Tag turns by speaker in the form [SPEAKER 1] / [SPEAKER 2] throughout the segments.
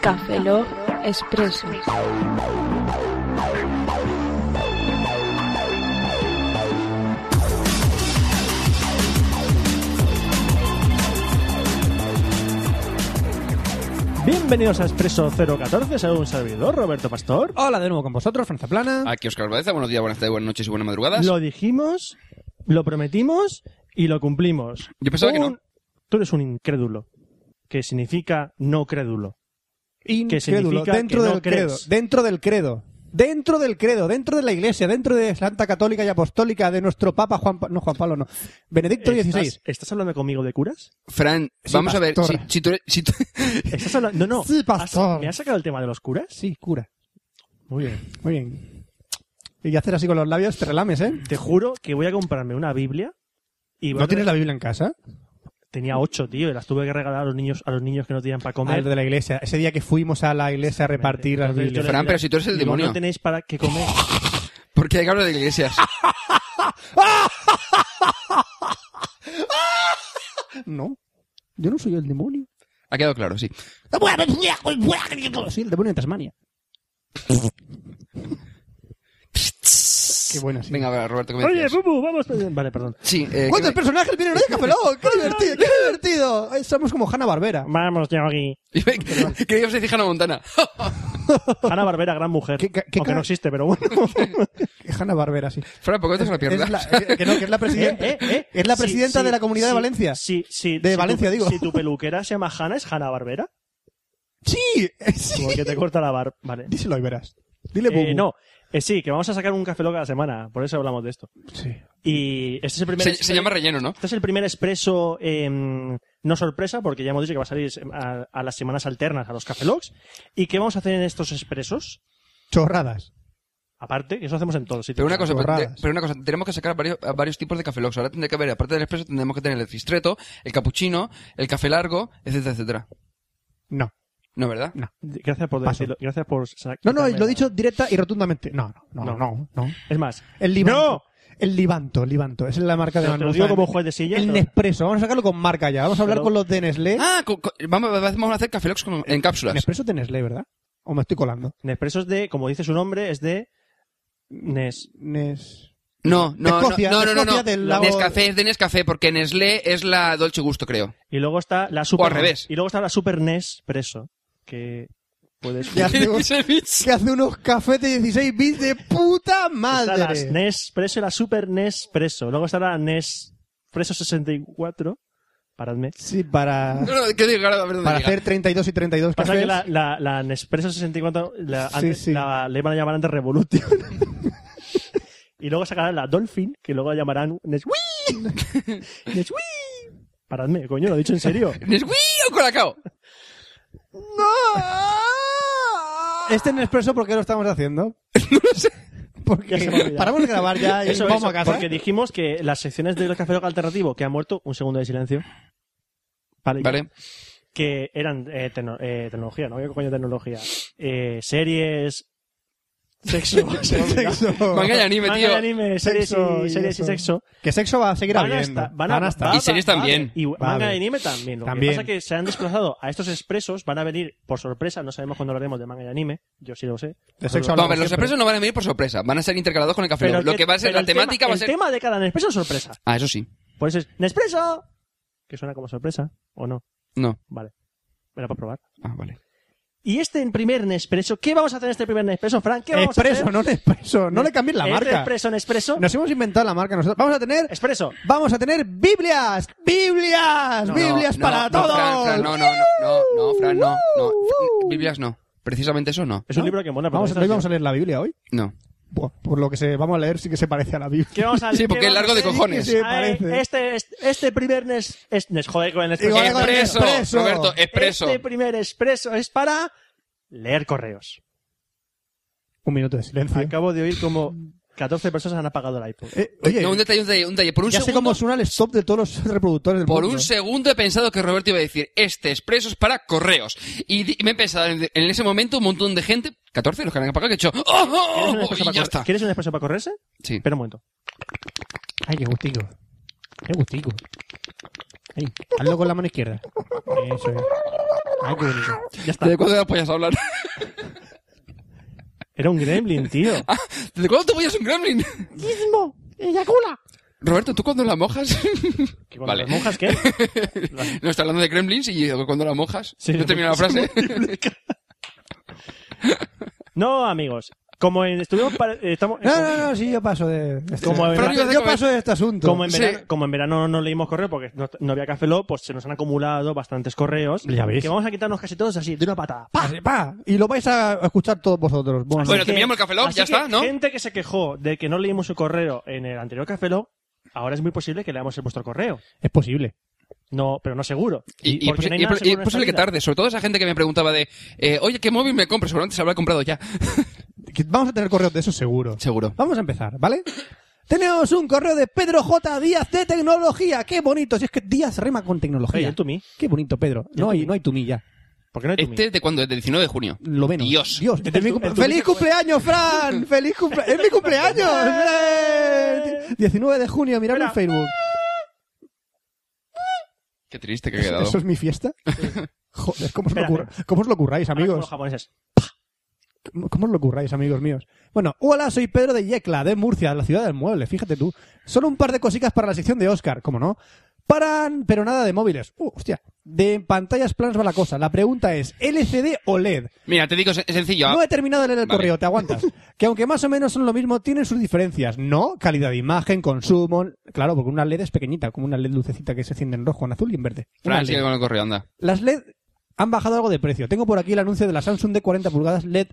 [SPEAKER 1] Café Log Expreso.
[SPEAKER 2] Bienvenidos a Expreso 014, soy un servidor, Roberto Pastor.
[SPEAKER 3] Hola de nuevo con vosotros, Franza Plana.
[SPEAKER 2] Ah,
[SPEAKER 4] Aquí Oscar Baeza, buenos días, buenas tardes, buenas noches y buenas madrugadas.
[SPEAKER 2] Lo dijimos, lo prometimos y lo cumplimos.
[SPEAKER 4] Yo pensaba que
[SPEAKER 2] Un-
[SPEAKER 4] no.
[SPEAKER 2] Tú eres un incrédulo, que significa no crédulo. que
[SPEAKER 3] Incrédulo,
[SPEAKER 2] significa
[SPEAKER 3] dentro
[SPEAKER 2] que no
[SPEAKER 3] del credo,
[SPEAKER 2] crees.
[SPEAKER 3] dentro del credo, dentro del credo, dentro de la Iglesia, dentro de Santa Católica y Apostólica de nuestro Papa Juan, Pa- no Juan Pablo, no, Benedicto XVI.
[SPEAKER 2] ¿Estás, estás hablando conmigo de curas?
[SPEAKER 4] Fran,
[SPEAKER 3] Sí,
[SPEAKER 4] vamos a ver, si,
[SPEAKER 3] pastor.
[SPEAKER 4] si tú eres- si tú-
[SPEAKER 2] ¿Estás hablando... No, no.
[SPEAKER 3] Sí, pastor.
[SPEAKER 2] ¿Has- ¿Me has sacado el tema de los curas?
[SPEAKER 3] Sí, cura.
[SPEAKER 2] Muy bien.
[SPEAKER 3] Muy bien. Y hacer así con los labios, te relames, ¿eh?
[SPEAKER 2] Te juro que voy a comprarme una Biblia y voy a
[SPEAKER 3] ¿No tienes
[SPEAKER 2] tener-
[SPEAKER 3] la Biblia en casa?
[SPEAKER 2] tenía ocho, tío, y las tuve que regalar a los niños, a los niños que no tenían para
[SPEAKER 3] Ah,
[SPEAKER 2] comer.
[SPEAKER 3] lo de la iglesia. Ese día que fuimos a la iglesia a repartir las
[SPEAKER 2] Entonces yo
[SPEAKER 3] Biblias.
[SPEAKER 2] les
[SPEAKER 4] Fran,
[SPEAKER 2] digo-
[SPEAKER 4] pero si tú eres el
[SPEAKER 2] digo,
[SPEAKER 4] demonio.
[SPEAKER 2] No tenéis para qué comer.
[SPEAKER 4] ¿por qué hay que hablar de iglesias?
[SPEAKER 3] No, yo no soy el demonio.
[SPEAKER 4] Ha quedado claro, sí.
[SPEAKER 3] Soy el demonio de Tasmania. Qué buena, sí.
[SPEAKER 4] Venga, va, Roberto, ¿qué me
[SPEAKER 2] Oye,
[SPEAKER 4] decías?
[SPEAKER 2] Bubu, vamos. pues, Vale, perdón.
[SPEAKER 4] Sí, eh,
[SPEAKER 3] ¿Cuántos
[SPEAKER 4] ¿qué me-
[SPEAKER 3] personajes vienen hoy de Café Lock? ¡Qué divertido! ¡Qué divertido! Ay, Eh, Somos como Hanna Barbera.
[SPEAKER 2] Vamos, Yogi.
[SPEAKER 4] Creí que ibas a decir Hannah Montana.
[SPEAKER 2] Ana Barbera, gran mujer.
[SPEAKER 3] ¿Qué- qué- qué
[SPEAKER 2] Aunque
[SPEAKER 3] cara-
[SPEAKER 2] no existe, pero bueno.
[SPEAKER 3] Hanna Barbera, sí.
[SPEAKER 4] Fran, ¿por qué te dejas la pierna?
[SPEAKER 3] Es la, que, que no, que es la presidenta,
[SPEAKER 2] Eh, eh, eh.
[SPEAKER 3] Es la
[SPEAKER 2] Sí,
[SPEAKER 3] presidenta
[SPEAKER 2] sí,
[SPEAKER 3] de la Comunidad de
[SPEAKER 2] sí,
[SPEAKER 3] Valencia.
[SPEAKER 2] Sí, sí.
[SPEAKER 3] De
[SPEAKER 2] si tu-
[SPEAKER 3] Valencia, digo.
[SPEAKER 2] Si tu peluquera se llama Hanna, ¿es Hanna Barbera?
[SPEAKER 3] ¡Sí! eh, sí.
[SPEAKER 2] Porque te corta la bar. Vale.
[SPEAKER 3] Díselo y verás. Dile
[SPEAKER 2] Eh,
[SPEAKER 3] Bubu.
[SPEAKER 2] no, eh, sí, que vamos a sacar un café loca a la semana. Por eso hablamos de esto.
[SPEAKER 3] Sí.
[SPEAKER 2] Y este es el primer...
[SPEAKER 4] Se,
[SPEAKER 2] este-
[SPEAKER 4] se llama relleno, ¿no?
[SPEAKER 2] Este es el primer expreso eh, no sorpresa, porque ya hemos dicho que va a salir em, a, a las semanas alternas a los Café Logs. ¿Y qué vamos a hacer en estos expresos?
[SPEAKER 3] Chorradas.
[SPEAKER 2] Aparte, que eso hacemos en todos sitios.
[SPEAKER 4] Pero una cosa, pero,
[SPEAKER 3] Chorradas.
[SPEAKER 4] pero una cosa, tenemos que sacar varios, a varios tipos de café Lox. Ahora tendría que haber, aparte del expreso, tendremos que tener el cistreto, el capuchino, el café largo, etcétera, etcétera.
[SPEAKER 3] No.
[SPEAKER 4] ¿No, verdad?
[SPEAKER 2] Gracias por
[SPEAKER 3] Paso.
[SPEAKER 2] decirlo. Gracias por... sa-
[SPEAKER 3] No, no,
[SPEAKER 2] quitarme
[SPEAKER 3] lo he
[SPEAKER 2] la-
[SPEAKER 3] dicho directa y rotundamente. No, no,
[SPEAKER 2] No.
[SPEAKER 3] no, no. no.
[SPEAKER 2] Es más,
[SPEAKER 3] El Libanto. El Libanto, Libanto. Esa es la marca de
[SPEAKER 2] Te lo-
[SPEAKER 3] la
[SPEAKER 2] te lo digo como juez de silla.
[SPEAKER 3] El
[SPEAKER 2] pero-
[SPEAKER 3] Nespresso. Vamos a sacarlo con marca ya. Vamos a hablar
[SPEAKER 2] Pero-
[SPEAKER 3] con los de Nestlé.
[SPEAKER 4] Ah, co- co- vamos, vamos a hacer café Lox con- en cápsulas.
[SPEAKER 3] Nespresso de Nestlé, ¿verdad? ¿O me estoy colando?
[SPEAKER 2] Nespresso es de, como dice su nombre, es de Nes.
[SPEAKER 3] Nes...
[SPEAKER 4] No, no, no,
[SPEAKER 3] Escocia,
[SPEAKER 4] no, no, no,
[SPEAKER 3] Escocia
[SPEAKER 4] no.
[SPEAKER 3] del lago-
[SPEAKER 4] Nescafé es de Nescafé, porque Nestlé es la Dolce Gusto, creo.
[SPEAKER 2] Y luego está la Super.
[SPEAKER 4] al revés.
[SPEAKER 2] Y luego está la Super Nespresso, que puedes.
[SPEAKER 3] Ya
[SPEAKER 4] ¿Qué
[SPEAKER 3] tengo-
[SPEAKER 4] dice el bicho?
[SPEAKER 3] que hace unos cafés de 16 bits de puta
[SPEAKER 2] Está la
[SPEAKER 3] madre.
[SPEAKER 2] Nespresso y la Super Nespresso. Luego está la Nespresso 64. Paradme.
[SPEAKER 3] Sí, para,
[SPEAKER 4] No, no, que diga, ahora a ver dónde
[SPEAKER 3] para
[SPEAKER 4] llega.
[SPEAKER 3] hacer 32 y 32
[SPEAKER 2] Pasa
[SPEAKER 3] cafés.
[SPEAKER 2] que la, la, la Nespresso 64 la,
[SPEAKER 3] Sí,
[SPEAKER 2] antes-
[SPEAKER 3] sí.
[SPEAKER 2] la- le van a llamar antes Revolution. y luego sacarán la Dolphin, que luego la llamarán Neswee. Neswee. Paradme, coño, lo he dicho en serio.
[SPEAKER 4] Nesquí o Colacao.
[SPEAKER 3] Este Nespresso, ¿por qué lo estamos haciendo?
[SPEAKER 2] Ya se me ha
[SPEAKER 3] Porque
[SPEAKER 2] olvidado.
[SPEAKER 3] paramos de grabar ya y
[SPEAKER 2] Eso,
[SPEAKER 3] vamos
[SPEAKER 2] eso,
[SPEAKER 3] a casa.
[SPEAKER 2] Porque dijimos que las secciones del Café Lock Alternativo, que ha muerto, un segundo de silencio. Vale. ya.
[SPEAKER 4] Vale.
[SPEAKER 2] Que eran eh, tecno- eh, tecnología, ¿no? ¿Qué coño tecnología? Eh, series. Sexo. se me ha olvidado.
[SPEAKER 3] Sexo.
[SPEAKER 4] Manga y anime,
[SPEAKER 2] Manga
[SPEAKER 4] tío.
[SPEAKER 2] y anime, series,
[SPEAKER 3] Sexo
[SPEAKER 2] y,
[SPEAKER 3] y
[SPEAKER 2] series y
[SPEAKER 3] eso.
[SPEAKER 2] sexo.
[SPEAKER 3] Que sexo va a seguir
[SPEAKER 2] Van a
[SPEAKER 3] habiendo.
[SPEAKER 2] estar- van a-
[SPEAKER 3] Van a estar.
[SPEAKER 4] Y series
[SPEAKER 2] vale.
[SPEAKER 4] también.
[SPEAKER 2] Y
[SPEAKER 3] Vale.
[SPEAKER 2] manga y anime también. Lo que
[SPEAKER 3] También.
[SPEAKER 2] pasa es que se han desplazado a estos expresos, van a venir por sorpresa, no sabemos cuándo hablaremos de manga y anime, yo sí lo sé.
[SPEAKER 3] De sexo
[SPEAKER 4] Vamos a ver,
[SPEAKER 3] hablamos
[SPEAKER 4] los
[SPEAKER 3] siempre.
[SPEAKER 4] expresos no van a venir por sorpresa, van a ser intercalados con el café. Lock. Lo
[SPEAKER 2] el
[SPEAKER 4] que va a ser,
[SPEAKER 2] pero
[SPEAKER 4] la
[SPEAKER 2] el tema-
[SPEAKER 4] temática va a
[SPEAKER 2] El
[SPEAKER 4] ser.
[SPEAKER 2] tema de cada Nespresso es sorpresa.
[SPEAKER 4] Ah, eso sí.
[SPEAKER 2] Por eso es Nespresso, que suena como sorpresa, ¿o no?
[SPEAKER 4] No.
[SPEAKER 2] Vale. Era para probar.
[SPEAKER 4] Ah, vale.
[SPEAKER 2] Y este en primer Nespresso, ¿qué vamos a hacer en este primer Nespresso, Frank? ¿Qué vamos a
[SPEAKER 3] Nespresso,
[SPEAKER 2] hacer?
[SPEAKER 3] no Nespresso. No le cambies la
[SPEAKER 2] Este
[SPEAKER 3] marca.
[SPEAKER 2] Nespresso, Nespresso.
[SPEAKER 3] Nos hemos inventado la marca nosotros. Vamos a tener
[SPEAKER 2] Nespresso.
[SPEAKER 3] Vamos a tener Biblias, Biblias,
[SPEAKER 2] No,
[SPEAKER 3] Biblias para
[SPEAKER 4] no,
[SPEAKER 3] todos.
[SPEAKER 4] Fran, Fran, no, no, no, no, no, Fran, no, no. Fran, Biblias no. Precisamente eso no.
[SPEAKER 2] Es un libro que mola. pero
[SPEAKER 3] Vamos, a-
[SPEAKER 2] no
[SPEAKER 3] hoy
[SPEAKER 2] está
[SPEAKER 3] vamos a leer la Biblia hoy.
[SPEAKER 4] No.
[SPEAKER 3] Buah, por lo que se, vamos a leer sí que se parece a la Biblia.
[SPEAKER 2] ¿Qué vamos a
[SPEAKER 4] Sí,
[SPEAKER 2] qué
[SPEAKER 4] porque es
[SPEAKER 2] vamos a
[SPEAKER 4] largo de
[SPEAKER 2] hacer?
[SPEAKER 4] cojones.
[SPEAKER 3] Sí,
[SPEAKER 2] Ay,
[SPEAKER 3] parece.
[SPEAKER 2] Este, este, este primer Nes, es- Nes- joder, con el Nespresso.
[SPEAKER 3] Igual con el
[SPEAKER 4] Expreso,
[SPEAKER 3] expreso.
[SPEAKER 4] Roberto, expreso.
[SPEAKER 2] Este primer Nespresso es para leer correos.
[SPEAKER 3] Un minuto de silencio.
[SPEAKER 2] Acabo de oír como 14 personas han apagado el iPod.
[SPEAKER 3] Eh, oye,
[SPEAKER 4] No, un detalle, un detalle, un detalle. Por un
[SPEAKER 3] ya sé
[SPEAKER 4] segundo,
[SPEAKER 3] cómo suena el stop de todos los reproductores del
[SPEAKER 4] por
[SPEAKER 3] mundo. ¿eh?
[SPEAKER 4] un
[SPEAKER 2] ¿eh?
[SPEAKER 4] segundo he pensado que Roberto iba a decir, este expreso es para correos. Y, di- y me he pensado en, en ese momento un montón de gente, 14 los que han apagado, que he hecho, ¡oh,
[SPEAKER 2] ¿Quieres un Nespresso
[SPEAKER 4] oh, oh! Y
[SPEAKER 2] para
[SPEAKER 4] ya
[SPEAKER 2] corre-
[SPEAKER 4] está.
[SPEAKER 2] ¿Quieres un Nespresso para correrse?
[SPEAKER 4] Sí.
[SPEAKER 2] Espera un momento.
[SPEAKER 3] Ay, qué gustico. Qué gustico. Ay, hazlo con la mano izquierda. Eso es.
[SPEAKER 2] Ay, qué bonito. Ya está.
[SPEAKER 4] ¿Desde cuándo te apoyas a hablar?
[SPEAKER 2] Era un gremlin, tío.
[SPEAKER 4] Ah, ¿Desde cuándo te apoyas un gremlin?
[SPEAKER 2] ¡Mismo! ¡Eyacula!
[SPEAKER 4] Roberto, ¿tú cuando la mojas?
[SPEAKER 2] ¿Que cuando
[SPEAKER 4] Vale.
[SPEAKER 2] las monjas qué?
[SPEAKER 4] No está hablando de gremlins y yo, cuando la mojas.
[SPEAKER 2] Sí,
[SPEAKER 4] no termina la
[SPEAKER 2] porque
[SPEAKER 4] frase.
[SPEAKER 2] No, amigos. Como en, estuvimos... para- eh, estamos,
[SPEAKER 3] No, no, no, sí, yo paso de. este-
[SPEAKER 2] Como en-
[SPEAKER 3] Yo-
[SPEAKER 4] Fran, ibas a
[SPEAKER 3] yo
[SPEAKER 4] comer.
[SPEAKER 3] paso de este asunto.
[SPEAKER 2] Como en,
[SPEAKER 4] Sí.
[SPEAKER 2] verano, como en verano no leímos correo porque no, no había café Lock, pues se nos han acumulado bastantes correos.
[SPEAKER 3] Ya ves.
[SPEAKER 2] Que vamos a quitarnos casi todos así, de una patada. ¡Pa!
[SPEAKER 3] Así, pa, Y lo vais a escuchar todos vosotros. Bueno,
[SPEAKER 4] Bueno,
[SPEAKER 2] Así que-
[SPEAKER 4] terminamos el Café Lock,
[SPEAKER 2] así
[SPEAKER 4] ya
[SPEAKER 2] que
[SPEAKER 4] está, ¿no?
[SPEAKER 2] Gente que se quejó de que no leímos su correo en el anterior café Lock, ahora es muy posible que leamos el vuestro correo.
[SPEAKER 3] es posible.
[SPEAKER 2] No, pero no seguro.
[SPEAKER 4] Y, y
[SPEAKER 2] porque
[SPEAKER 4] es posi-
[SPEAKER 2] no hay
[SPEAKER 4] y
[SPEAKER 2] nada
[SPEAKER 4] es po- y
[SPEAKER 2] seguro
[SPEAKER 4] es
[SPEAKER 2] en
[SPEAKER 4] posible que
[SPEAKER 2] esta vida.
[SPEAKER 4] tarde, sobre todo esa gente que me preguntaba de, eh, oye, ¿qué móvil me compro? Seguramente se habrá comprado ya.
[SPEAKER 3] Que Vamos a tener correos de eso seguro.
[SPEAKER 4] Seguro.
[SPEAKER 3] Vamos a empezar, ¿vale? Tenemos un correo de Pedro J. Díaz de Tecnología. ¡Qué bonito! Si es que Díaz rima con
[SPEAKER 2] Oye,
[SPEAKER 3] tecnología.
[SPEAKER 2] el to me.
[SPEAKER 3] ¡Qué bonito, Pedro! No hay, no hay tumilla.
[SPEAKER 2] ¿Por qué no hay to me?
[SPEAKER 4] Este es de cuando, del 19 de junio.
[SPEAKER 3] Lo menos.
[SPEAKER 4] Dios.
[SPEAKER 3] Dios.
[SPEAKER 2] El
[SPEAKER 3] Es mi
[SPEAKER 2] tu-
[SPEAKER 3] cumple-
[SPEAKER 2] el tumilla,
[SPEAKER 3] ¡Feliz cumpleaños, Fran! ¡Feliz cumpleaños! ¡Es mi cumpleaños! ¡Eh! 19 de junio, miradlo en
[SPEAKER 2] Espera.
[SPEAKER 3] Facebook.
[SPEAKER 4] Qué triste que he quedado.
[SPEAKER 3] ¿Eso es mi fiesta? Joder, ¿cómo os, lo
[SPEAKER 2] Espera.
[SPEAKER 3] curra- ¿cómo os lo curráis,
[SPEAKER 2] Ahora como
[SPEAKER 3] amigos?
[SPEAKER 2] los japoneses.
[SPEAKER 3] ¿Cómo os lo curráis, amigos míos? Bueno, hola, soy Pedro de Yecla, de Murcia, la ciudad del mueble, fíjate tú. Solo un par de cositas para la sección de Oscar, ¿cómo no? Paran, pero nada de móviles. Uh, hostia. De pantallas planas va la cosa. La pregunta es, ¿LCD o E LED?
[SPEAKER 4] Mira, te digo sen- sencillo.
[SPEAKER 3] No he terminado de leer el
[SPEAKER 4] Vale.
[SPEAKER 3] correo, te aguantas. que aunque más o menos son lo mismo, tienen sus diferencias. No, calidad de imagen, consumo... Claro, porque una LED es pequeñita, como una LED lucecita que se enciende en rojo, en azul y en verde. Una
[SPEAKER 4] Fran,
[SPEAKER 3] LED.
[SPEAKER 4] sigue con el correo, anda.
[SPEAKER 3] Las LED han bajado algo de precio. Tengo por aquí el anuncio de la Samsung de 40 pulgadas LED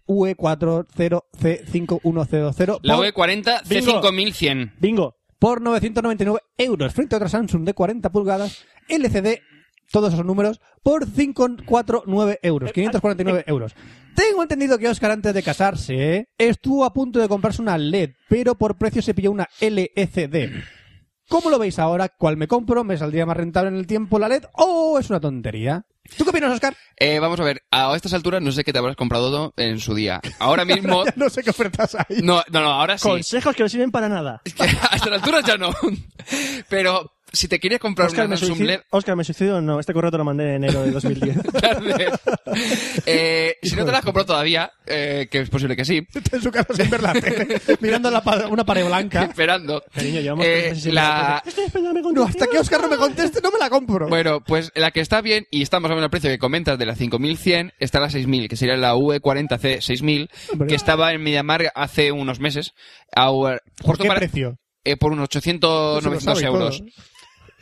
[SPEAKER 3] UE40C51000
[SPEAKER 4] La
[SPEAKER 3] por,
[SPEAKER 4] V40 C5100.
[SPEAKER 2] Bingo.
[SPEAKER 3] por 999 euros frente a otra Samsung de 40 pulgadas LCD, todos esos números, por 549 euros, 549 euros. Tengo entendido que Oscar antes de casarse estuvo a punto de comprarse una LED, pero por precio se pilló una LCD. ¿Cómo lo veis ahora? ¿Cuál me compro? ¿Me saldría más rentable en el tiempo la LED? ¿O es una tontería? ¿Tú qué opinas, Oscar?
[SPEAKER 4] Eh, vamos a ver, a estas alturas no sé qué te habrás comprado en su día. Ahora mismo...
[SPEAKER 3] no sé qué ofertas hay.
[SPEAKER 4] No, no, no, ahora sí.
[SPEAKER 2] Consejos que no sirven para nada.
[SPEAKER 4] Es que a estas alturas ya no. Pero si te quieres comprar
[SPEAKER 2] Oscar
[SPEAKER 4] una
[SPEAKER 2] me,
[SPEAKER 4] Samsung
[SPEAKER 2] suicido,
[SPEAKER 4] LED...
[SPEAKER 2] Oscar, me suicido. No, este correo te lo mandé en enero de 2010.
[SPEAKER 4] tarde. Eh, si no te la has comprado todavía, eh, que es posible que sí,
[SPEAKER 3] En su casa sin ver la tele, mirando la pa- una pared blanca.
[SPEAKER 4] esperando.
[SPEAKER 2] Cariño, llevamos
[SPEAKER 4] Eh,
[SPEAKER 2] tres meses sin
[SPEAKER 4] la-
[SPEAKER 2] hablar. Estoy esperando me
[SPEAKER 3] No, hasta
[SPEAKER 2] contestes.
[SPEAKER 3] que Oscar no me conteste, no me la compro.
[SPEAKER 4] Bueno, pues la que está bien y está más o menos al precio que comentas de la 5100 está la 6000, que sería la V40C 6000,
[SPEAKER 3] Hombre.
[SPEAKER 4] que estaba en Mediamar hace unos meses. ahora-
[SPEAKER 3] ¿Por
[SPEAKER 4] justo
[SPEAKER 3] qué
[SPEAKER 4] para-
[SPEAKER 3] precio?
[SPEAKER 4] eh, por unos 800,
[SPEAKER 3] Eso lo
[SPEAKER 4] 900
[SPEAKER 3] sabe
[SPEAKER 4] euros.
[SPEAKER 3] todo.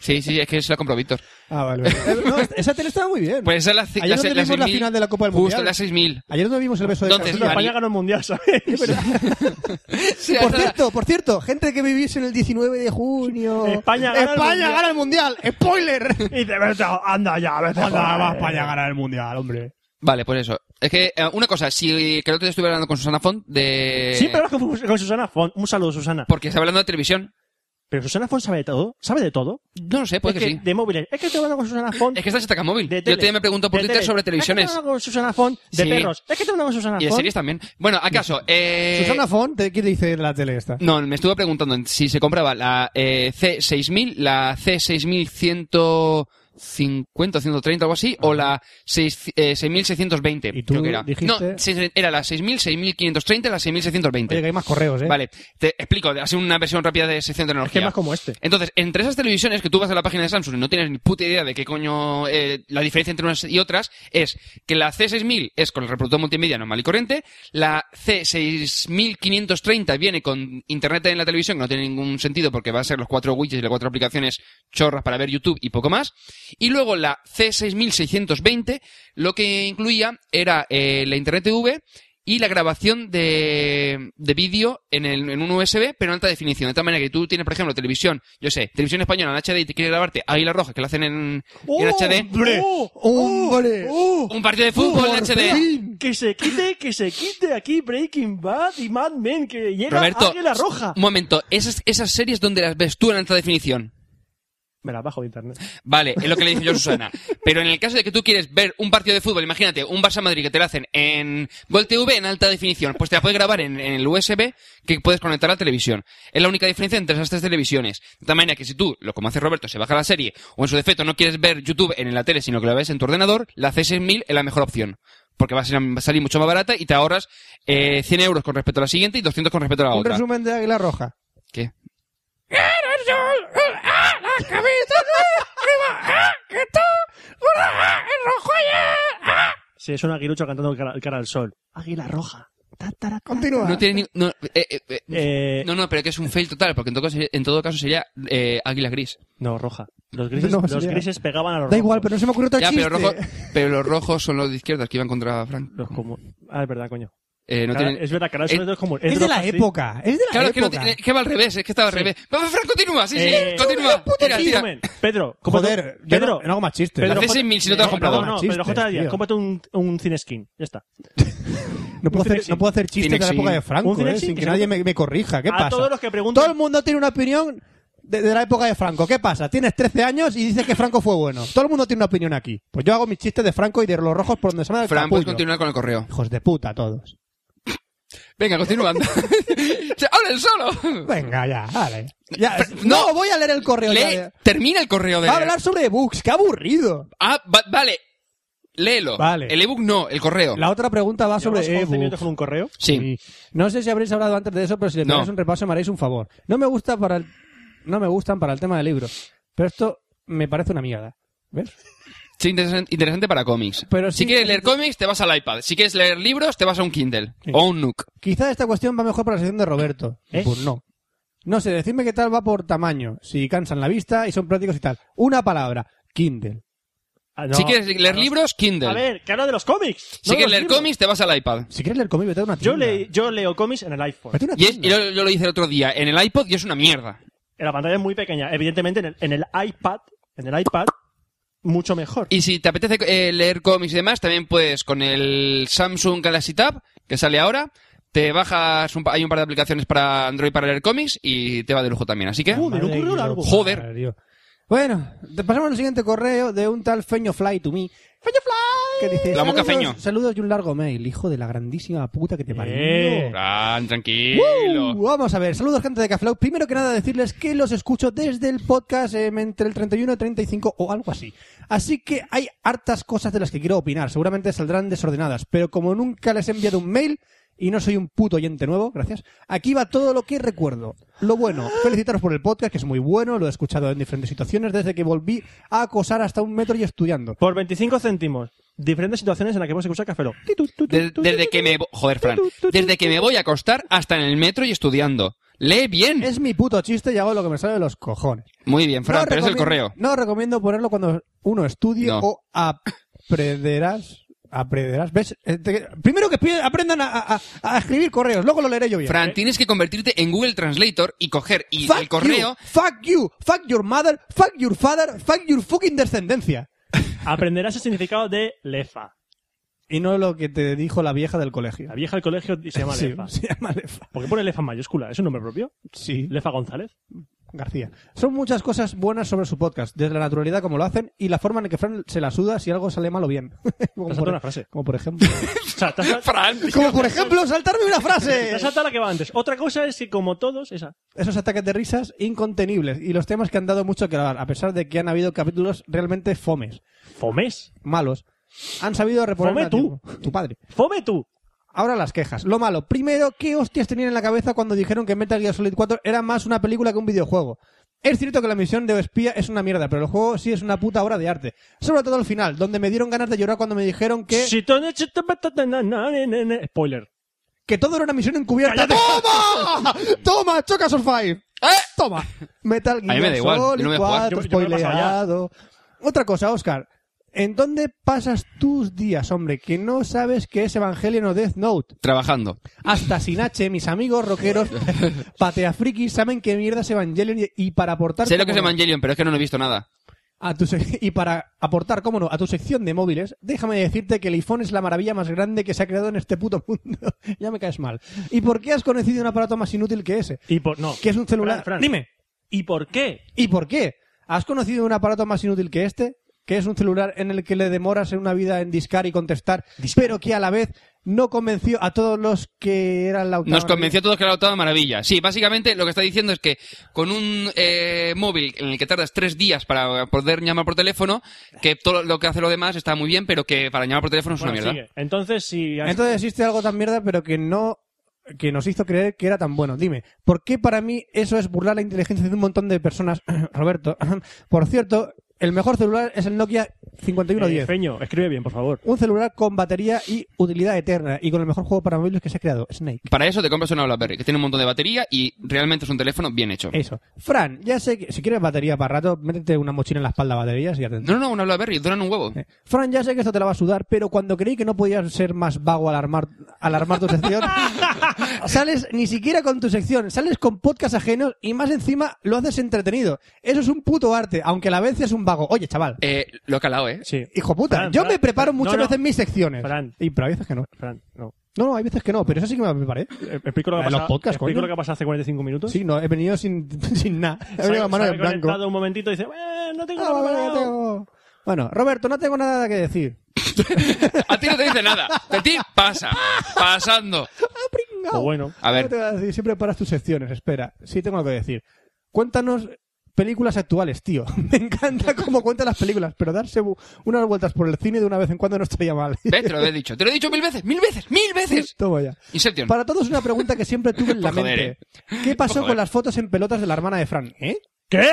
[SPEAKER 4] Sí, sí, es que se la compró Víctor.
[SPEAKER 3] Ah, vale. vale. Eh, no, esa tele estaba muy bien.
[SPEAKER 4] Pues esa es la, ci-
[SPEAKER 3] Ayer
[SPEAKER 4] la,
[SPEAKER 3] donde vimos la
[SPEAKER 4] 6000,
[SPEAKER 3] final de la Copa del
[SPEAKER 4] Justo,
[SPEAKER 3] Mundial.
[SPEAKER 4] la 6000.
[SPEAKER 3] Ayer no vimos el beso de
[SPEAKER 4] Entonces,
[SPEAKER 3] Carlos.
[SPEAKER 2] No,
[SPEAKER 4] Vale.
[SPEAKER 2] España ganó el mundial, ¿sabes?
[SPEAKER 4] Sí,
[SPEAKER 3] Por
[SPEAKER 4] esa-
[SPEAKER 3] cierto, por cierto, gente que vivís en el 19 de junio.
[SPEAKER 2] España gana el
[SPEAKER 3] España
[SPEAKER 2] Mundial.
[SPEAKER 3] gana el mundial. ¡Spoiler!
[SPEAKER 2] Y te vete, anda ya, vete.
[SPEAKER 3] Anda,
[SPEAKER 2] joder.
[SPEAKER 3] va España a ganar el mundial, hombre.
[SPEAKER 4] Vale, pues eso. Es que, eh, una cosa, si que el otro día estuve hablando con Susana Font de...
[SPEAKER 2] Siempre hablas con, con Susana Font. Un saludo, Susana.
[SPEAKER 4] Porque está hablando de televisión.
[SPEAKER 2] Pero Susana Font sabe de todo. ¿Sabe de todo?
[SPEAKER 4] No lo sé, puede
[SPEAKER 2] es
[SPEAKER 4] Pues que,
[SPEAKER 2] que
[SPEAKER 4] sí.
[SPEAKER 2] De móviles. Es que estoy hablando con Susana Font.
[SPEAKER 4] Es que estás ataca móvil.
[SPEAKER 2] de
[SPEAKER 4] Yo
[SPEAKER 2] tele.
[SPEAKER 4] te me pregunto por
[SPEAKER 2] De
[SPEAKER 4] Twitter
[SPEAKER 2] tele.
[SPEAKER 4] sobre
[SPEAKER 2] Es que
[SPEAKER 4] televisiones.
[SPEAKER 2] estoy hablando con Susana Font. De
[SPEAKER 4] Sí.
[SPEAKER 2] perros. Es que estoy hablando con Susana
[SPEAKER 4] Y de
[SPEAKER 2] Font.
[SPEAKER 4] series también. Bueno, ¿acaso? Eh...
[SPEAKER 3] Susana Font, ¿qué dice en la tele esta?
[SPEAKER 4] No, me estuvo preguntando si se compraba la eh, C6000, la C6150 130, algo así, o la seis- eh, 6620.
[SPEAKER 3] ¿Y tú
[SPEAKER 4] creo que era.
[SPEAKER 3] dijiste?
[SPEAKER 4] No, seis- era la 6000, 6530, la
[SPEAKER 3] Oye, que
[SPEAKER 4] 6620.
[SPEAKER 3] hay más correos, ¿eh?
[SPEAKER 4] Vale, te explico, hace una versión rápida de sección de
[SPEAKER 2] Es que
[SPEAKER 4] tecnología.
[SPEAKER 2] más como este.
[SPEAKER 4] Entonces, entre esas televisiones que tú vas a la página de Samsung y no tienes ni puta idea de qué coño eh, la diferencia entre unas y otras, es que la C6000 es con el reproductor multimedia normal y corriente, la C6530 viene con internet en la televisión, que no tiene ningún sentido porque va a ser los cuatro widgets y las cuatro aplicaciones chorras para ver YouTube y poco más, y luego la C6620 lo que incluía era eh, la internet TV, y la grabación de, de vídeo en, el- en un USB, pero en alta definición. De tal manera que tú tienes, por ejemplo, televisión, yo sé, televisión española en HD y te quieres grabarte Águila Roja, que lo hacen en, en HD.
[SPEAKER 2] ¡Hombre! ¡Oh,
[SPEAKER 3] ¡Oh, ¡Hombre!
[SPEAKER 4] Un partido de fútbol en
[SPEAKER 3] ¡Por
[SPEAKER 4] HD.
[SPEAKER 3] fin!
[SPEAKER 2] Que se quite, que se quite aquí Breaking Bad y Mad Men, que llega
[SPEAKER 4] Roberto,
[SPEAKER 2] Águila Roja.
[SPEAKER 4] Un momento, esas, esas series donde las ves tú en alta definición.
[SPEAKER 2] Me la bajo de internet.
[SPEAKER 4] Vale, es lo que le dije yo a Susana. Pero en el caso de que tú quieres ver un partido de fútbol, imagínate, un Barça Madrid que te lo hacen en Gol TV en alta definición, pues te la puedes grabar en, en el USB que puedes conectar a la televisión. Es la única diferencia entre esas tres televisiones. De tal manera que si tú, lo como hace Roberto, se baja la serie o en su defecto no quieres ver YouTube en la tele, sino que la ves en tu ordenador, la C6000 es la mejor opción. Porque va a, ser- va a salir mucho más barata y te ahorras eh, 100 euros con respecto a la siguiente y 200 con respecto a la
[SPEAKER 3] Un
[SPEAKER 4] otra.
[SPEAKER 3] resumen de Águila Roja.
[SPEAKER 4] ¿Qué?
[SPEAKER 2] Sí, es un aguilucho cantando cara, cara al sol. Águila roja. Ta, tara, ta.
[SPEAKER 3] Continúa.
[SPEAKER 4] No tiene ni- no, eh, eh, eh,
[SPEAKER 2] Eh,
[SPEAKER 4] no, no, pero que es un fail total, porque en todo caso, en todo caso sería eh, Águila Gris.
[SPEAKER 2] no, roja. Los grises,
[SPEAKER 3] No,
[SPEAKER 2] los
[SPEAKER 3] sería-
[SPEAKER 2] grises pegaban a los
[SPEAKER 3] Da igual,
[SPEAKER 2] rojos.
[SPEAKER 3] pero no se me ocurre otro
[SPEAKER 4] Ya,
[SPEAKER 3] chiste.
[SPEAKER 4] pero, rojo- pero los rojos son los de izquierdas que iban contra Frank.
[SPEAKER 2] Los comu- Ah, es verdad, coño.
[SPEAKER 4] Eh, no
[SPEAKER 2] Cara-
[SPEAKER 4] tienen-
[SPEAKER 2] Es verdad, cara al sol
[SPEAKER 4] Eh,
[SPEAKER 2] es de los comunes.
[SPEAKER 3] Es de la
[SPEAKER 2] los-
[SPEAKER 3] época. Es de la
[SPEAKER 4] Claro, es que, no
[SPEAKER 3] época.
[SPEAKER 4] tiene- es que va al revés, es que estaba al revés. Vamos, Frank, continúa, sí, sí,
[SPEAKER 2] Eh,
[SPEAKER 4] continúa. Tira,
[SPEAKER 2] Sí,
[SPEAKER 4] tira.
[SPEAKER 2] resumen. Pedro, cómprate-
[SPEAKER 3] Joder, yo
[SPEAKER 2] Pedro,
[SPEAKER 3] no, no hago más chistes.
[SPEAKER 2] Pedro,
[SPEAKER 4] La C6000 si no te la has
[SPEAKER 2] Eh,
[SPEAKER 4] comprado.
[SPEAKER 2] perdón, No,
[SPEAKER 3] Chistes,
[SPEAKER 2] Pedro J. Díaz,
[SPEAKER 3] tío.
[SPEAKER 2] cómprate un, un cineskin. Ya está.
[SPEAKER 3] no, puedo hacer,
[SPEAKER 2] Cinexin.
[SPEAKER 3] no puedo hacer chistes de la
[SPEAKER 4] Cinexin.
[SPEAKER 3] época de
[SPEAKER 2] Un
[SPEAKER 3] Franco, eh,
[SPEAKER 2] Cinexin
[SPEAKER 3] sin
[SPEAKER 2] que
[SPEAKER 3] que
[SPEAKER 2] se-
[SPEAKER 3] nadie me, me corrija. ¿Qué
[SPEAKER 2] a
[SPEAKER 3] pasa?
[SPEAKER 2] todos los que preguntan.
[SPEAKER 3] Todo el mundo tiene una opinión de, de la época de Franco. ¿Qué pasa? Tienes 13 años y dices que Franco fue bueno. Todo el mundo tiene una opinión aquí. Pues yo hago mis chistes de Franco y de los rojos por donde se me da el
[SPEAKER 4] Frank, puedes
[SPEAKER 3] capullo.
[SPEAKER 4] continuar pues con el correo.
[SPEAKER 3] Hijos de puta todos.
[SPEAKER 4] Venga, continúa. anda. Se- ¡Habla el solo!
[SPEAKER 3] Venga, ya, vale. Ya,
[SPEAKER 4] Fra-
[SPEAKER 3] no,
[SPEAKER 4] no.
[SPEAKER 3] voy a leer el correo. ya,
[SPEAKER 4] Lee,
[SPEAKER 3] ya.
[SPEAKER 4] termina el correo de...
[SPEAKER 3] Va a hablar sobre ebooks. ¡Qué aburrido!
[SPEAKER 4] Ah, va- vale. Léelo.
[SPEAKER 3] Vale.
[SPEAKER 4] El ebook no, el correo.
[SPEAKER 3] La Mm. otra pregunta va
[SPEAKER 2] Llevamos
[SPEAKER 3] sobre
[SPEAKER 2] 11 minutos
[SPEAKER 3] ebooks.
[SPEAKER 2] con un correo.
[SPEAKER 4] Sí.
[SPEAKER 3] Sí. No sé si habréis hablado antes de eso, pero si le
[SPEAKER 4] No.
[SPEAKER 3] pegáis un repaso me haréis un favor. No me gusta para el... no me gustan para el tema de libros, pero esto me parece una mierda. ¿Ves?
[SPEAKER 4] Sí, interesan- interesante para cómics.
[SPEAKER 3] Pero
[SPEAKER 4] si
[SPEAKER 3] Pues sí-
[SPEAKER 4] quieres leer cómics, te vas al iPad. Si quieres leer libros, te vas a un Kindle. O un Nook.
[SPEAKER 3] Quizá esta cuestión va mejor para la sección de Roberto.
[SPEAKER 2] ¿Eh?
[SPEAKER 3] Pues no. No sé, decidme qué tal va por tamaño, si cansan la vista y son prácticos y tal. Una palabra, Kindle.
[SPEAKER 2] Ah, no.
[SPEAKER 4] si quieres leer libros, Kindle.
[SPEAKER 2] A ver, que habla de los cómics.
[SPEAKER 4] si
[SPEAKER 2] no de
[SPEAKER 4] quieres
[SPEAKER 2] los
[SPEAKER 4] leer
[SPEAKER 2] libros.
[SPEAKER 4] cómics, te vas al iPad.
[SPEAKER 3] Si quieres leer cómic, vete a una tienda.
[SPEAKER 2] Yo, le, yo leo cómics en el iPhone.
[SPEAKER 3] Vete a una
[SPEAKER 4] Y es-
[SPEAKER 3] tienda.
[SPEAKER 4] y yo, yo lo hice el otro día en el iPod y es una mierda.
[SPEAKER 2] La pantalla es muy pequeña. Evidentemente, en el, en el iPad, en el iPad, mucho mejor.
[SPEAKER 4] Y si te apetece eh, leer cómics y demás, también puedes con el Samsung Galaxy Tab, que sale ahora, te bajas, un pa- hay un par de aplicaciones para Android para leer cómics y te va de lujo también. Así que,
[SPEAKER 2] Uh, me lo
[SPEAKER 3] Madre
[SPEAKER 2] ocurrió
[SPEAKER 3] que
[SPEAKER 2] algo.
[SPEAKER 3] lo
[SPEAKER 4] Joder.
[SPEAKER 3] parió. Bueno, te pasamos al siguiente correo de un tal Feño Fly to me. Feño Fly. Que dice,
[SPEAKER 4] La moca
[SPEAKER 3] "Saludos-
[SPEAKER 4] Feño".
[SPEAKER 3] Saludos y un largo mail, hijo de la grandísima puta que te parió.
[SPEAKER 2] Eh.
[SPEAKER 4] Fran,
[SPEAKER 3] ¡Wow!
[SPEAKER 4] tranquilo.
[SPEAKER 3] Vamos a ver, saludos gente de Caflau. Primero que nada decirles que los escucho desde el podcast em, entre el 31 y 35 o algo así. Así que hay hartas cosas de las que quiero opinar, seguramente saldrán desordenadas, pero como nunca les he enviado un mail y no soy un puto oyente nuevo, gracias, aquí va todo lo que recuerdo. Lo bueno, felicitaros por el podcast, que es muy bueno, lo he escuchado en diferentes situaciones desde que volví a acosar hasta un metro y estudiando.
[SPEAKER 2] Por 25 céntimos. Diferentes situaciones en las que puedes escuchar Café Lock. Ti, tu, tu, tu,
[SPEAKER 4] Desde,
[SPEAKER 2] tu,
[SPEAKER 4] desde
[SPEAKER 2] tu,
[SPEAKER 4] que
[SPEAKER 2] tu,
[SPEAKER 4] me... vo- Joder, Fran. Desde que me voy a acostar hasta en el metro y estudiando. Lee bien.
[SPEAKER 3] Es mi puto chiste y hago lo que me sale de los cojones.
[SPEAKER 4] Muy bien, Fran,
[SPEAKER 3] No
[SPEAKER 4] pero es el
[SPEAKER 3] recomiendo-
[SPEAKER 4] correo.
[SPEAKER 3] No recomiendo ponerlo cuando uno estudie
[SPEAKER 4] No.
[SPEAKER 3] o aprenderás. Aprenderás. ¿Ves? Eh, te- Primero que pide- aprendan a, a- a escribir correos, luego lo leeré yo bien. ¿eh?
[SPEAKER 4] Fran, tienes que convertirte en Google Translator y coger y
[SPEAKER 3] Fuck
[SPEAKER 4] el correo.
[SPEAKER 3] You, fuck you, fuck your mother, fuck your father, fuck your fucking descendencia.
[SPEAKER 2] Aprenderás el significado de lefa.
[SPEAKER 3] Y no lo que te dijo la vieja del colegio.
[SPEAKER 2] La vieja del colegio se llama
[SPEAKER 3] Sí,
[SPEAKER 2] lefa.
[SPEAKER 3] se llama Lefa.
[SPEAKER 2] ¿Por qué pone lefa en mayúscula? ¿Es un nombre propio?
[SPEAKER 3] Sí.
[SPEAKER 2] Lefa González.
[SPEAKER 3] García. Son muchas cosas buenas sobre su podcast, desde la naturalidad como lo hacen y la forma en que Fran se la suda si algo sale mal o bien. como,
[SPEAKER 2] Te has
[SPEAKER 3] por,
[SPEAKER 2] saltado una frase.
[SPEAKER 3] como por ejemplo.
[SPEAKER 2] O sea, te has, sal-
[SPEAKER 4] Fran, tío.
[SPEAKER 3] como por ejemplo, saltarme una
[SPEAKER 2] te
[SPEAKER 3] frase.
[SPEAKER 2] has saltado la que va antes. Otra cosa es que, como todos, esa.
[SPEAKER 3] esos ataques de risas incontenibles y los temas que han dado mucho que hablar, a pesar de que han habido capítulos realmente fomes,
[SPEAKER 2] Fomes.
[SPEAKER 3] malos. Han sabido reponer.
[SPEAKER 2] Fome
[SPEAKER 3] a
[SPEAKER 2] tú.
[SPEAKER 3] tiempo. Tu padre.
[SPEAKER 2] Fome tú.
[SPEAKER 3] Ahora las quejas. Lo malo. Primero, ¿qué hostias tenían en la cabeza cuando dijeron que Metal Gear Solid 4 era más una película que un videojuego? Es cierto que la misión de espía es una mierda, pero el juego sí es una puta obra de arte. Sobre todo al final, donde me dieron ganas de llorar cuando me dijeron que,
[SPEAKER 2] Si tú no- si tú- na- na- na- na- na- Spoiler.
[SPEAKER 3] que todo era una misión encubierta.
[SPEAKER 2] ¡Cállate!
[SPEAKER 3] ¡Toma! ¡Toma! ¡Chocas on fire!
[SPEAKER 4] ¡Eh!
[SPEAKER 3] Toma. Metal
[SPEAKER 4] A mí me da
[SPEAKER 3] Gear
[SPEAKER 4] igual,
[SPEAKER 3] Solid
[SPEAKER 4] yo no voy a jugar.
[SPEAKER 3] 4,
[SPEAKER 2] Yo- yo me lo he pasado ya.
[SPEAKER 3] spoileado. Otra cosa, Oscar. ¿En dónde pasas tus días, hombre? Que no sabes qué es Evangelion o Death Note.
[SPEAKER 4] Trabajando.
[SPEAKER 3] Hasta sin H, mis amigos rockeros, pateafrikis, saben qué mierda es Evangelion y, y para aportar...
[SPEAKER 4] Sé lo que es
[SPEAKER 3] cómo no,
[SPEAKER 4] Evangelion, pero es que no lo he visto nada.
[SPEAKER 3] a tu sec- Y para aportar, cómo no, a tu sección de móviles, déjame decirte que el iPhone es la maravilla más grande que se ha creado en este puto mundo. ya me caes mal. ¿Y por qué has conocido un aparato más inútil que ese?
[SPEAKER 2] Y por. No.
[SPEAKER 3] Que es un celular...
[SPEAKER 2] Fran, Fran.
[SPEAKER 3] Dime.
[SPEAKER 2] ¿Y por qué?
[SPEAKER 3] ¿Y por qué? ¿Has conocido un aparato más inútil que este? que es un celular en el que le demoras una vida en discar y contestar, pero que a la vez no convenció a todos los que eran la octava
[SPEAKER 4] Nos convenció a todos que era la octava maravilla. Sí, básicamente lo que está diciendo es que con un eh, móvil en el que tardas tres días para poder llamar por teléfono, que todo lo que hace lo demás está muy bien, pero que para llamar por teléfono es
[SPEAKER 2] Bueno,
[SPEAKER 4] una mierda.
[SPEAKER 2] sigue. Entonces, si... has-
[SPEAKER 3] Entonces existe algo tan mierda, pero que no que nos hizo creer que era tan bueno. Dime, ¿por qué para mí eso es burlar la inteligencia de un montón de personas, Roberto? Por cierto, el mejor celular es el Nokia
[SPEAKER 2] eh,
[SPEAKER 3] 5110.
[SPEAKER 2] Feño, escribe bien, por favor.
[SPEAKER 3] Un celular con batería y utilidad eterna y con el mejor juego para móviles que se ha creado, Snake.
[SPEAKER 4] Para eso te compras una BlackBerry, que tiene un montón de batería y realmente es un teléfono bien hecho.
[SPEAKER 2] Eh.
[SPEAKER 3] Eso. Fran, ya sé que si quieres batería para rato, métete una mochila en la espalda baterías y ya te-
[SPEAKER 4] No, no, no, una BlackBerry, duran un huevo.
[SPEAKER 3] Eh, Fran, ya sé que esto te la va a sudar, pero cuando creí que no podías ser más vago al armar, al armar tu sección, sales ni siquiera con tu sección, sales con podcast ajenos y más encima lo haces entretenido. Eso es un puto arte, aunque a la vez seas un vago. Oye, chaval,
[SPEAKER 4] Eh, lo he calado, ¿eh?
[SPEAKER 2] Sí.
[SPEAKER 3] hijo puta,
[SPEAKER 2] Fran,
[SPEAKER 3] yo
[SPEAKER 2] Fran,
[SPEAKER 3] me preparo
[SPEAKER 2] Fran,
[SPEAKER 3] muchas
[SPEAKER 2] no, no.
[SPEAKER 3] veces mis secciones.
[SPEAKER 2] Fran.
[SPEAKER 3] Y pero hay veces que no.
[SPEAKER 2] Fran, no.
[SPEAKER 3] No, no, hay veces que no, pero eso sí que me lo preparé.
[SPEAKER 2] Eh, Explico lo que
[SPEAKER 3] La
[SPEAKER 2] ha
[SPEAKER 3] de los
[SPEAKER 2] pasado-
[SPEAKER 3] podcasts,
[SPEAKER 2] explico
[SPEAKER 3] coño.
[SPEAKER 2] lo que ha pasado hace 45 minutos.
[SPEAKER 3] Sí, no, he venido sin, sin nada. He
[SPEAKER 2] Se ha-
[SPEAKER 3] venido con la mano
[SPEAKER 2] se ha
[SPEAKER 3] en blanco.
[SPEAKER 2] conectado un momentito y dice, "Eh, no tengo
[SPEAKER 3] Ah,
[SPEAKER 2] nada
[SPEAKER 3] vale, ya
[SPEAKER 2] preparado".
[SPEAKER 3] tengo- Bueno, Roberto, no tengo nada que decir.
[SPEAKER 4] A ti no te dice nada. De ti pasa. Pasando.
[SPEAKER 2] O
[SPEAKER 3] pringao.
[SPEAKER 2] Pues bueno.
[SPEAKER 4] A ver.
[SPEAKER 3] Ahora te voy a decir, siempre paras tus secciones, espera. Sí, tengo algo que decir. Cuéntanos películas actuales, tío. Me encanta cómo cuentan las películas, pero darse bu- unas vueltas por el cine de una vez en cuando no estaría mal.
[SPEAKER 4] ¿Ves? Te lo he dicho. Te lo he dicho mil veces, mil veces, mil veces.
[SPEAKER 3] Toma ya.
[SPEAKER 4] Inception.
[SPEAKER 3] Para todos una pregunta que siempre tuve en la
[SPEAKER 4] Por joder, eh.
[SPEAKER 3] mente. ¿Qué pasó
[SPEAKER 4] joder.
[SPEAKER 3] con las fotos en pelotas de la hermana de Fran? ¿Eh?
[SPEAKER 2] ¿Qué?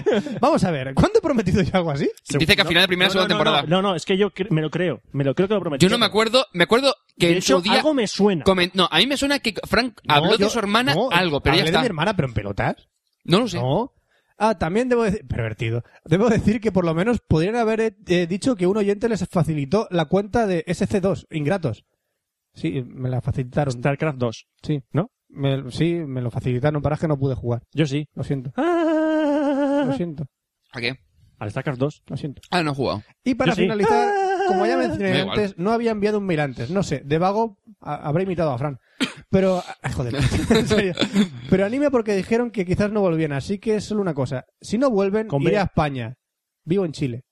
[SPEAKER 3] Vamos a ver, ¿cuándo he prometido yo algo así?
[SPEAKER 4] Dice que al final de primera y segunda temporada.
[SPEAKER 2] No, no, es que yo cre- me lo creo. Me lo creo que lo prometí.
[SPEAKER 4] Yo no me acuerdo, me acuerdo que
[SPEAKER 2] De
[SPEAKER 4] en
[SPEAKER 2] hecho,
[SPEAKER 4] su día.
[SPEAKER 2] algo me suena.
[SPEAKER 4] comen- No, a mí me suena que Frank habló
[SPEAKER 3] No,
[SPEAKER 4] de
[SPEAKER 3] yo-
[SPEAKER 4] su hermana
[SPEAKER 3] no,
[SPEAKER 4] algo, pero ya
[SPEAKER 3] hablé de
[SPEAKER 4] está.
[SPEAKER 3] mi hermana, pero en pelotas.
[SPEAKER 4] No lo sé.
[SPEAKER 3] No. Ah, también debo decir, pervertido, debo decir que por lo menos podrían haber eh, eh, dicho que un oyente les facilitó la cuenta de SC2, ingratos. Sí, me la facilitaron.
[SPEAKER 2] StarCraft 2.
[SPEAKER 3] Sí,
[SPEAKER 2] ¿No?
[SPEAKER 3] Me- sí, me lo facilitaron, para que no pude jugar.
[SPEAKER 2] Yo sí.
[SPEAKER 3] Lo siento,
[SPEAKER 2] Ah,
[SPEAKER 3] lo siento,
[SPEAKER 4] ¿A qué?
[SPEAKER 2] Al StarCraft 2.
[SPEAKER 3] lo siento.
[SPEAKER 4] Ah, no he jugado.
[SPEAKER 3] Y para
[SPEAKER 2] Yo sí. Ah.
[SPEAKER 3] finalizar, como ya
[SPEAKER 4] Me
[SPEAKER 3] mencioné
[SPEAKER 4] da igual.
[SPEAKER 3] antes, no había enviado un mail antes. No sé, de vago a- habré imitado a Fran. Pero, ah, joder, en serio. Pero anime porque dijeron que quizás no volvían, así que es solo una cosa. Si no vuelven,
[SPEAKER 2] Con B.
[SPEAKER 3] iré a España. Vivo en Chile.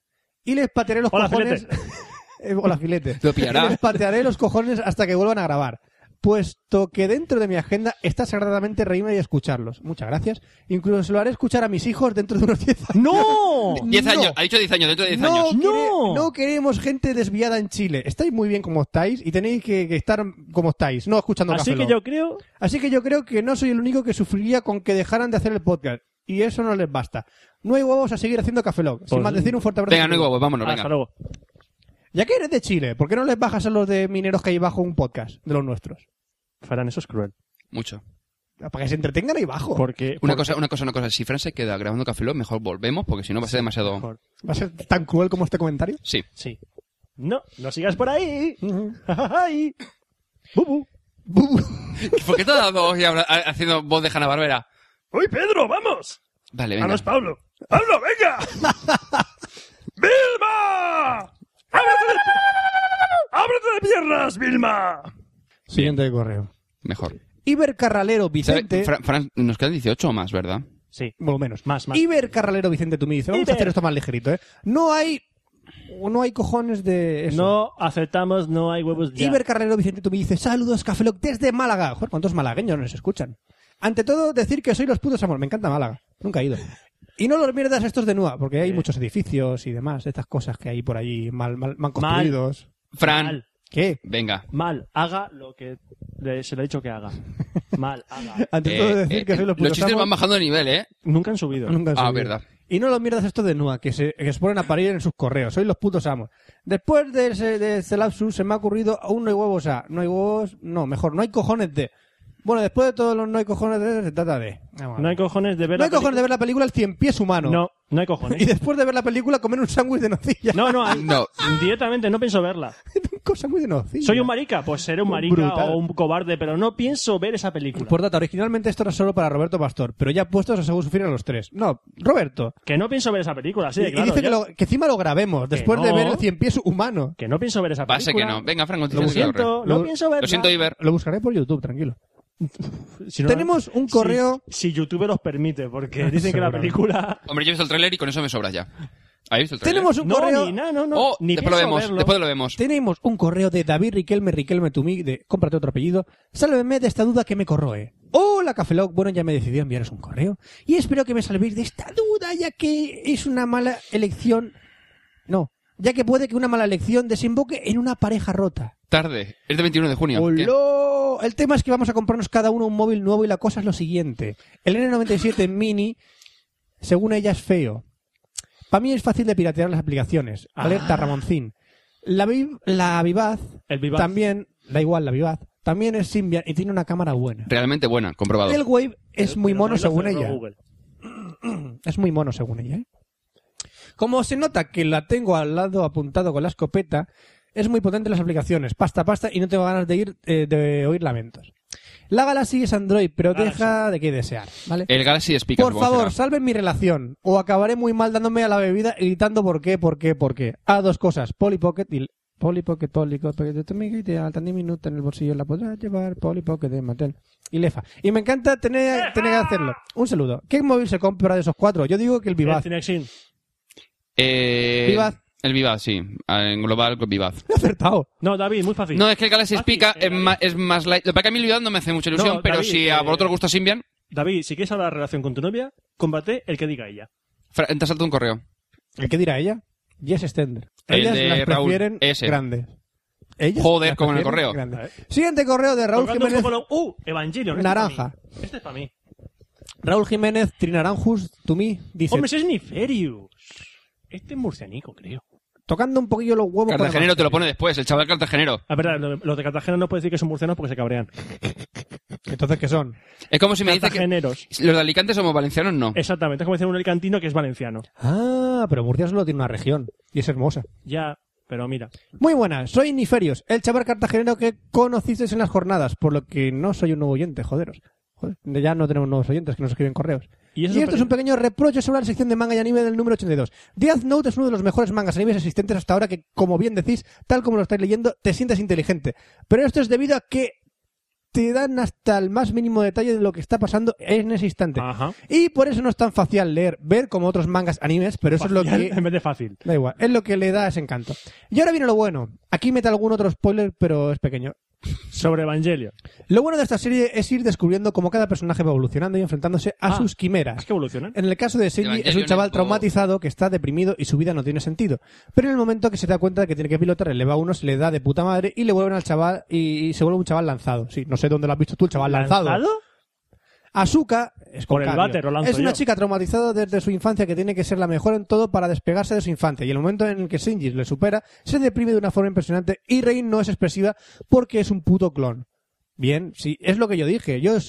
[SPEAKER 3] Y les patearé los
[SPEAKER 2] Hola,
[SPEAKER 3] cojones. Eh, Hola, filete.
[SPEAKER 4] Lo
[SPEAKER 3] Y
[SPEAKER 4] pillará.
[SPEAKER 3] les patearé los cojones hasta que vuelvan a grabar. Puesto que dentro de mi agenda está sagradamente reírme y escucharlos. Muchas gracias. Incluso se lo haré escuchar a mis hijos dentro de unos 10 años.
[SPEAKER 2] ¡No!
[SPEAKER 4] Diez
[SPEAKER 3] No.
[SPEAKER 4] años. Ha dicho 10 años, dentro de 10
[SPEAKER 3] No,
[SPEAKER 4] años.
[SPEAKER 2] ¡No!
[SPEAKER 3] quere- no queremos gente desviada en Chile. Estáis muy bien como estáis y tenéis que, que estar como estáis, no escuchando
[SPEAKER 2] Así
[SPEAKER 3] Café
[SPEAKER 2] que
[SPEAKER 3] Lock.
[SPEAKER 2] yo creo.
[SPEAKER 3] Así que yo creo que no soy el único que sufriría con que dejaran de hacer el podcast. Y eso no les basta. No hay huevos a seguir haciendo Café Lock. Sin
[SPEAKER 2] Pues-
[SPEAKER 3] más decir, un fuerte abrazo.
[SPEAKER 4] Venga, no hay huevos, vámonos,
[SPEAKER 2] Ah, Hasta
[SPEAKER 4] venga.
[SPEAKER 2] luego.
[SPEAKER 3] Ya que eres de Chile, ¿por qué no les bajas a los de mineros que hay bajo un podcast de los nuestros?
[SPEAKER 2] Farán, eso es cruel.
[SPEAKER 4] Mucho.
[SPEAKER 3] Para que se entretengan ahí bajo.
[SPEAKER 2] Porque.
[SPEAKER 4] Una
[SPEAKER 2] porque-
[SPEAKER 4] cosa, una cosa, una cosa. Si Fran se queda grabando Café Lock, mejor volvemos, porque si no va a ser demasiado.
[SPEAKER 2] Mejor.
[SPEAKER 3] ¿Va a ser tan cruel como este comentario?
[SPEAKER 4] Sí.
[SPEAKER 2] Sí. No, no sigas por ahí. Ay. Bubu.
[SPEAKER 4] ¿Por qué te has dado hoy habla- ha- haciendo voz de Hanna Barbera?
[SPEAKER 2] ¡Uy, Pedro, vamos!
[SPEAKER 4] Vale, venga.
[SPEAKER 2] ¡Vamos, Ah, Pablo! ¡Pablo, venga! ¡Vilma! ¡Ábrete de, ábrete de piernas, Vilma!
[SPEAKER 3] Siguiente correo.
[SPEAKER 4] Mejor.
[SPEAKER 3] Iber Carralero
[SPEAKER 4] ¿Sabes?
[SPEAKER 3] Vicente.
[SPEAKER 4] Fran, Fran, nos quedan 18 o más, ¿verdad?
[SPEAKER 2] Sí.
[SPEAKER 3] Por lo menos.
[SPEAKER 2] Más, más.
[SPEAKER 3] Iber Carralero Vicente Tumí dice, vamos a
[SPEAKER 2] Iber.
[SPEAKER 3] hacer esto más ligerito, ¿eh? No hay... No hay cojones de eso.
[SPEAKER 2] No aceptamos, no hay huevos ya.
[SPEAKER 3] Iber Carralero Vicente Tumí dice, saludos, Cafeloc, desde Málaga. Joder, ¿cuántos malagueños nos escuchan? Ante todo, decir que soy los putos amor. Me encanta Málaga. Nunca he ido. Y no los mierdas estos de Nua, porque hay
[SPEAKER 2] Eh.
[SPEAKER 3] muchos edificios y demás, estas cosas que hay por allí mal, mal,
[SPEAKER 2] Mal.
[SPEAKER 3] mal construidos.
[SPEAKER 4] Fran,
[SPEAKER 2] Mal,
[SPEAKER 3] ¿Qué?
[SPEAKER 4] venga.
[SPEAKER 2] mal. Haga lo que le- se le ha dicho que haga. Mal, haga.
[SPEAKER 3] Ante
[SPEAKER 4] Eh,
[SPEAKER 3] todo, decir
[SPEAKER 4] eh,
[SPEAKER 3] que soy los putos
[SPEAKER 4] chistes
[SPEAKER 3] amos.
[SPEAKER 4] van bajando de nivel, ¿eh?
[SPEAKER 2] Nunca han subido.
[SPEAKER 3] Nunca han
[SPEAKER 4] Ah,
[SPEAKER 3] subido.
[SPEAKER 4] verdad.
[SPEAKER 3] Y no los mierdas esto de Nua, que se, que se ponen a parir en sus correos. Sois los putos amos. Después de ese, de ese lapsus se me ha ocurrido aún no hay huevos a. No hay huevos... No, mejor, no hay cojones de... Bueno, después de todos los no hay cojones de... Se trata de... Vamos a
[SPEAKER 2] No hay
[SPEAKER 3] ver.
[SPEAKER 2] cojones de ver
[SPEAKER 3] No
[SPEAKER 2] la
[SPEAKER 3] hay cojones
[SPEAKER 2] película.
[SPEAKER 3] de ver la película El Cien Pies Humano.
[SPEAKER 2] No, no hay
[SPEAKER 3] Y
[SPEAKER 2] cojones.
[SPEAKER 3] después de ver la película comer un sándwich de nocilla.
[SPEAKER 2] No, no, hay-
[SPEAKER 4] No.
[SPEAKER 2] directamente no pienso verla.
[SPEAKER 3] un sándwich de nocilla.
[SPEAKER 2] ¿Soy un marica? Pues seré un marica
[SPEAKER 3] Brutal.
[SPEAKER 2] o un cobarde, pero no pienso ver esa película.
[SPEAKER 3] Por data, originalmente esto era solo para Roberto Pastor, pero ya puestos os hago sufrir a los tres. No, Roberto.
[SPEAKER 2] Que no pienso ver esa película, sí,
[SPEAKER 3] y-
[SPEAKER 2] de
[SPEAKER 3] y
[SPEAKER 2] claro.
[SPEAKER 3] dice
[SPEAKER 2] ya-
[SPEAKER 3] que, lo- que encima lo grabemos después de
[SPEAKER 2] no.
[SPEAKER 3] ver el cien pies humano.
[SPEAKER 2] que no pienso ver esa película.
[SPEAKER 4] Pase que no. Venga, Fran,
[SPEAKER 2] Lo
[SPEAKER 4] continúa.
[SPEAKER 2] siento, no
[SPEAKER 3] Lo-
[SPEAKER 2] pienso verla.
[SPEAKER 4] Lo siento, Iber.
[SPEAKER 3] Lo buscaré por YouTube, tranquilo.
[SPEAKER 2] Si no-
[SPEAKER 3] Tenemos un
[SPEAKER 2] si-
[SPEAKER 3] correo-
[SPEAKER 2] Si, YouTube los permite, porque dicen que la
[SPEAKER 3] Seguramente.
[SPEAKER 2] película.
[SPEAKER 4] Hombre, yo he visto el tráiler y con eso me sobras ya. ¿Habéis visto el tráiler?
[SPEAKER 3] Tenemos un
[SPEAKER 2] ¿Eh? No,
[SPEAKER 3] correo.
[SPEAKER 2] ni nada, no, no.
[SPEAKER 4] Oh,
[SPEAKER 2] ni
[SPEAKER 4] después lo
[SPEAKER 2] pienso
[SPEAKER 4] vemos,
[SPEAKER 2] verlo.
[SPEAKER 4] después lo vemos.
[SPEAKER 3] Tenemos un correo de David Riquelme, Riquelme Tumí, de cómprate otro apellido. Sálveme de esta duda que me corroe. Hola, Cafelog. Bueno, ya me decidí a enviaros un correo. Y espero que me salvéis de esta duda, ya que es una mala elección. No, ya que puede que una mala elección desemboque en una pareja rota.
[SPEAKER 4] Tarde. Es de 21 de junio.
[SPEAKER 2] Oh,
[SPEAKER 4] ¿Qué?
[SPEAKER 3] ¡Oló! El tema es que vamos a comprarnos cada uno un móvil nuevo y la cosa es lo siguiente. El N97 Mini, según ella, es feo. Para mí es fácil de piratear las aplicaciones.
[SPEAKER 2] Ah.
[SPEAKER 3] Alerta, Ramoncín. La, Vi- la Vivaz,
[SPEAKER 2] El Vivaz.
[SPEAKER 3] también, da igual, la Vivaz, también es Symbian y tiene una cámara buena.
[SPEAKER 4] Realmente buena, comprobado.
[SPEAKER 3] El Wave es muy
[SPEAKER 2] Pero
[SPEAKER 3] mono
[SPEAKER 2] también lo
[SPEAKER 3] según
[SPEAKER 2] cerró
[SPEAKER 3] ella.
[SPEAKER 2] Google.
[SPEAKER 3] Es muy mono según ella. ¿eh? Como se nota que la tengo al lado apuntado con la escopeta, es muy potente las aplicaciones. Pasta, pasta y no tengo ganas de ir eh, de oír lamentos. La Galaxy es Android, pero
[SPEAKER 2] Galaxy.
[SPEAKER 3] deja de que desear, ¿vale?
[SPEAKER 4] El Galaxy Speaker.
[SPEAKER 3] por favor, salven mi relación o acabaré muy mal dándome a la bebida y gritando por qué, por qué, por qué. A dos cosas, Polly Pocket y Polly Pocket, Polly Pocket de tu amiga ideal, tan diminuta en el bolsillo la podrás llevar, Polly Pocket de Mattel y Lefa. Y me encanta tener, tener que hacerlo. Un saludo. ¿Qué móvil se compra de esos cuatro? Yo digo que el
[SPEAKER 2] El
[SPEAKER 3] Vivaz.
[SPEAKER 2] Cinexin.
[SPEAKER 4] Eh,
[SPEAKER 3] Vivaz.
[SPEAKER 4] El Vivaz, sí. Ah, En global, con Vivaz.
[SPEAKER 3] He acertado.
[SPEAKER 2] No, David, muy fácil.
[SPEAKER 4] No, es que el Galaxy
[SPEAKER 2] Fácil,
[SPEAKER 4] Speaker
[SPEAKER 2] eh,
[SPEAKER 4] es, ma- es más light. Lo que pasa es que a mí el Vivaz no me hace mucha ilusión,
[SPEAKER 2] No,
[SPEAKER 4] pero
[SPEAKER 2] David,
[SPEAKER 4] si a
[SPEAKER 2] eh,
[SPEAKER 4] vosotros os gusta Symbian,
[SPEAKER 2] David, si quieres hablar de relación con tu novia, combate el que diga ella.
[SPEAKER 4] fra- te salta un correo.
[SPEAKER 3] ¿El qué dirá ella? Yes Extender.
[SPEAKER 4] El
[SPEAKER 3] Ellas
[SPEAKER 4] de
[SPEAKER 3] las
[SPEAKER 4] Raúl,
[SPEAKER 3] prefieren
[SPEAKER 4] ese.
[SPEAKER 3] grandes. Ellas
[SPEAKER 4] Joder,
[SPEAKER 3] las
[SPEAKER 4] como en el
[SPEAKER 3] prefieren
[SPEAKER 4] correo.
[SPEAKER 3] grandes. Siguiente correo de Raúl
[SPEAKER 2] Colgando un
[SPEAKER 3] Jiménez.
[SPEAKER 2] poco lo- ¡Uh! Evangelion. este
[SPEAKER 3] Naranja.
[SPEAKER 2] es pa' mí. Este es para mí.
[SPEAKER 3] Raúl Jiménez Trinaranjus, to me, dice,
[SPEAKER 2] Hombre, ese es Niferius. Este es murcianico, creo.
[SPEAKER 3] tocando un poquillo los huevos. con la
[SPEAKER 4] Cartagenero te lo pone después, el chaval cartagenero.
[SPEAKER 2] Ah, verdad, lo- los de Cartagena no puedo decir que son murcianos porque se cabrean.
[SPEAKER 3] Entonces, ¿qué son?
[SPEAKER 4] Es como si me dices que
[SPEAKER 2] Cartageneros.
[SPEAKER 4] los de Alicante somos valencianos, no.
[SPEAKER 2] Exactamente, es como decir un alicantino que es valenciano.
[SPEAKER 3] Ah, pero Murcia solo tiene una región y es hermosa.
[SPEAKER 2] Ya, pero mira.
[SPEAKER 3] Muy buenas, soy Niferios, el chaval cartagenero que conocisteis en las jornadas, por lo que no soy un nuevo oyente, joderos. Joder, ya no tenemos nuevos oyentes que nos escriben correos.
[SPEAKER 2] Y
[SPEAKER 3] Y,
[SPEAKER 2] eso es un
[SPEAKER 3] esto es un pequeño reproche sobre la sección de manga y anime del número 82. Death Note es uno de los mejores mangas y animes existentes hasta ahora que, como bien decís, tal como lo estáis leyendo, te sientes inteligente. Pero esto es debido a que te dan hasta el más mínimo detalle de lo que está pasando en ese instante.
[SPEAKER 2] Ajá.
[SPEAKER 3] Y por eso no es tan fácil leer, ver como otros mangas animes, pero eso es lo que...
[SPEAKER 2] En vez de fácil.
[SPEAKER 3] Da igual, es lo que le da ese encanto. Y ahora viene lo bueno. Aquí mete algún otro spoiler, pero es pequeño.
[SPEAKER 2] Sobre Evangelion.
[SPEAKER 3] Lo bueno de esta serie es ir descubriendo cómo cada personaje va evolucionando y enfrentándose a
[SPEAKER 2] Ah,
[SPEAKER 3] sus quimeras.
[SPEAKER 2] Es que evolucionan.
[SPEAKER 3] En el caso de Seiji es un
[SPEAKER 4] Evangelion
[SPEAKER 3] chaval
[SPEAKER 4] es todo-
[SPEAKER 3] traumatizado que está deprimido y su vida no tiene sentido. Pero en el momento que se da cuenta de que tiene que pilotar, eleva a uno, se le da de puta madre y le vuelven al chaval y, y se vuelve un chaval lanzado. Sí, no sé dónde lo has visto tú, el chaval lanzado. Asuka es, con
[SPEAKER 2] Por el
[SPEAKER 3] cambio.
[SPEAKER 2] váter lo lanzo
[SPEAKER 3] es una
[SPEAKER 2] yo.
[SPEAKER 3] chica traumatizada desde su infancia que tiene que ser la mejor en todo para despegarse de su infancia. Y el momento en el que Shinji le supera, se deprime de una forma impresionante y Rei no es expresiva porque es un puto clon. Bien, sí, es lo que yo dije. Yo es,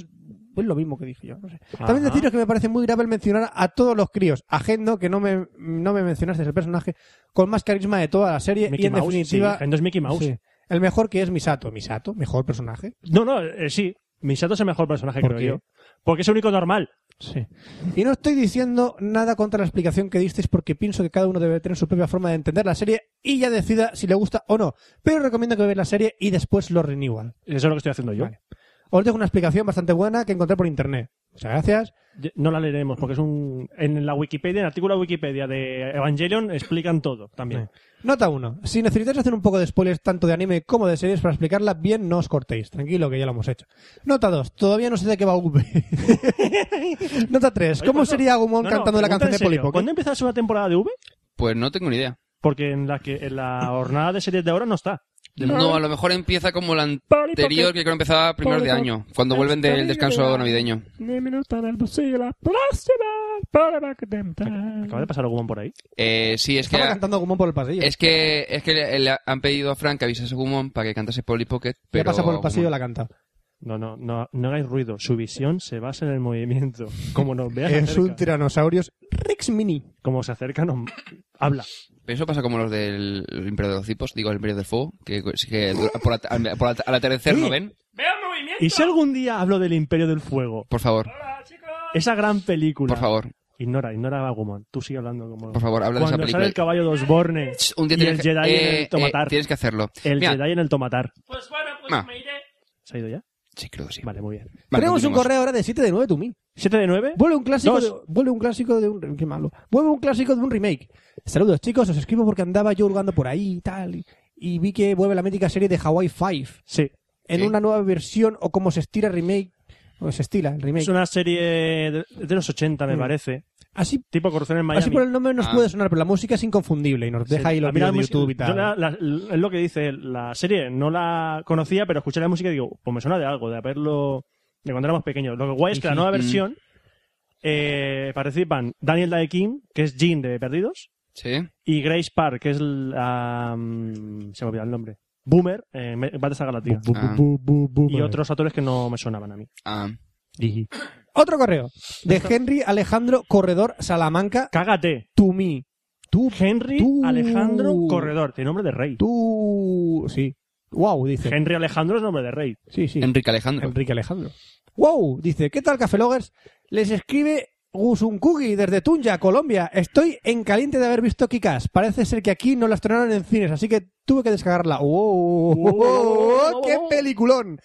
[SPEAKER 3] es lo mismo que dije yo. no sé. También
[SPEAKER 2] Ajá.
[SPEAKER 3] deciros que me parece muy grave el mencionar a todos los críos. A Gendo, que no me, no me mencionaste el personaje, con más carisma de toda la serie.
[SPEAKER 2] Mickey
[SPEAKER 3] y en
[SPEAKER 2] Mouse,
[SPEAKER 3] definitiva,
[SPEAKER 2] sí, Gendo es Mickey Mouse.
[SPEAKER 3] sí, el mejor que es Misato. Misato, mejor personaje.
[SPEAKER 2] No, no, eh, sí. Misato es el mejor personaje,
[SPEAKER 3] ¿Por
[SPEAKER 2] creo
[SPEAKER 3] qué?
[SPEAKER 2] yo. Porque es el único normal.
[SPEAKER 3] Sí. Y no estoy diciendo nada contra la explicación que disteis porque pienso que cada uno debe tener su propia forma de entender la serie y ya decida si le gusta o no. Pero recomiendo que veáis la serie y después lo renewal.
[SPEAKER 2] Eso es lo que estoy haciendo yo.
[SPEAKER 3] Vale. Os dejo una explicación bastante buena que encontré por internet. Muchas gracias.
[SPEAKER 2] Ye- No la leeremos porque es un. En la Wikipedia, en el artículo de Wikipedia de Evangelion explican todo también.
[SPEAKER 3] Nota 1. Si necesitáis hacer un poco de spoilers tanto de anime como de series para explicarla bien, no os cortéis. Tranquilo, que ya lo hemos hecho. Nota 2. Todavía no sé de qué va UV. Nota 3.
[SPEAKER 2] Oye,
[SPEAKER 3] ¿Cómo
[SPEAKER 2] por eso-
[SPEAKER 3] sería Agumon
[SPEAKER 2] No, no,
[SPEAKER 3] cantando la
[SPEAKER 2] pregunta
[SPEAKER 3] canción
[SPEAKER 2] en
[SPEAKER 3] de
[SPEAKER 2] serio,
[SPEAKER 3] Polipo?
[SPEAKER 2] ¿Cuándo empieza la segunda temporada de V?
[SPEAKER 4] Pues no tengo ni idea.
[SPEAKER 2] Porque en la que en la jornada de series de ahora no está.
[SPEAKER 4] No, a lo mejor empieza como la
[SPEAKER 2] Party
[SPEAKER 4] anterior,
[SPEAKER 2] Pocket.
[SPEAKER 4] que creo que empezaba primero de
[SPEAKER 2] Party
[SPEAKER 4] año,
[SPEAKER 3] Ah,
[SPEAKER 4] cuando vuelven del descanso navideño.
[SPEAKER 2] Acaba de pasar algo por ahí.
[SPEAKER 4] Eh, sí, es que,
[SPEAKER 3] Estaba cantando Agumon por el pasillo.
[SPEAKER 4] es que es que le, le han pedido a Frank que avisase a Gumon para que cantase Polly Pocket,
[SPEAKER 3] Ya
[SPEAKER 4] pero
[SPEAKER 3] pasa por el
[SPEAKER 4] Agumon-
[SPEAKER 3] pasillo la canta.
[SPEAKER 2] No, no, no, no hagáis ruido. Su visión se basa en el movimiento. Como nos veas
[SPEAKER 3] Es un
[SPEAKER 2] acerca.
[SPEAKER 3] tiranosaurios Rex Mini.
[SPEAKER 2] Como se acerca, nos habla.
[SPEAKER 4] Pero eso pasa como los del Imperio de los Cipos, digo, el Imperio del Fuego, que, sí que dura- por la- al, por la- al atardecer no ven.
[SPEAKER 2] ¿Y si algún día hablo del Imperio del Fuego?
[SPEAKER 4] Por favor,
[SPEAKER 2] Esa gran película.
[SPEAKER 4] por favor.
[SPEAKER 2] Ignora, ignora a Gumon. Tú sigue hablando como.
[SPEAKER 4] Por favor, habla de
[SPEAKER 2] Cuando
[SPEAKER 4] esa
[SPEAKER 2] sale el
[SPEAKER 4] película.
[SPEAKER 2] caballo de Osborne
[SPEAKER 4] Ch, Un día
[SPEAKER 2] y el
[SPEAKER 4] tienes que,
[SPEAKER 2] Jedi
[SPEAKER 4] eh,
[SPEAKER 2] en
[SPEAKER 4] eh,
[SPEAKER 2] el Tomatar.
[SPEAKER 4] tienes que hacerlo.
[SPEAKER 2] El
[SPEAKER 4] Mira,
[SPEAKER 2] Jedi en el Tomatar.
[SPEAKER 4] ma,
[SPEAKER 2] ¿Se ha ido ya?
[SPEAKER 4] Sí, creo que sí.
[SPEAKER 2] Vale, muy bien.
[SPEAKER 4] Vale,
[SPEAKER 3] Tenemos un
[SPEAKER 4] continuamos.
[SPEAKER 3] correo ahora de 7 de 9 to me.
[SPEAKER 2] 7 de 9.
[SPEAKER 3] Vuelve un clásico,
[SPEAKER 2] Dos.
[SPEAKER 3] de, vuelve un clásico de un qué malo. Vuelve un clásico de un remake. Saludos chicos, os escribo porque andaba yo hurgando por ahí y tal y, y vi que vuelve la mítica serie de Hawaii 5
[SPEAKER 2] Sí.
[SPEAKER 3] en
[SPEAKER 4] Sí.
[SPEAKER 3] una nueva versión o como se estira el remake, o se estila el remake.
[SPEAKER 2] Es una serie de, de los 80, me
[SPEAKER 3] Mm.
[SPEAKER 2] parece.
[SPEAKER 3] Así
[SPEAKER 2] Tipo corrupción en Miami.
[SPEAKER 3] así por el nombre nos
[SPEAKER 4] Ah.
[SPEAKER 3] puede sonar, pero la música es inconfundible y nos
[SPEAKER 2] Sí,
[SPEAKER 3] deja ahí
[SPEAKER 2] a
[SPEAKER 3] los
[SPEAKER 2] mí la
[SPEAKER 3] vídeos de
[SPEAKER 2] música-
[SPEAKER 3] YouTube y
[SPEAKER 2] yo la-
[SPEAKER 3] tal.
[SPEAKER 2] la- es lo que dice la serie. No la conocía, pero escuché la música y digo, pues me suena de algo, de haberlo. de cuando éramos pequeños. Lo que guay es que la nueva
[SPEAKER 4] Ujú.
[SPEAKER 2] versión eh, participan Daniel Day Kim, que es Jean de Perdidos,
[SPEAKER 4] Sí.
[SPEAKER 2] y Grace Park, que es la. mm, se me olvidó el nombre. Boomer, eh, en Battlestar Galactica.
[SPEAKER 3] Bu- bu-
[SPEAKER 4] Ah.
[SPEAKER 3] bu- bu- bu-
[SPEAKER 2] Y
[SPEAKER 3] bu-
[SPEAKER 2] otros actores que no me sonaban a mí.
[SPEAKER 4] Ah.
[SPEAKER 3] Otro correo de Henry Alejandro Corredor Salamanca
[SPEAKER 2] Cágate.
[SPEAKER 3] to me. Tú,
[SPEAKER 2] Henry
[SPEAKER 3] Tú.
[SPEAKER 2] Alejandro Corredor. Tiene nombre de rey.
[SPEAKER 3] tú, sí. Wow, dice.
[SPEAKER 2] Henry Alejandro es nombre de rey.
[SPEAKER 3] sí, sí.
[SPEAKER 4] Enrique Alejandro.
[SPEAKER 3] Enrique Alejandro. ¡Wow! Dice, ¿qué tal, Cafeloggers? Les escribe Gusunkugi desde Tunja, Colombia. Estoy en caliente de haber visto Kikas. Parece ser que aquí no la estrenaron en cines, así que tuve que descargarla. ¡Wow!
[SPEAKER 2] ¡Wow!
[SPEAKER 3] ¡Qué peliculón!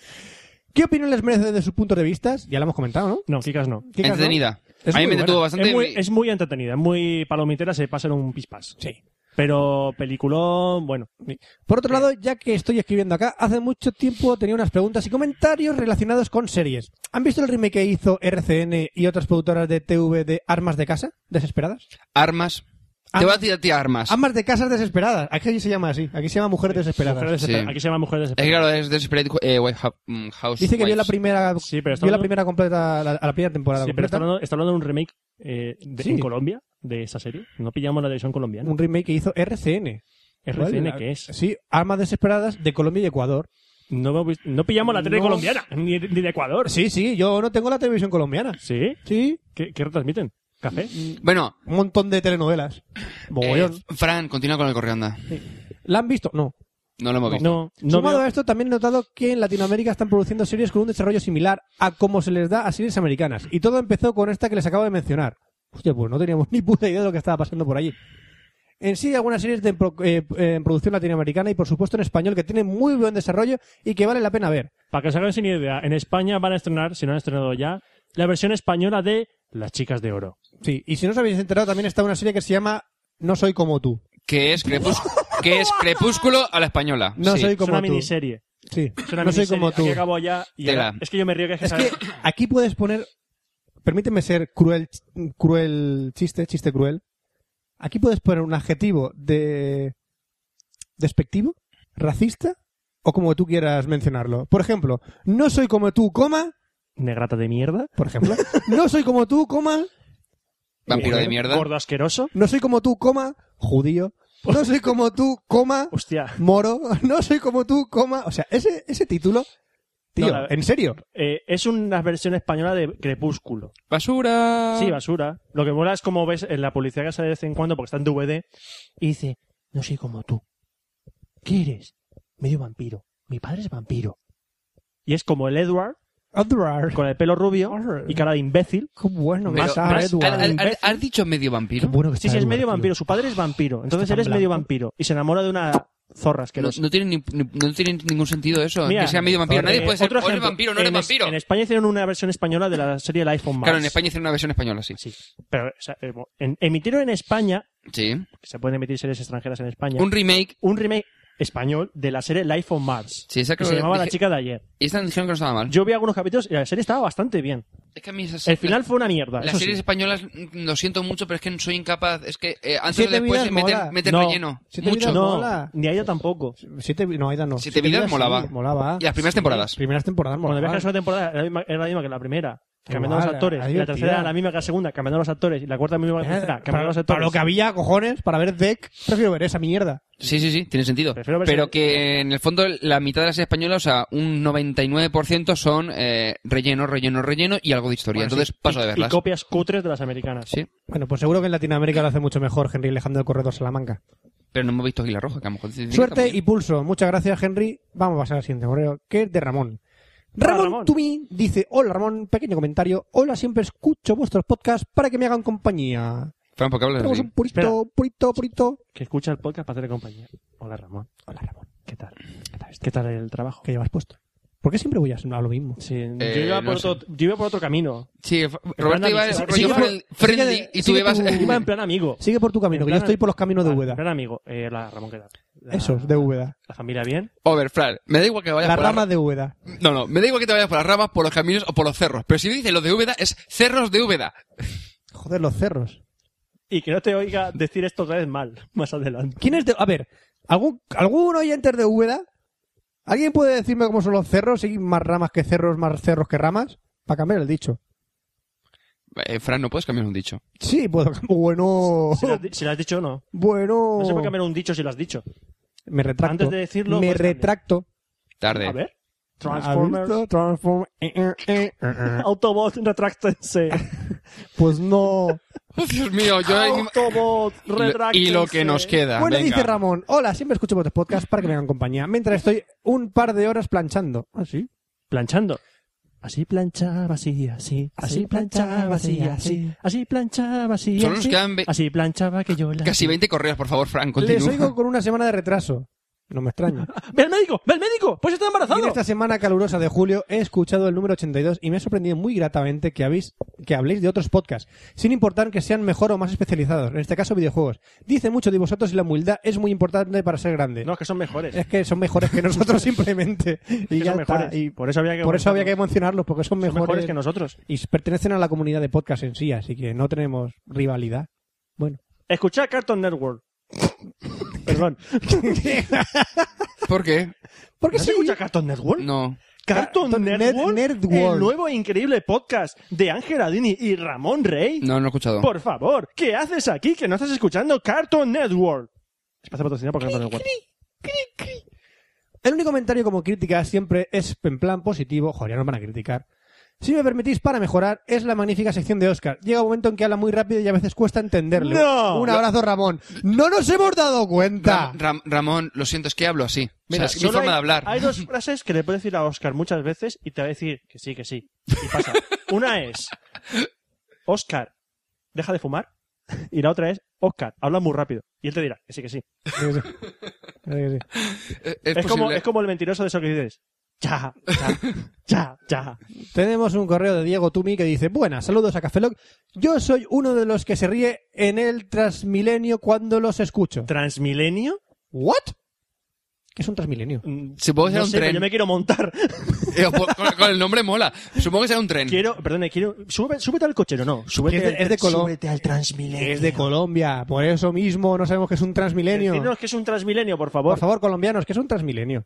[SPEAKER 3] ¿Qué opinión les merece desde sus puntos de vista? Ya lo hemos comentado, ¿no?
[SPEAKER 2] No, Kikas no.
[SPEAKER 3] Kick-Ass, ¿no?
[SPEAKER 4] Entretenida.
[SPEAKER 3] Es
[SPEAKER 4] a mí
[SPEAKER 3] muy
[SPEAKER 4] me detuvo
[SPEAKER 3] buena.
[SPEAKER 4] bastante.
[SPEAKER 2] Es muy, es muy entretenida, es muy palomitera, se pasa en un pispás.
[SPEAKER 3] Sí.
[SPEAKER 2] Pero peliculón, bueno.
[SPEAKER 3] Por otro lado, ya que estoy escribiendo acá, hace mucho tiempo tenía unas preguntas y comentarios relacionados con series. ¿Han visto el remake que hizo RCN y otras productoras de TV de Armas de Casa? ¿Desesperadas?
[SPEAKER 4] Armas. Te
[SPEAKER 3] Armas.
[SPEAKER 4] voy a decir a ti armas.
[SPEAKER 3] Amas de casas desesperadas. Aquí se llama así. Aquí se llama mujeres desesperadas.
[SPEAKER 2] Mujer desesperada.
[SPEAKER 4] Sí.
[SPEAKER 2] Aquí se llama Mujer
[SPEAKER 4] Es que,
[SPEAKER 2] Desesperada.
[SPEAKER 4] claro, es Desperate eh, Wife- ha- mm, House.
[SPEAKER 3] Dice que vio la
[SPEAKER 4] Wives.
[SPEAKER 3] primera,
[SPEAKER 2] Sí, pero está
[SPEAKER 3] vio la
[SPEAKER 2] hablando-
[SPEAKER 3] primera completa, la, la primera temporada
[SPEAKER 2] Sí, pero
[SPEAKER 3] completa.
[SPEAKER 2] está hablando, está hablando de un remake eh, de-
[SPEAKER 3] Sí.
[SPEAKER 2] en Colombia de esa serie. No pillamos la televisión colombiana.
[SPEAKER 3] Un remake que hizo RCN.
[SPEAKER 2] RCN,
[SPEAKER 3] ¿Cuál?
[SPEAKER 2] que es?
[SPEAKER 3] Sí, Armas desesperadas de Colombia y Ecuador.
[SPEAKER 2] No, hemos visto- no pillamos la tele
[SPEAKER 3] No.
[SPEAKER 2] colombiana, ni, ni de Ecuador.
[SPEAKER 3] Sí, sí, yo no tengo la televisión colombiana.
[SPEAKER 2] ¿Sí?
[SPEAKER 3] Sí,
[SPEAKER 2] ¿Qué, qué retransmiten? ¿Café?
[SPEAKER 3] Eh,
[SPEAKER 4] Bueno,
[SPEAKER 3] un montón de telenovelas. Mogollón.
[SPEAKER 4] eh, Fran, continúa con el correo, anda.
[SPEAKER 3] ¿La han visto? No.
[SPEAKER 4] No lo hemos visto.
[SPEAKER 2] No, no
[SPEAKER 3] Sumado
[SPEAKER 2] veo-
[SPEAKER 3] a esto, también he notado que en Latinoamérica están produciendo series con un desarrollo similar a como se les da a series americanas. Y todo empezó con esta que les acabo de mencionar. Hostia, pues no teníamos ni puta idea de lo que estaba pasando por allí. En sí, algunas series de pro- eh, eh, en producción latinoamericana y por supuesto en español que tienen muy buen desarrollo y que vale la pena ver.
[SPEAKER 2] Para que os hagáis una idea, en España van a estrenar, si no han estrenado ya, la versión española de Las Chicas de Oro.
[SPEAKER 3] Sí, y si no os habéis enterado, también está una serie que se llama No soy como tú.
[SPEAKER 4] Que es, crepús- que es Crepúsculo a la española.
[SPEAKER 3] No
[SPEAKER 4] Sí.
[SPEAKER 3] soy
[SPEAKER 2] Es
[SPEAKER 3] como
[SPEAKER 2] una
[SPEAKER 3] tú.
[SPEAKER 2] miniserie.
[SPEAKER 3] Sí,
[SPEAKER 2] Es una
[SPEAKER 3] no soy
[SPEAKER 2] miniserie.
[SPEAKER 3] como tú.
[SPEAKER 2] Aquí acabo ya. y
[SPEAKER 4] Tela.
[SPEAKER 2] ahora- es que yo me río que es que
[SPEAKER 3] Es que
[SPEAKER 2] sabes-
[SPEAKER 3] aquí puedes poner. Permíteme ser cruel, cruel chiste, chiste cruel. Aquí puedes poner un adjetivo de. despectivo, racista, o como tú quieras mencionarlo. Por ejemplo, no soy como tú, coma.
[SPEAKER 2] Negrata de mierda.
[SPEAKER 3] Por ejemplo, no soy como tú, coma.
[SPEAKER 4] Vampiro de
[SPEAKER 2] Gordo-
[SPEAKER 4] mierda.
[SPEAKER 2] Eh, Gordo asqueroso.
[SPEAKER 3] No soy como tú, coma. Judío. No soy como tú, coma.
[SPEAKER 2] Hostia.
[SPEAKER 3] Moro. No soy como tú, coma. O sea, ese, ese título. Tío,
[SPEAKER 2] No, la-
[SPEAKER 3] en serio.
[SPEAKER 2] Eh, es una versión española de Crepúsculo.
[SPEAKER 3] Ah.
[SPEAKER 4] Basura.
[SPEAKER 2] Sí, basura. Lo que mola es como ves en la publicidad que sale de vez en cuando, porque está en DVD, y dice, no soy como tú. ¿Qué eres? Medio vampiro. Mi padre es vampiro. Y es como el Edward,
[SPEAKER 3] Other.
[SPEAKER 2] con el pelo rubio y cara de imbécil.
[SPEAKER 3] Qué bueno,
[SPEAKER 4] Pero-
[SPEAKER 3] vas a
[SPEAKER 4] has-
[SPEAKER 3] Edward.
[SPEAKER 4] has- has- ¿Has dicho medio
[SPEAKER 3] Qué
[SPEAKER 4] vampiro?
[SPEAKER 3] bueno que
[SPEAKER 2] Sí,
[SPEAKER 3] está
[SPEAKER 2] sí, es
[SPEAKER 3] Edward,
[SPEAKER 2] medio
[SPEAKER 3] tío.
[SPEAKER 2] vampiro. Su padre es vampiro. Entonces
[SPEAKER 3] Está tan
[SPEAKER 2] él es medio
[SPEAKER 3] blanco.
[SPEAKER 2] vampiro. Y se enamora de una zorra
[SPEAKER 4] Que No,
[SPEAKER 2] asquerosa.
[SPEAKER 4] no tiene, ni- ni- no tiene ningún sentido eso,
[SPEAKER 2] Mira,
[SPEAKER 4] que sea medio vampiro. Nadie
[SPEAKER 2] eh,
[SPEAKER 4] puede ser
[SPEAKER 2] otro
[SPEAKER 4] o eres
[SPEAKER 2] ejemplo.
[SPEAKER 4] vampiro o no eres
[SPEAKER 2] en, es-
[SPEAKER 4] vampiro.
[SPEAKER 2] En España hicieron una versión española de la serie El iPhone Max.
[SPEAKER 4] Claro, en España hicieron una versión española, sí.
[SPEAKER 2] Sí. Pero, o sea, eh, en- emitieron en España,
[SPEAKER 4] Sí.
[SPEAKER 2] que se pueden emitir series extranjeras en España,
[SPEAKER 4] Un
[SPEAKER 2] un,
[SPEAKER 4] remake.
[SPEAKER 2] remake español de la serie Life on Mars.
[SPEAKER 4] Sí, esa
[SPEAKER 2] que
[SPEAKER 4] creo
[SPEAKER 2] se
[SPEAKER 4] que
[SPEAKER 2] llamaba La
[SPEAKER 4] dije-
[SPEAKER 2] chica de ayer.
[SPEAKER 4] Y esta dijeron que no estaba mal.
[SPEAKER 2] Yo vi algunos capítulos y la serie estaba bastante bien.
[SPEAKER 4] es que a mí esas-
[SPEAKER 2] El final
[SPEAKER 4] las-
[SPEAKER 2] fue una mierda.
[SPEAKER 4] Las
[SPEAKER 2] Ah, eso sí.
[SPEAKER 4] series españolas, mm, lo siento mucho, pero es que soy incapaz. Es que eh, antes o
[SPEAKER 3] Siete
[SPEAKER 4] después
[SPEAKER 3] vidas mola.
[SPEAKER 4] meten, meten
[SPEAKER 2] No.
[SPEAKER 4] relleno.
[SPEAKER 3] Siete
[SPEAKER 4] Mucho.
[SPEAKER 3] vidas
[SPEAKER 2] No,
[SPEAKER 3] Mola.
[SPEAKER 2] ni a ella tampoco.
[SPEAKER 3] Siete, no, Aida no.
[SPEAKER 4] Siete vidas
[SPEAKER 3] sí,
[SPEAKER 4] molaba.
[SPEAKER 3] molaba.
[SPEAKER 4] Y las primeras temporadas.
[SPEAKER 3] Primeras temporadas
[SPEAKER 2] Cuando
[SPEAKER 3] molaba.
[SPEAKER 2] viajas una temporada era la misma- era la misma que la primera. Cambiando
[SPEAKER 3] Igual,
[SPEAKER 2] los actores.
[SPEAKER 3] era
[SPEAKER 2] Y La tercera
[SPEAKER 3] divertida.
[SPEAKER 2] era la misma que la segunda. Cambiando los actores. Y la cuarta la misma que la
[SPEAKER 3] Eh,
[SPEAKER 2] tercera.
[SPEAKER 3] para,
[SPEAKER 2] Cambiando los
[SPEAKER 3] para
[SPEAKER 2] actores.
[SPEAKER 3] lo que había, cojones, para ver Deck, prefiero ver esa mierda.
[SPEAKER 4] Sí, sí, sí, tiene sentido.
[SPEAKER 2] Prefiero ver
[SPEAKER 4] Pero
[SPEAKER 2] series-
[SPEAKER 4] que en el fondo la mitad de las series españolas, o sea, un 99% son eh, relleno, relleno, relleno y algo de historia.
[SPEAKER 2] Bueno,
[SPEAKER 4] Entonces
[SPEAKER 2] sí.
[SPEAKER 4] paso
[SPEAKER 2] Y-
[SPEAKER 4] de
[SPEAKER 2] Y
[SPEAKER 4] verlas.
[SPEAKER 2] copias cutres de las americanas.
[SPEAKER 4] Sí,
[SPEAKER 3] Bueno, pues seguro que en Latinoamérica lo hace mucho mejor Henry Alejandro del Corredor Salamanca.
[SPEAKER 4] pero no hemos visto Águila Roja, que a lo mejor... dicen que está
[SPEAKER 3] Suerte
[SPEAKER 4] muy
[SPEAKER 3] y pulso. Muchas gracias, Henry. Vamos a pasar al siguiente correo, que es de Ramón.
[SPEAKER 2] Hola,
[SPEAKER 3] Ramón,
[SPEAKER 2] Ramón.
[SPEAKER 3] Tumi dice, hola Ramón, pequeño comentario. Hola, siempre escucho vuestros podcasts para que me hagan compañía.
[SPEAKER 4] bien. Fran, ¿por qué hablas
[SPEAKER 3] Tenemos
[SPEAKER 4] así?
[SPEAKER 3] un purito,
[SPEAKER 2] Espera.
[SPEAKER 3] purito, purito.
[SPEAKER 2] Que escucha el podcast para hacerle compañía. Hola Ramón.
[SPEAKER 3] Hola Ramón,
[SPEAKER 2] ¿Qué tal? ¿Qué tal el trabajo?
[SPEAKER 3] ¿qué llevas puesto? ¿Por qué siempre voy a a lo mismo?
[SPEAKER 2] Sí, yo,
[SPEAKER 4] Eh,
[SPEAKER 2] iba
[SPEAKER 4] no
[SPEAKER 2] por
[SPEAKER 4] sé.
[SPEAKER 2] otro, yo iba por otro camino.
[SPEAKER 4] Sí, Roberto
[SPEAKER 2] plan,
[SPEAKER 4] iba,
[SPEAKER 2] sí,
[SPEAKER 4] rollo
[SPEAKER 2] sí,
[SPEAKER 4] friend-
[SPEAKER 3] sí,
[SPEAKER 4] friendly
[SPEAKER 3] sí, sí,
[SPEAKER 4] y tú
[SPEAKER 3] que
[SPEAKER 4] ibas...
[SPEAKER 3] tú-
[SPEAKER 2] Iba en plan amigo.
[SPEAKER 3] Sigue por tu camino,
[SPEAKER 2] En
[SPEAKER 3] que yo
[SPEAKER 2] plan-
[SPEAKER 3] estoy por los caminos de
[SPEAKER 2] Ah,
[SPEAKER 3] Úbeda.
[SPEAKER 2] En plan amigo. Eh, la Ramón Queda. La-
[SPEAKER 3] Eso, de Úbeda.
[SPEAKER 2] La familia bien.
[SPEAKER 4] Overfral. Me da igual que vayas
[SPEAKER 3] Las
[SPEAKER 4] por las-
[SPEAKER 3] ramas de Úbeda.
[SPEAKER 4] No, no, me da igual que te vayas por las ramas, por los caminos o por los cerros. Pero si dices los de Úbeda, es cerros de Úbeda.
[SPEAKER 3] Joder, los cerros.
[SPEAKER 2] Y que no te oiga decir esto otra vez mal, más adelante.
[SPEAKER 3] ¿Quién es de.? A ver, ¿algún, ¿algún oyente es de Úbeda? ¿Alguien puede decirme cómo son los cerros? ¿Hay más ramas que cerros, más cerros que ramas? Para cambiar el dicho.
[SPEAKER 4] Eh, Fran, no puedes cambiar un dicho.
[SPEAKER 3] Sí, puedo. Bueno.
[SPEAKER 2] Si lo has, di- si lo has dicho o no.
[SPEAKER 3] Bueno.
[SPEAKER 2] No
[SPEAKER 4] Oh.
[SPEAKER 2] se puede cambiar un dicho si lo has dicho.
[SPEAKER 3] Me retracto.
[SPEAKER 2] Antes de decirlo,
[SPEAKER 3] Me
[SPEAKER 2] pues, cambia.
[SPEAKER 3] retracto.
[SPEAKER 2] A
[SPEAKER 4] Tarde.
[SPEAKER 2] ver. Transformers.
[SPEAKER 3] ¿Has visto? Transform- eh, eh, eh, eh, eh.
[SPEAKER 2] Autobot, retráctense.
[SPEAKER 3] Pues no.
[SPEAKER 4] Oh, Dios mío, yo...
[SPEAKER 2] Autobot, retráctense.
[SPEAKER 4] Y lo que nos queda.
[SPEAKER 3] Bueno,
[SPEAKER 4] venga.
[SPEAKER 3] dice Ramón. Hola, siempre escucho vuestros podcasts para que me hagan compañía. Mientras estoy un par de horas planchando. Ah, sí.
[SPEAKER 2] Planchando. Así planchaba, así, así. Así planchaba, así, así. Así planchaba, así,
[SPEAKER 4] Solo nos
[SPEAKER 2] así.
[SPEAKER 4] quedan ve-
[SPEAKER 2] Así planchaba que yo la...
[SPEAKER 4] Casi 20 correos, por favor, Fran,
[SPEAKER 3] Les
[SPEAKER 4] continúa.
[SPEAKER 3] oigo con una semana de retraso. No me extraña.
[SPEAKER 2] ¡Ve al médico! ¡Ve al médico! ¡Pues está
[SPEAKER 3] Y en
[SPEAKER 2] embarazado!
[SPEAKER 3] esta semana calurosa de julio he escuchado el número 82 y me ha sorprendido muy gratamente que, habéis, que habléis de otros podcasts, sin importar que sean mejor o más especializados, en este caso videojuegos. Dice mucho de vosotros y la humildad es muy importante para ser grande.
[SPEAKER 2] No, es que son mejores.
[SPEAKER 3] Es que son mejores que nosotros simplemente. Y
[SPEAKER 2] Que
[SPEAKER 3] ya
[SPEAKER 2] son
[SPEAKER 3] está.
[SPEAKER 2] mejores.
[SPEAKER 3] Y
[SPEAKER 2] por eso había que
[SPEAKER 3] por eso había que mencionarlos, porque son
[SPEAKER 2] son
[SPEAKER 3] mejores,
[SPEAKER 2] mejores que nosotros.
[SPEAKER 3] y pertenecen a la comunidad de podcast en sí, así que no tenemos rivalidad. Bueno.
[SPEAKER 2] Escuchad Cartoon Network. Perdón.
[SPEAKER 4] ¿Por qué?
[SPEAKER 3] Porque
[SPEAKER 2] ¿No
[SPEAKER 3] sí.
[SPEAKER 2] se escucha Cartoon Network?
[SPEAKER 4] No.
[SPEAKER 2] Cartoon
[SPEAKER 3] Cartoon Net-
[SPEAKER 2] Network,
[SPEAKER 3] Network.
[SPEAKER 2] el nuevo e increíble podcast de Ángel Adini y Ramón Rey.
[SPEAKER 4] No, no he escuchado.
[SPEAKER 2] Por favor, ¿qué haces aquí que no estás escuchando Cartoon Network? Espacio patrocinado por Cartoon Network.
[SPEAKER 3] El único comentario como crítica siempre es en plan positivo. Joder, ya nos van a criticar. Si me permitís, para mejorar, es la magnífica sección de Oscar. Llega un momento en que habla muy rápido y a veces cuesta entenderlo.
[SPEAKER 2] ¡No!
[SPEAKER 3] Un abrazo, Ramón. ¡No nos hemos dado cuenta!
[SPEAKER 4] Ra- Ra- Ramón, lo siento, es que hablo así. O sea,
[SPEAKER 2] Mira,
[SPEAKER 4] es mi
[SPEAKER 2] solo
[SPEAKER 4] forma
[SPEAKER 2] hay,
[SPEAKER 4] de hablar.
[SPEAKER 2] Hay dos frases que le puedes decir a Oscar muchas veces y te va a decir que sí, que sí. Y pasa. Una es, Oscar, deja de fumar. Y la otra es, Oscar, habla muy rápido. Y él te dirá que sí, que sí.
[SPEAKER 4] Eh,
[SPEAKER 2] Es,
[SPEAKER 4] es
[SPEAKER 2] como,
[SPEAKER 4] posible.
[SPEAKER 2] es como el mentiroso de eso que dices. Ya, ya, ya, ya.
[SPEAKER 3] Tenemos un correo de Diego Tumi que dice, buenas, saludos a Cafeloc. Yo soy uno de los que se ríe en el Transmilenio cuando los escucho.
[SPEAKER 2] ¿Transmilenio?
[SPEAKER 3] ¿What? ¿Qué es un Transmilenio?
[SPEAKER 2] Mm,
[SPEAKER 4] Si puedo ser
[SPEAKER 2] no
[SPEAKER 4] un
[SPEAKER 2] sé, pero
[SPEAKER 4] tren.
[SPEAKER 2] Yo me quiero montar.
[SPEAKER 4] Eh, por- con, con el nombre mola. Supongo que será un tren.
[SPEAKER 2] Quiero, perdone, quiero. Sube, súbete al cochero, no. Súbete,
[SPEAKER 3] Es de- es de Colón.
[SPEAKER 2] súbete al Transmilenio.
[SPEAKER 3] Es de Colombia, por eso mismo no sabemos que es un Transmilenio.
[SPEAKER 2] Decidnos que es un Transmilenio, por favor.
[SPEAKER 3] Por favor, colombianos, que es un Transmilenio.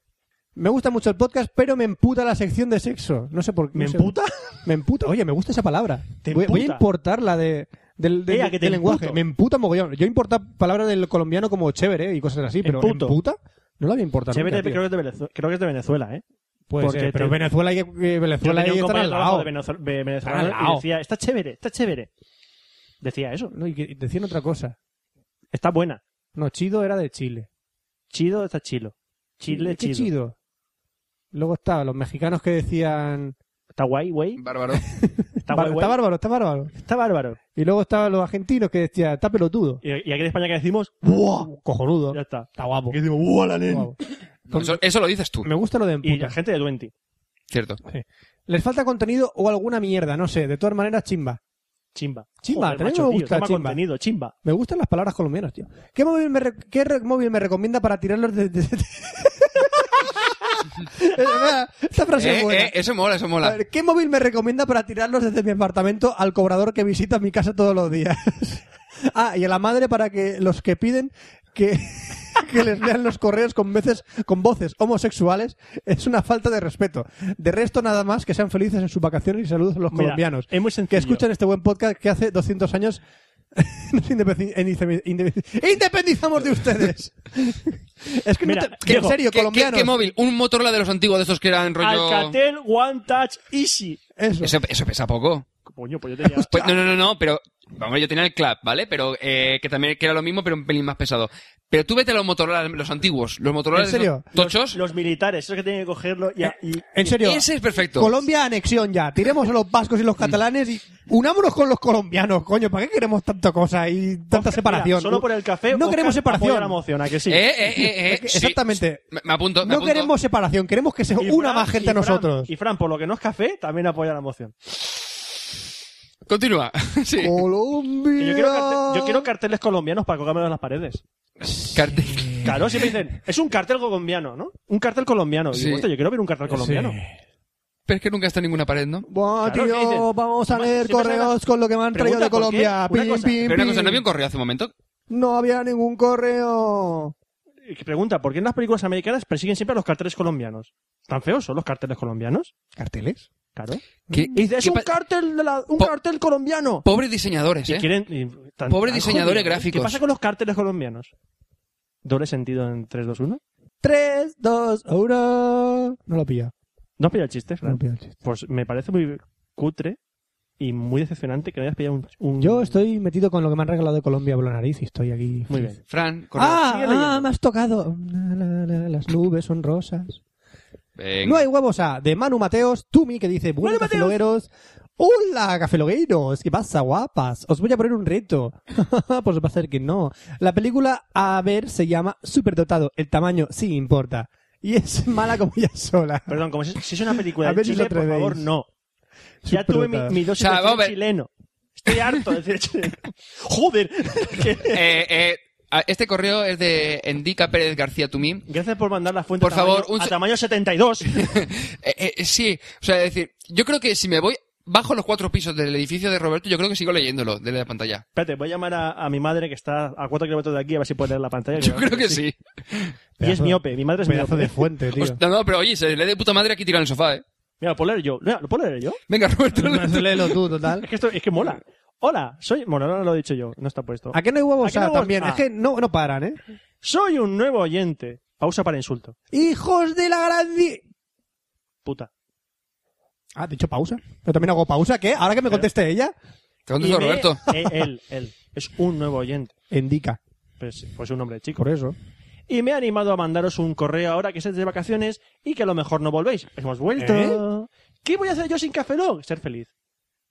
[SPEAKER 3] Me gusta mucho el podcast, pero me emputa la sección de sexo. No sé por qué.
[SPEAKER 2] ¿Me
[SPEAKER 3] no sé.
[SPEAKER 2] emputa?
[SPEAKER 3] Me emputa. Oye, me gusta esa palabra.
[SPEAKER 2] Te
[SPEAKER 3] voy, voy a
[SPEAKER 2] emputa.
[SPEAKER 3] importarla de, del, del-
[SPEAKER 2] Ea, que te
[SPEAKER 3] del lenguaje.
[SPEAKER 2] emputo.
[SPEAKER 3] Me emputa mogollón. Yo importa palabras del colombiano como chévere eh, y cosas así, pero
[SPEAKER 2] Emputo.
[SPEAKER 3] ¿emputa? No la había importado.
[SPEAKER 2] Chévere,
[SPEAKER 3] nunca, tío.
[SPEAKER 2] creo, que es de Venezuela, creo que es de Venezuela, ¿eh?
[SPEAKER 3] Puede
[SPEAKER 2] porque
[SPEAKER 3] ser, pero
[SPEAKER 2] te-
[SPEAKER 3] Venezuela y que eh,
[SPEAKER 2] Yo
[SPEAKER 3] Venezuela
[SPEAKER 2] tenía
[SPEAKER 3] ahí
[SPEAKER 2] un
[SPEAKER 3] están
[SPEAKER 2] compañero de
[SPEAKER 3] al
[SPEAKER 2] trabajo
[SPEAKER 3] lado.
[SPEAKER 2] de Venezuela, de venezolano
[SPEAKER 3] Están al
[SPEAKER 2] y
[SPEAKER 3] lado.
[SPEAKER 2] decía, está chévere, está chévere. Decía eso.
[SPEAKER 3] No, y que- y decían otra cosa.
[SPEAKER 2] Está buena.
[SPEAKER 3] No, chido era de Chile.
[SPEAKER 2] Chido, está chilo. Chile,
[SPEAKER 3] ¿Qué
[SPEAKER 2] chido.
[SPEAKER 3] chido? Luego estaban los mexicanos que decían...
[SPEAKER 2] Está guay, güey.
[SPEAKER 4] Bárbaro.
[SPEAKER 2] Está
[SPEAKER 3] "Bar-
[SPEAKER 2] guay,
[SPEAKER 3] está
[SPEAKER 2] güey.
[SPEAKER 3] bárbaro, está bárbaro.
[SPEAKER 2] Está bárbaro.
[SPEAKER 3] Y luego estaban los argentinos que decían, está pelotudo.
[SPEAKER 2] Y, y aquí en España que decimos,
[SPEAKER 3] ¡Buah! Cojonudo.
[SPEAKER 2] ya está.
[SPEAKER 3] Está guapo.
[SPEAKER 2] Aquí decimos, ¡buah, la
[SPEAKER 3] Está
[SPEAKER 2] nen!
[SPEAKER 3] guapo.
[SPEAKER 4] No, eso, eso lo dices tú.
[SPEAKER 3] Me gusta lo de
[SPEAKER 2] Y la
[SPEAKER 3] emputa.
[SPEAKER 2] gente de 20.
[SPEAKER 4] Cierto.
[SPEAKER 3] Les falta contenido o alguna mierda, no sé. De todas maneras, chimba.
[SPEAKER 2] Chimba.
[SPEAKER 3] Chimba,
[SPEAKER 2] Joder,
[SPEAKER 3] también
[SPEAKER 2] macho,
[SPEAKER 3] me
[SPEAKER 2] tío,
[SPEAKER 3] gusta
[SPEAKER 2] toma
[SPEAKER 3] chimba.
[SPEAKER 2] contenido, chimba.
[SPEAKER 3] Me gustan las palabras colombianas, tío. ¿Qué móvil me, re- qué re- móvil me recomienda para tirarlos desde... Esta frase es
[SPEAKER 4] Eh,
[SPEAKER 3] buena.
[SPEAKER 4] eh, eso mola, eso
[SPEAKER 3] A
[SPEAKER 4] mola.
[SPEAKER 3] ver, ¿Qué móvil me recomienda para tirarlos desde mi apartamento al cobrador que visita mi casa todos los días? ah, y a la madre para que los que piden que, que les lean los correos con veces, con voces homosexuales es una falta de respeto. De resto, nada más que sean felices en sus vacaciones y saludos a los
[SPEAKER 2] Mira,
[SPEAKER 3] colombianos.
[SPEAKER 2] es muy
[SPEAKER 3] Que
[SPEAKER 2] sencillo.
[SPEAKER 3] escuchen este buen podcast que hace 200 años nos independ- independ- independ- independizamos de ustedes. es que, no
[SPEAKER 2] Mira,
[SPEAKER 3] te- que en
[SPEAKER 2] Diego,
[SPEAKER 3] serio,
[SPEAKER 4] ¿Qué- ¿Qué,
[SPEAKER 3] colombianos.
[SPEAKER 4] qué móvil? Un Motorola de los antiguos de estos que eran rollo...
[SPEAKER 2] Alcatel One Touch Easy.
[SPEAKER 3] Eso.
[SPEAKER 4] Eso, eso pesa poco.
[SPEAKER 2] Coño, pues yo tenía...
[SPEAKER 4] Pues, no, no, no, no, pero... Vamos, yo tenía el clap, ¿vale? Pero eh, que también que era lo mismo, pero un pelín más pesado. Pero tú vete a los Motorola, los antiguos, los Motorola
[SPEAKER 3] ¿En serio?
[SPEAKER 4] esos tochos.
[SPEAKER 2] Los militares, esos que tienen que cogerlo y... a- y-
[SPEAKER 3] En serio.
[SPEAKER 4] Ese es perfecto.
[SPEAKER 3] Colombia anexión ya. Tiremos a los vascos y los catalanes y unámonos con los colombianos, coño. ¿Para qué queremos tanta cosa y tanta
[SPEAKER 2] Pues Mira,
[SPEAKER 3] separación?
[SPEAKER 2] solo por el café.
[SPEAKER 3] No
[SPEAKER 2] Oscar
[SPEAKER 3] queremos
[SPEAKER 2] apoya
[SPEAKER 3] separación.
[SPEAKER 2] la moción, ¿a que sí?
[SPEAKER 4] Eh, eh, eh, eh, sí.
[SPEAKER 3] Exactamente.
[SPEAKER 4] Me, me apunto. me
[SPEAKER 3] No
[SPEAKER 4] apunto.
[SPEAKER 3] queremos separación, queremos que se
[SPEAKER 2] Y
[SPEAKER 3] una
[SPEAKER 2] Fran-
[SPEAKER 3] más gente
[SPEAKER 2] y
[SPEAKER 3] a
[SPEAKER 2] Fran-
[SPEAKER 3] nosotros.
[SPEAKER 2] Y Fran, por lo que no es café, también apoya la moción.
[SPEAKER 4] Continúa. Sí.
[SPEAKER 2] Que
[SPEAKER 3] Colombia.
[SPEAKER 2] Yo quiero, carte- yo quiero carteles colombianos para colgármelos en las paredes.
[SPEAKER 4] Cartel.
[SPEAKER 2] Claro, siempre dicen, es un cartel colombiano, ¿no? Un cartel colombiano. Y
[SPEAKER 4] Sí.
[SPEAKER 2] digo, "Hostia, yo quiero ver un cartel colombiano.
[SPEAKER 4] Pero es que nunca está en ninguna pared, ¿no?
[SPEAKER 3] Buah,
[SPEAKER 2] Claro,
[SPEAKER 3] tío,
[SPEAKER 2] ¿qué dices?
[SPEAKER 3] vamos a
[SPEAKER 2] Ma-
[SPEAKER 3] leer
[SPEAKER 2] si me
[SPEAKER 3] correos
[SPEAKER 2] sacas-
[SPEAKER 3] con lo que me han traído
[SPEAKER 2] Pregunta
[SPEAKER 3] de
[SPEAKER 2] por qué,
[SPEAKER 3] Colombia.
[SPEAKER 2] una
[SPEAKER 3] Pim,
[SPEAKER 2] cosa.
[SPEAKER 3] pim,
[SPEAKER 4] Pero una cosa,
[SPEAKER 3] pim.
[SPEAKER 4] ¿no había un correo hace un momento?
[SPEAKER 3] No había ningún correo.
[SPEAKER 2] Y que pregunta, ¿por qué en las películas americanas persiguen siempre a los carteles colombianos? ¿Tan feos son los carteles colombianos?
[SPEAKER 3] ¿Carteles?
[SPEAKER 2] Claro.
[SPEAKER 4] ¿Qué-
[SPEAKER 2] Y dice, es
[SPEAKER 4] qué
[SPEAKER 2] un
[SPEAKER 4] pa-
[SPEAKER 2] cartel, de la- un
[SPEAKER 4] Po-
[SPEAKER 2] cartel colombiano.
[SPEAKER 4] Pobres diseñadores,
[SPEAKER 2] Y
[SPEAKER 4] ¿eh?
[SPEAKER 2] quieren- y tan-
[SPEAKER 4] Pobres
[SPEAKER 2] tan jodidos,
[SPEAKER 4] diseñadores
[SPEAKER 2] ¿eh?
[SPEAKER 4] gráficos.
[SPEAKER 2] ¿Qué pasa con los carteles colombianos? ¿Doble sentido en 3, 2, 1?
[SPEAKER 3] 3, 2, 1. No lo pilla.
[SPEAKER 2] ¿No has pillado el chiste,
[SPEAKER 3] No
[SPEAKER 2] Fran?
[SPEAKER 3] lo pilla el chiste.
[SPEAKER 2] Pues me parece muy cutre y muy decepcionante que no hayas pillado un... un-
[SPEAKER 3] Yo estoy metido con lo que me han regalado de Colombia por la nariz y estoy aquí.
[SPEAKER 2] Muy bien.
[SPEAKER 4] Fran, correo.
[SPEAKER 3] Ah,
[SPEAKER 2] Sigue leyendo.
[SPEAKER 3] ah, me has tocado. La, la, la, las nubes son rosas.
[SPEAKER 4] Venga.
[SPEAKER 3] No hay huevos A, de Manu Mateos, Tumi, que dice, bueno,
[SPEAKER 2] Mateos!
[SPEAKER 3] cafelogueros. Hola, cafelogueros, ¿qué pasa, guapas? Os voy a poner un reto. pues va a ser que no. La película, a ver, se llama Superdotado. El tamaño sí importa. Y es mala como ella sola.
[SPEAKER 2] Perdón, como si, si es una película
[SPEAKER 3] A
[SPEAKER 2] de
[SPEAKER 3] ver si
[SPEAKER 2] Chile,
[SPEAKER 3] os
[SPEAKER 2] por
[SPEAKER 3] atrevéis.
[SPEAKER 2] favor, no. Ya tuve mi,
[SPEAKER 3] Superdotado.
[SPEAKER 2] mi dosis
[SPEAKER 4] O sea,
[SPEAKER 2] de
[SPEAKER 4] vamos a
[SPEAKER 2] cine
[SPEAKER 4] ver.
[SPEAKER 2] chileno. Estoy harto de decir chileno. ¡Joder! Que-
[SPEAKER 4] Eh, eh, a- este correo es de Endica Pérez García Tumín.
[SPEAKER 2] Gracias por mandar la fuente
[SPEAKER 4] Por
[SPEAKER 2] a tamaño-
[SPEAKER 4] favor, un
[SPEAKER 2] a
[SPEAKER 4] se-
[SPEAKER 2] tamaño 72.
[SPEAKER 4] Eh, eh, sí, o sea, es decir, yo creo que si me voy bajo los cuatro pisos del edificio de Roberto, yo creo que sigo leyéndolo desde la pantalla.
[SPEAKER 2] Espérate, voy a llamar a, a mi madre que está a 4 kilómetros de aquí a ver si puede leer la pantalla.
[SPEAKER 4] Yo creo que sí.
[SPEAKER 2] Y es miope, mi madre es
[SPEAKER 3] Pedazo
[SPEAKER 2] miope.
[SPEAKER 3] de fuente, tío.
[SPEAKER 4] Hostia, no, pero oye, se le de puta madre aquí tirado en el sofá, ¿eh?
[SPEAKER 2] Mira, lo puedo leer yo. Mira, ¿Lo puedo leer yo?
[SPEAKER 4] Venga, Roberto.
[SPEAKER 3] Léelo tú, total.
[SPEAKER 2] Es que, esto, es que mola. Hola, soy... Bueno, ahora lo he dicho yo, no está puesto.
[SPEAKER 3] ¿A qué no hay huevos
[SPEAKER 2] Aquí
[SPEAKER 3] A,
[SPEAKER 2] no hay huevos Ah.
[SPEAKER 3] también?
[SPEAKER 2] A.
[SPEAKER 3] Es que no, no paran, ¿eh?
[SPEAKER 2] Soy un nuevo oyente. Pausa para insulto.
[SPEAKER 3] ¡Hijos de la gran... di-
[SPEAKER 2] Puta.
[SPEAKER 3] Ah, ¿te he dicho pausa? ¿Yo también hago pausa? ¿Qué? ¿Ahora que me conteste ella?
[SPEAKER 4] ¿Te contesto,
[SPEAKER 2] Y me-
[SPEAKER 4] Roberto?
[SPEAKER 2] Eh, él, él. Es un nuevo oyente.
[SPEAKER 3] Indica.
[SPEAKER 2] Pues, pues un hombre chico.
[SPEAKER 3] Por eso.
[SPEAKER 2] Y me ha animado a mandaros un correo ahora que estáis de vacaciones y que a lo mejor no volvéis. Hemos vuelto. ¿Qué voy a hacer yo sin Café Lock? Ser feliz.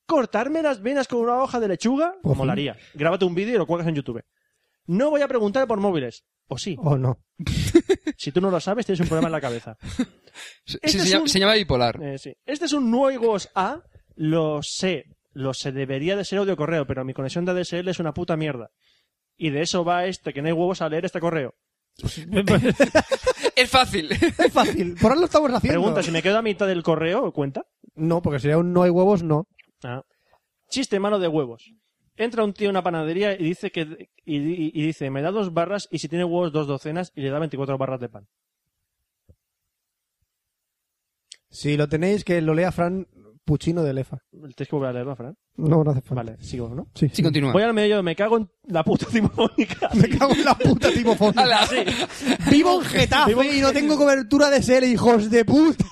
[SPEAKER 2] ¿Cortarme las venas con una hoja de lechuga?
[SPEAKER 3] Pues sí.
[SPEAKER 2] Molaría. Grábate un vídeo y lo cuelgas en YouTube. No voy a preguntar por móviles. O sí.
[SPEAKER 3] ¿O no?
[SPEAKER 2] Si tú no lo sabes, tienes un problema en la cabeza.
[SPEAKER 4] Se,
[SPEAKER 2] Este
[SPEAKER 4] se
[SPEAKER 2] es
[SPEAKER 4] llama,
[SPEAKER 2] un-
[SPEAKER 4] se llama bipolar.
[SPEAKER 2] Eh, sí. Este es un Nuevos A. Lo sé. Lo sé. Debería de ser audio correo, pero mi conexión de ADSL es una puta mierda. Y de eso va este, que no hay huevos a leer este correo.
[SPEAKER 4] Es fácil.
[SPEAKER 3] Es fácil. Por ahora lo estamos haciendo.
[SPEAKER 2] Pregunta, si me quedo a mitad del correo, ¿cuenta?
[SPEAKER 3] No, porque sería un no hay huevos, no.
[SPEAKER 2] Ah. Chiste malo de huevos. Entra un tío en una panadería y dice que y, y- y dice, me da dos barras y si tiene huevos dos docenas y le da 24 barras de pan.
[SPEAKER 3] Si lo tenéis, que lo lea Fran Puchino de Lefa.
[SPEAKER 2] Tienes que volver a leerlo, Fran.
[SPEAKER 3] No, no hace falta.
[SPEAKER 2] Vale, sigo, ¿no?
[SPEAKER 3] Sí,
[SPEAKER 4] Sí, continúa.
[SPEAKER 2] Voy al medio, me cago en la puta timónica.
[SPEAKER 3] Me cago en la puta, tipo Fonsi.
[SPEAKER 4] Ala.
[SPEAKER 3] Vivo en Getafe y no tengo cobertura de ser, hijos de puta.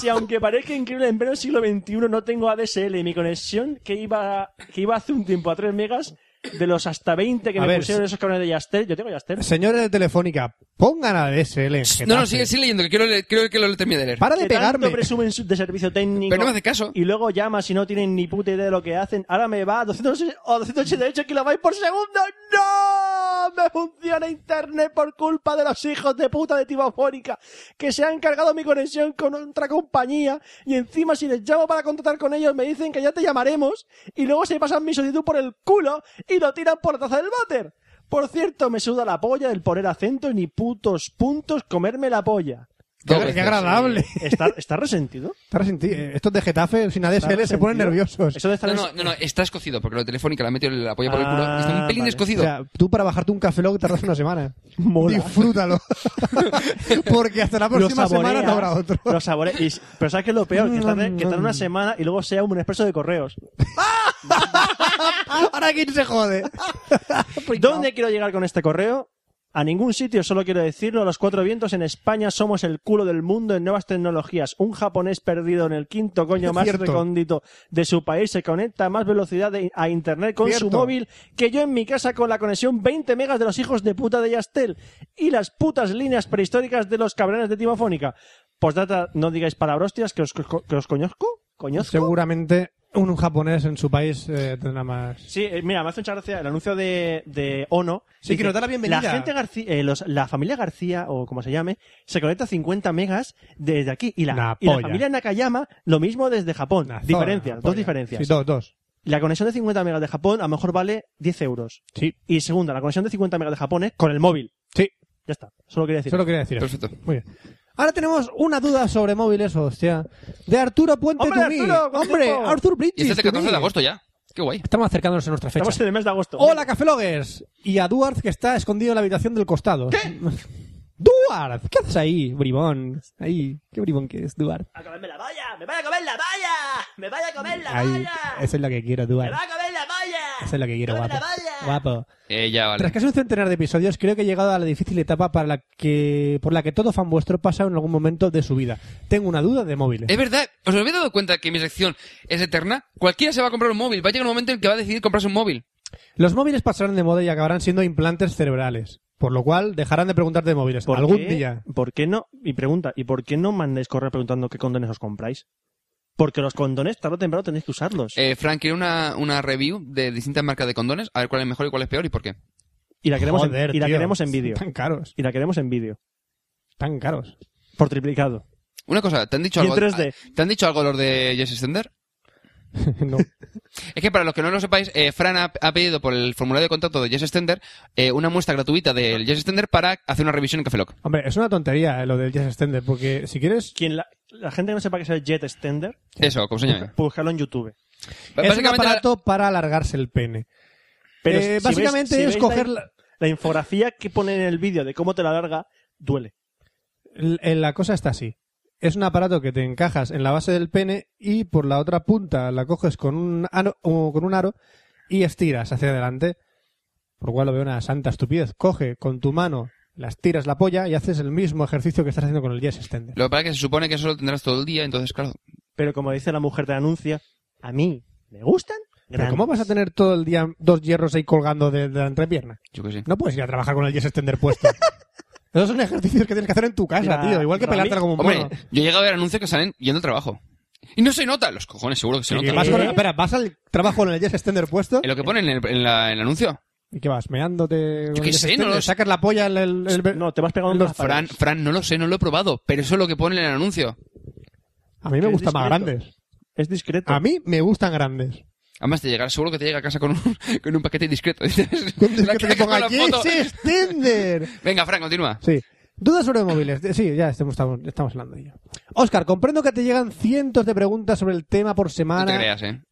[SPEAKER 2] Si aunque parezca increíble, en pleno siglo XXI no tengo ADSL y mi conexión que iba, que iba hace un tiempo a 3 megas, de los hasta 20 que
[SPEAKER 3] A
[SPEAKER 2] me
[SPEAKER 3] ver,
[SPEAKER 2] pusieron esos cabrones de Yastel, yo tengo Yastel.
[SPEAKER 3] Señores de Telefónica, pongan a DSL. en
[SPEAKER 4] No, no,
[SPEAKER 3] Getafe.
[SPEAKER 4] sigue, sigue leyendo, que quiero, le- creo que lo termine de leer.
[SPEAKER 3] Para de
[SPEAKER 2] que tanto
[SPEAKER 3] pegarme.
[SPEAKER 2] presumen su- de servicio técnico.
[SPEAKER 4] Pero no me hace caso.
[SPEAKER 2] Y luego llama si no tienen ni puta idea de lo que hacen. Ahora me va a 206 o 288 kilobytes por segundo. ¡No! Me funciona internet por culpa de los hijos de puta de Timofónica que se han cargado mi conexión con otra compañía y encima si les llamo para contratar con ellos me dicen que ya te llamaremos y luego se pasan mi solicitud por el culo y lo tiran por la taza del váter. Por cierto, me suda la polla del poner acento y ni putos puntos comerme la polla.
[SPEAKER 4] Dos
[SPEAKER 3] Qué, qué
[SPEAKER 4] veces.
[SPEAKER 3] agradable.
[SPEAKER 2] ¿Está, está resentido?
[SPEAKER 3] Está resentido. Eh, Estos de Getafe sin ADSL se
[SPEAKER 2] resentido?
[SPEAKER 3] ponen nerviosos.
[SPEAKER 2] Eso de estar
[SPEAKER 4] No,
[SPEAKER 2] en-
[SPEAKER 4] no, no, no, está escocido, porque lo telefónica la metió el apoyo por el culo.
[SPEAKER 2] Ah,
[SPEAKER 4] Está un pelín
[SPEAKER 2] vale.
[SPEAKER 3] O
[SPEAKER 4] escocido.
[SPEAKER 3] sea, tú para bajarte un café log tardas una semana.
[SPEAKER 2] Mola.
[SPEAKER 3] Disfrútalo. Porque hasta la
[SPEAKER 2] Lo
[SPEAKER 3] próxima semana
[SPEAKER 2] saboreas,
[SPEAKER 3] no habrá otro.
[SPEAKER 2] lo saboreas. Y- pero ¿sabes qué es lo peor? Que estar, que estar una semana y luego sea un expreso de correos.
[SPEAKER 3] Ahora quién se jode.
[SPEAKER 2] ¿Dónde quiero llegar con este correo? A ningún sitio, solo quiero decirlo, a los cuatro vientos en España somos el culo del mundo en nuevas tecnologías. Un japonés perdido en el quinto coño
[SPEAKER 3] Es
[SPEAKER 2] más
[SPEAKER 3] cierto.
[SPEAKER 2] recóndito de su país se conecta a más velocidad de- a internet con su
[SPEAKER 3] Cierto.
[SPEAKER 2] móvil que yo en mi casa con la conexión 20 megas de los hijos de puta de Yastel y las putas líneas prehistóricas de los cabrones de Timofónica. Postdata, no digáis palabrostias que os, co- que os conozco. ¿Conozco?
[SPEAKER 3] Seguramente un, un japonés en su país eh, tendrá más.
[SPEAKER 2] Sí, eh, mira, me hace mucha gracia el anuncio de, de Ono.
[SPEAKER 3] Sí, que
[SPEAKER 2] Dice,
[SPEAKER 3] nos da la bienvenida.
[SPEAKER 2] La, gente García, eh, los- la familia García, o como se llame, se conecta a 50 megas desde aquí. Y la,
[SPEAKER 3] Una
[SPEAKER 2] y la
[SPEAKER 3] polla.
[SPEAKER 2] familia Nakayama, lo mismo desde Japón.
[SPEAKER 3] Una zona,
[SPEAKER 2] diferencias, dos
[SPEAKER 3] polla.
[SPEAKER 2] diferencias.
[SPEAKER 3] Sí, dos, dos.
[SPEAKER 2] La conexión de 50 megas de Japón a lo mejor vale 10 euros.
[SPEAKER 3] Sí.
[SPEAKER 2] Y segunda, la conexión de 50 megas de Japón es con el móvil.
[SPEAKER 3] Sí,
[SPEAKER 2] Ya está. Solo quería decir.
[SPEAKER 3] solo quería decir eso.
[SPEAKER 4] Perfecto.
[SPEAKER 3] Muy bien. Ahora tenemos una duda sobre móviles, hostia. De Arturo Puente
[SPEAKER 2] ¡Hombre,
[SPEAKER 3] Tumí.
[SPEAKER 2] Arturo, ¿cuánto
[SPEAKER 3] Hombre,
[SPEAKER 2] tiempo?
[SPEAKER 3] Arthur Bridges.
[SPEAKER 4] Y este es el 14 de
[SPEAKER 3] Tumí.
[SPEAKER 4] agosto ya. Qué guay.
[SPEAKER 3] Estamos acercándonos a nuestra fecha.
[SPEAKER 2] Estamos en el mes de agosto.
[SPEAKER 3] Hola, cafeloggers. Y a Duarte que está escondido en la habitación del costado. ¿Qué? Duarte, ¿qué haces ahí, bribón? Ahí, qué bribón que es Duarte.
[SPEAKER 5] a comerme la valla, me voy a comer la valla, me voy a comer la
[SPEAKER 3] Ahí,
[SPEAKER 5] valla,
[SPEAKER 3] eso es lo que quiero,
[SPEAKER 5] me
[SPEAKER 3] Duarte.
[SPEAKER 5] voy a comer la valla.
[SPEAKER 3] Eso es lo que quiero,
[SPEAKER 5] ¡Come
[SPEAKER 3] guapo.
[SPEAKER 5] la valla!
[SPEAKER 3] Guapo.
[SPEAKER 4] Eh, ya,
[SPEAKER 3] Tras
[SPEAKER 4] vale.
[SPEAKER 3] casi un centenar de episodios, creo que he llegado a la difícil etapa para la que, por la que todo fan vuestro pasa en algún momento de su vida. Tengo una duda de móviles.
[SPEAKER 4] Es verdad, ¿os habéis dado cuenta que mi sección es eterna? Cualquiera se va a comprar un móvil, va a llegar un momento en el que va a decidir comprarse un móvil.
[SPEAKER 3] Los móviles pasarán de moda y acabarán siendo implantes cerebrales. Por lo cual, dejarán de preguntarte de móviles.
[SPEAKER 2] ¿Por
[SPEAKER 3] Algún
[SPEAKER 2] qué-
[SPEAKER 3] día.
[SPEAKER 2] ¿Por qué no? Y pregunta, ¿y por qué no mandáis correo preguntando qué condones os compráis? Porque los condones tarde o temprano tenéis que usarlos.
[SPEAKER 4] Eh, Frank, quiero una, una review de distintas marcas de condones, a ver cuál es mejor y cuál es peor y por qué.
[SPEAKER 2] y la queremos, en-
[SPEAKER 3] Joder,
[SPEAKER 2] y la
[SPEAKER 3] tío.
[SPEAKER 2] queremos en vídeo.
[SPEAKER 3] Tan caros.
[SPEAKER 2] Y la queremos en vídeo.
[SPEAKER 3] Tan caros.
[SPEAKER 2] Por triplicado.
[SPEAKER 4] Una cosa, ¿te han dicho
[SPEAKER 2] Y en
[SPEAKER 4] algo?
[SPEAKER 2] 3D.
[SPEAKER 4] ¿Te han dicho algo los de Jesse Stender?
[SPEAKER 3] no.
[SPEAKER 4] Es que para los que no lo sepáis, eh, Fran ha, ha pedido por el formulario de contacto de Jess Stender eh, una muestra gratuita del Jess Stender para hacer una revisión en Café Lock.
[SPEAKER 3] Hombre, es una tontería eh, lo del Jazz Extender, porque si quieres...
[SPEAKER 2] Quien la, la gente que no sepa que es el Jet Extender,
[SPEAKER 4] Eso, como señale.
[SPEAKER 2] pues búscalo en YouTube.
[SPEAKER 3] Es un
[SPEAKER 4] Básicamente, la-
[SPEAKER 3] aparato para alargarse el pene.
[SPEAKER 2] Pero si-
[SPEAKER 3] Eh,
[SPEAKER 2] si
[SPEAKER 3] básicamente
[SPEAKER 2] veis- si
[SPEAKER 3] es
[SPEAKER 2] veis
[SPEAKER 3] coger
[SPEAKER 2] la,
[SPEAKER 3] la,
[SPEAKER 2] la infografía que pone en el vídeo de cómo te la larga, duele.
[SPEAKER 3] eh, la- la cosa está así. Es un aparato que te encajas en la base del pene y por la otra punta la coges con un aro, o con un aro y estiras hacia adelante. Por lo cual lo veo una santa estupidez. Coge con tu mano, las tiras la polla y haces el mismo ejercicio que estás haciendo con el Jazz Extender.
[SPEAKER 4] lo que pasa es que se supone que eso lo tendrás todo el día, entonces, claro.
[SPEAKER 2] Pero como dice la mujer de anuncia, a mí me gustan.
[SPEAKER 3] Pero
[SPEAKER 2] grandes.
[SPEAKER 3] ¿cómo vas a tener todo el día dos hierros ahí colgando de, de la entrepierna?
[SPEAKER 4] Yo que sí.
[SPEAKER 3] No puedes ir a trabajar con el Jess Extender puesto. Esos son ejercicios que tienes que hacer en tu casa,
[SPEAKER 2] Mira,
[SPEAKER 3] tío. Igual que
[SPEAKER 2] Rami-
[SPEAKER 3] pelártela como un
[SPEAKER 4] Hombre,
[SPEAKER 3] mono.
[SPEAKER 4] yo he llegado a ver anuncios que salen yendo al trabajo. Y no se nota, los cojones, seguro que se
[SPEAKER 3] Y
[SPEAKER 4] nota.
[SPEAKER 3] vas con el-
[SPEAKER 2] ¿Eh?
[SPEAKER 3] espera, ¿vas al trabajo con el Jess Extender puesto?
[SPEAKER 4] Es lo que ponen en el, en la- en el anuncio.
[SPEAKER 3] ¿Y qué vas? ¿Meándote? con
[SPEAKER 4] qué
[SPEAKER 3] el Jess
[SPEAKER 4] sé,
[SPEAKER 3] Extender?
[SPEAKER 4] no lo sé.
[SPEAKER 3] ¿Sacas la polla en el...? el-
[SPEAKER 2] No, te vas pegando
[SPEAKER 3] Los
[SPEAKER 2] las
[SPEAKER 4] Fran,
[SPEAKER 2] paredes.
[SPEAKER 4] Fran, no lo sé, no lo he probado, pero eso es lo que ponen en el anuncio.
[SPEAKER 3] A mí me
[SPEAKER 2] Es
[SPEAKER 3] gustan más
[SPEAKER 2] discreto.
[SPEAKER 3] grandes.
[SPEAKER 2] Es discreto.
[SPEAKER 3] A mí me gustan grandes.
[SPEAKER 4] Además, te llegará, seguro que te llega a casa con un, con un paquete discreto.
[SPEAKER 3] Es
[SPEAKER 4] La
[SPEAKER 3] que te
[SPEAKER 4] caja con
[SPEAKER 3] ponga
[SPEAKER 4] la foto.
[SPEAKER 3] Jess Extender.
[SPEAKER 4] Venga, Fran, continúa.
[SPEAKER 3] Sí. Dudas sobre móviles. De- Sí, ya estamos, estamos, estamos hablando de ello. Oscar, comprendo que te llegan cientos de preguntas sobre el tema por
[SPEAKER 4] No
[SPEAKER 3] semana.
[SPEAKER 4] te creas, eh.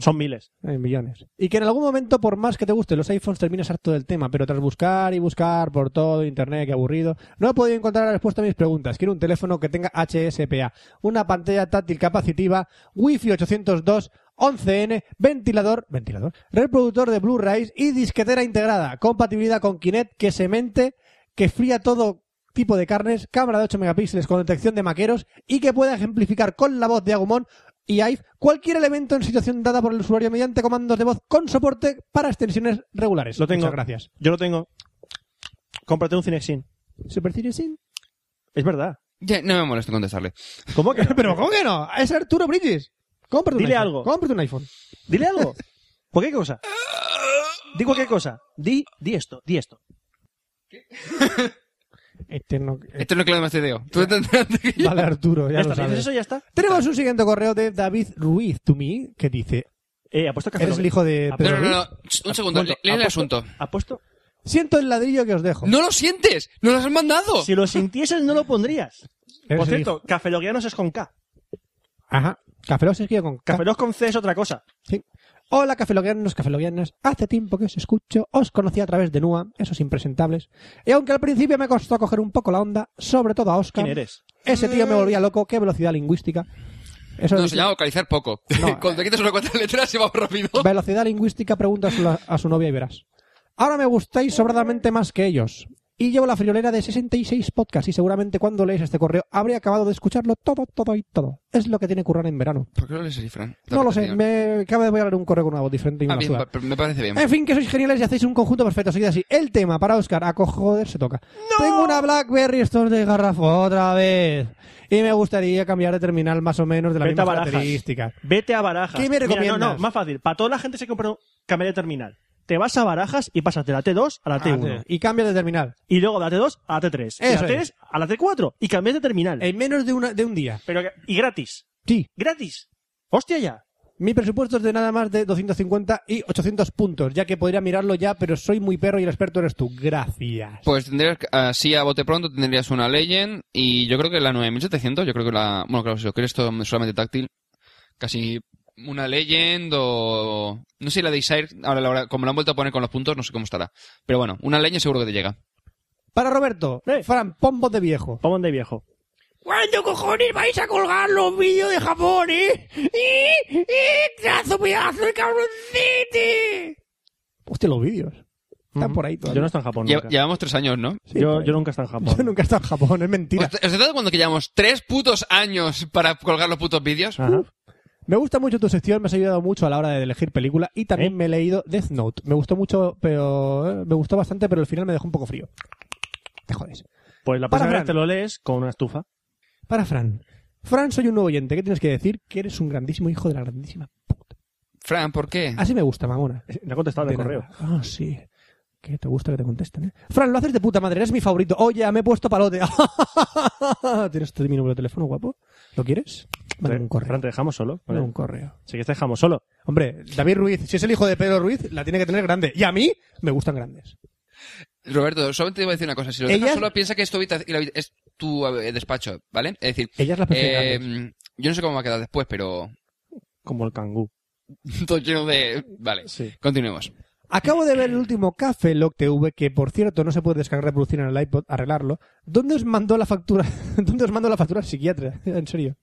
[SPEAKER 2] Son miles.
[SPEAKER 3] Hay millones. Y que en algún momento, por más que te gusten los iPhones, terminas harto del tema, pero tras buscar y buscar por todo internet, qué aburrido, no he podido encontrar la respuesta a mis preguntas. Quiero un teléfono que tenga HSPA, una pantalla táctil capacitiva, Wi-Fi 802, 11N, ventilador, ventilador, reproductor de Blu-rays y disquetera integrada, compatibilidad con Kinect que semente, que fría todo tipo de carnes, cámara de 8 megapíxeles con detección de maqueros y que pueda ejemplificar con la voz de Agumon y AIF cualquier elemento en situación dada por el usuario mediante comandos de voz con soporte para extensiones regulares.
[SPEAKER 2] Lo tengo.
[SPEAKER 3] Muchas gracias.
[SPEAKER 2] Yo lo tengo. Cómprate un Cinexin.
[SPEAKER 3] Super Citizen.
[SPEAKER 2] Es verdad.
[SPEAKER 4] Ya, no me molesto en contestarle.
[SPEAKER 2] ¿Cómo que? no?
[SPEAKER 3] Pero ¿cómo que no? Es Arturo Bridges. Cómprate un
[SPEAKER 2] Dile
[SPEAKER 3] iPhone.
[SPEAKER 2] algo.
[SPEAKER 3] Cómprate un iPhone.
[SPEAKER 2] Dile algo. ¿Cualquier cosa? Di cualquier cosa. Di, di esto, di esto.
[SPEAKER 3] Este no-
[SPEAKER 4] Esto es lo que lo demás te digo. Tú te- te-
[SPEAKER 3] Vale, Arturo, ya
[SPEAKER 2] Ya
[SPEAKER 3] lo
[SPEAKER 2] está, si dices
[SPEAKER 3] sabes.
[SPEAKER 2] eso ya está.
[SPEAKER 3] Tenemos un siguiente correo de David Ruiz to me que dice,
[SPEAKER 2] Eh, apuesto que
[SPEAKER 3] eres el hijo de
[SPEAKER 2] Ah,
[SPEAKER 4] No,
[SPEAKER 3] Pedro
[SPEAKER 4] no, no,
[SPEAKER 3] Ruiz.
[SPEAKER 4] no. Ch, Un segundo, le- lee el asunto.
[SPEAKER 2] Apuesto.
[SPEAKER 3] Siento el ladrillo que os dejo.
[SPEAKER 4] ¡No lo sientes! ¡No lo has
[SPEAKER 3] Oh.
[SPEAKER 4] mandado!
[SPEAKER 2] Si lo sintieses, no lo pondrías.
[SPEAKER 3] Eres
[SPEAKER 2] Por
[SPEAKER 3] el
[SPEAKER 2] cierto, cafeloguianos es con K.
[SPEAKER 3] Ajá. Café se escribe con K.
[SPEAKER 2] Cafelos con C es otra cosa.
[SPEAKER 3] Sí. Hola, cafeloguianos, cafeloguianas. Hace tiempo que os escucho, os conocí a través de Nua, esos impresentables. Y aunque al principio me costó coger un poco la onda, sobre todo a Oscar.
[SPEAKER 2] ¿Quién eres?
[SPEAKER 3] Ese tío me volvía loco, qué velocidad lingüística. Eso
[SPEAKER 4] No,
[SPEAKER 3] es-
[SPEAKER 4] se llama vocalizar poco.
[SPEAKER 3] No, eh.
[SPEAKER 4] Cuando te quitas una cuatro letras se va rápido.
[SPEAKER 3] Velocidad lingüística, pregunta a su, a su novia y verás. Ahora me gustáis sobradamente más que ellos. Y llevo la friolera de 66 podcasts y seguramente cuando leéis este correo habré acabado de escucharlo todo, todo y todo. Es lo que tiene currar en verano.
[SPEAKER 4] ¿Por qué lo lees así, Fran?
[SPEAKER 3] No lo sé,
[SPEAKER 4] Tío.
[SPEAKER 3] me acaba de voy a leer un correo con una voz diferente y
[SPEAKER 4] Ah,
[SPEAKER 3] una
[SPEAKER 4] bien,
[SPEAKER 3] suda.
[SPEAKER 4] pa- me parece bien.
[SPEAKER 3] En fin, que sois geniales y hacéis un conjunto perfecto. Seguid así. El tema para Oscar. A co- joder, se toca. Tengo una Blackberry Store de garrafo otra vez. Y me gustaría cambiar de terminal más o menos de la
[SPEAKER 2] Vete a
[SPEAKER 3] misma
[SPEAKER 2] barajas.
[SPEAKER 3] característica.
[SPEAKER 2] Vete a Barajas.
[SPEAKER 3] ¿Qué me
[SPEAKER 2] Mira, no, no,
[SPEAKER 3] recomiendas?
[SPEAKER 2] más fácil. Para toda la gente se compra un cambia de terminal. Te vas a Barajas y pasas de la T2
[SPEAKER 3] Ah,
[SPEAKER 2] a la T1.
[SPEAKER 3] Y cambia de terminal.
[SPEAKER 2] y luego de la T2 a la T3. y de
[SPEAKER 3] Eso
[SPEAKER 2] la T3
[SPEAKER 3] es.
[SPEAKER 2] a la T4. Y cambias de terminal.
[SPEAKER 3] En menos de, una, de un día.
[SPEAKER 2] Pero, que- y gratis.
[SPEAKER 3] Sí.
[SPEAKER 2] Gratis. Hostia ya.
[SPEAKER 3] Mi presupuesto es de nada más de 250 y 800 puntos, ya que podría mirarlo ya, pero soy muy perro y el experto eres tú. Gracias.
[SPEAKER 4] Pues tendrías, que- así a bote pronto, tendrías una Legend y yo creo que la 9700, yo creo que la... Bueno, claro, si lo quieres todo solamente táctil, casi una Legend o... No sé, la Desire, ahora la hora- como la han vuelto a poner con los puntos, no sé cómo estará. Pero bueno, una Legend seguro que te llega.
[SPEAKER 3] Para Roberto,
[SPEAKER 2] Eh.
[SPEAKER 3] Fran, pon voz de viejo.
[SPEAKER 2] Pomón de viejo.
[SPEAKER 3] ¿Cuándo cojones vais a colgar los vídeos de Japón, eh? ¡Y, y trazo pedazo de cabroncete! Hostia, los vídeos. Están
[SPEAKER 2] Ujú.
[SPEAKER 3] por ahí todavía.
[SPEAKER 2] Mm. Yo no estoy en Japón
[SPEAKER 4] Lle-
[SPEAKER 2] nunca.
[SPEAKER 4] llevamos tres años, ¿no?
[SPEAKER 3] Sí,
[SPEAKER 2] yo,
[SPEAKER 3] por ahí.
[SPEAKER 2] yo nunca he estado en Japón.
[SPEAKER 3] Yo nunca he estado en Japón, es mentira.
[SPEAKER 4] ¿Os, os dais cuando que llevamos tres putos años para colgar los putos vídeos?
[SPEAKER 2] Ajá.
[SPEAKER 3] Me gusta mucho tu sección, me has ayudado mucho a la hora de elegir película y también
[SPEAKER 2] ¿Eh?
[SPEAKER 3] me he leído Death Note. Me gustó mucho, pero eh, me gustó bastante, pero al final me dejó un poco frío. Te jodes.
[SPEAKER 2] Pues la
[SPEAKER 3] Para
[SPEAKER 2] próxima vez
[SPEAKER 3] Fran.
[SPEAKER 2] te lo lees con una estufa.
[SPEAKER 3] Para Fran. Fran, soy un nuevo oyente. ¿Qué tienes que decir? Que eres un grandísimo hijo de la grandísima.
[SPEAKER 4] Fran, ¿por qué?
[SPEAKER 3] Así me gusta, mamona.
[SPEAKER 2] No ha contestado el
[SPEAKER 3] De
[SPEAKER 2] correo.
[SPEAKER 3] nada. Ah, sí. Que te gusta que te contesten, ¿eh? Fran, lo haces de puta madre, eres mi favorito. Oye, me he puesto palote. ¿Tienes tú mi número de teléfono, guapo? ¿Lo quieres? Mándame un correo.
[SPEAKER 2] Eh, Fran, te dejamos solo.
[SPEAKER 3] Mándame un correo.
[SPEAKER 2] Sí que te dejamos solo.
[SPEAKER 3] Hombre, David Ruiz, si es el hijo de Pedro Ruiz, la tiene que tener grande. Y a mí, me gustan grandes.
[SPEAKER 4] Roberto, solamente te iba a decir una cosa. Si lo dejas
[SPEAKER 3] Ellas-
[SPEAKER 4] solo, piensa que es tu, habita- la habita- es tu eh, despacho, ¿vale? Es decir,
[SPEAKER 3] Ella es la prefiere
[SPEAKER 4] eh,
[SPEAKER 3] grandes.
[SPEAKER 4] yo no sé cómo va a quedar después, pero
[SPEAKER 2] Como el cangú.
[SPEAKER 4] todo lleno de... Vale,
[SPEAKER 2] Sí.
[SPEAKER 4] continuemos.
[SPEAKER 3] Acabo de ver el último Café Lock TV, que por cierto no se puede descargar y reproducir en el iPod, arreglarlo. ¿Dónde os mandó la factura? ¿Dónde os mandó la factura al psiquiatra? En serio.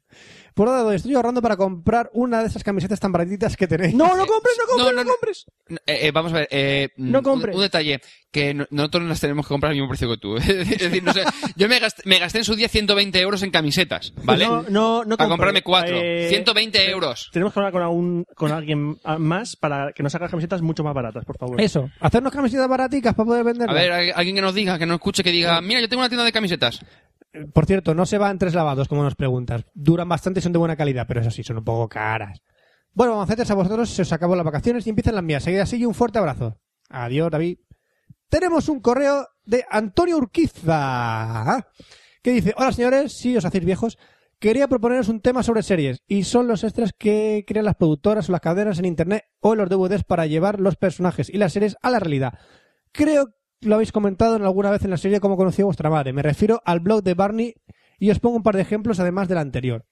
[SPEAKER 3] Por otro lado, estoy ahorrando para comprar una de esas camisetas tan baratitas que tenéis.
[SPEAKER 2] No, no compres, no compres,
[SPEAKER 4] No, no,
[SPEAKER 2] no
[SPEAKER 4] no.
[SPEAKER 2] compres.
[SPEAKER 4] No, eh, eh, vamos a ver, eh,
[SPEAKER 2] No
[SPEAKER 4] un-
[SPEAKER 2] compres.
[SPEAKER 4] Un, detalle, que no- nosotros no las tenemos que comprar al mismo precio que tú. es decir, no sé, yo me gasté, me gasté en su día 120 euros en camisetas, ¿vale?
[SPEAKER 2] No, no, no compres.
[SPEAKER 4] Para comprarme cuatro.
[SPEAKER 2] Eh,
[SPEAKER 4] 120 euros.
[SPEAKER 2] Tenemos que hablar con, algún- con alguien ah, más para que nos haga camisetas mucho más baratas, por favor.
[SPEAKER 3] Eso, hacernos camisetas baraticas para poder
[SPEAKER 4] A
[SPEAKER 3] venderlas.
[SPEAKER 4] ver, al- alguien que nos diga, que nos escuche, que diga, mira, yo tengo una tienda de camisetas.
[SPEAKER 3] Por cierto, no se van tres lavados, como nos preguntas. Duran bastante y son de buena calidad, pero eso sí, son un poco caras. Bueno, macetes, a vosotros se os acabó las vacaciones y empiezan las mías. Seguid así y un fuerte abrazo. Adiós, David. Tenemos un correo de Antonio Urquiza, ¿ah? que dice, hola señores, si os hacéis viejos, quería proponeros un tema sobre series, y son los extras que crean las productoras o las cadenas en Internet o en los DVDs para llevar los personajes y las series a la realidad. Creo que lo habéis comentado en alguna vez en la serie Cómo conocí a vuestra madre. Me refiero al blog de Barney y os pongo un par de ejemplos además del anterior.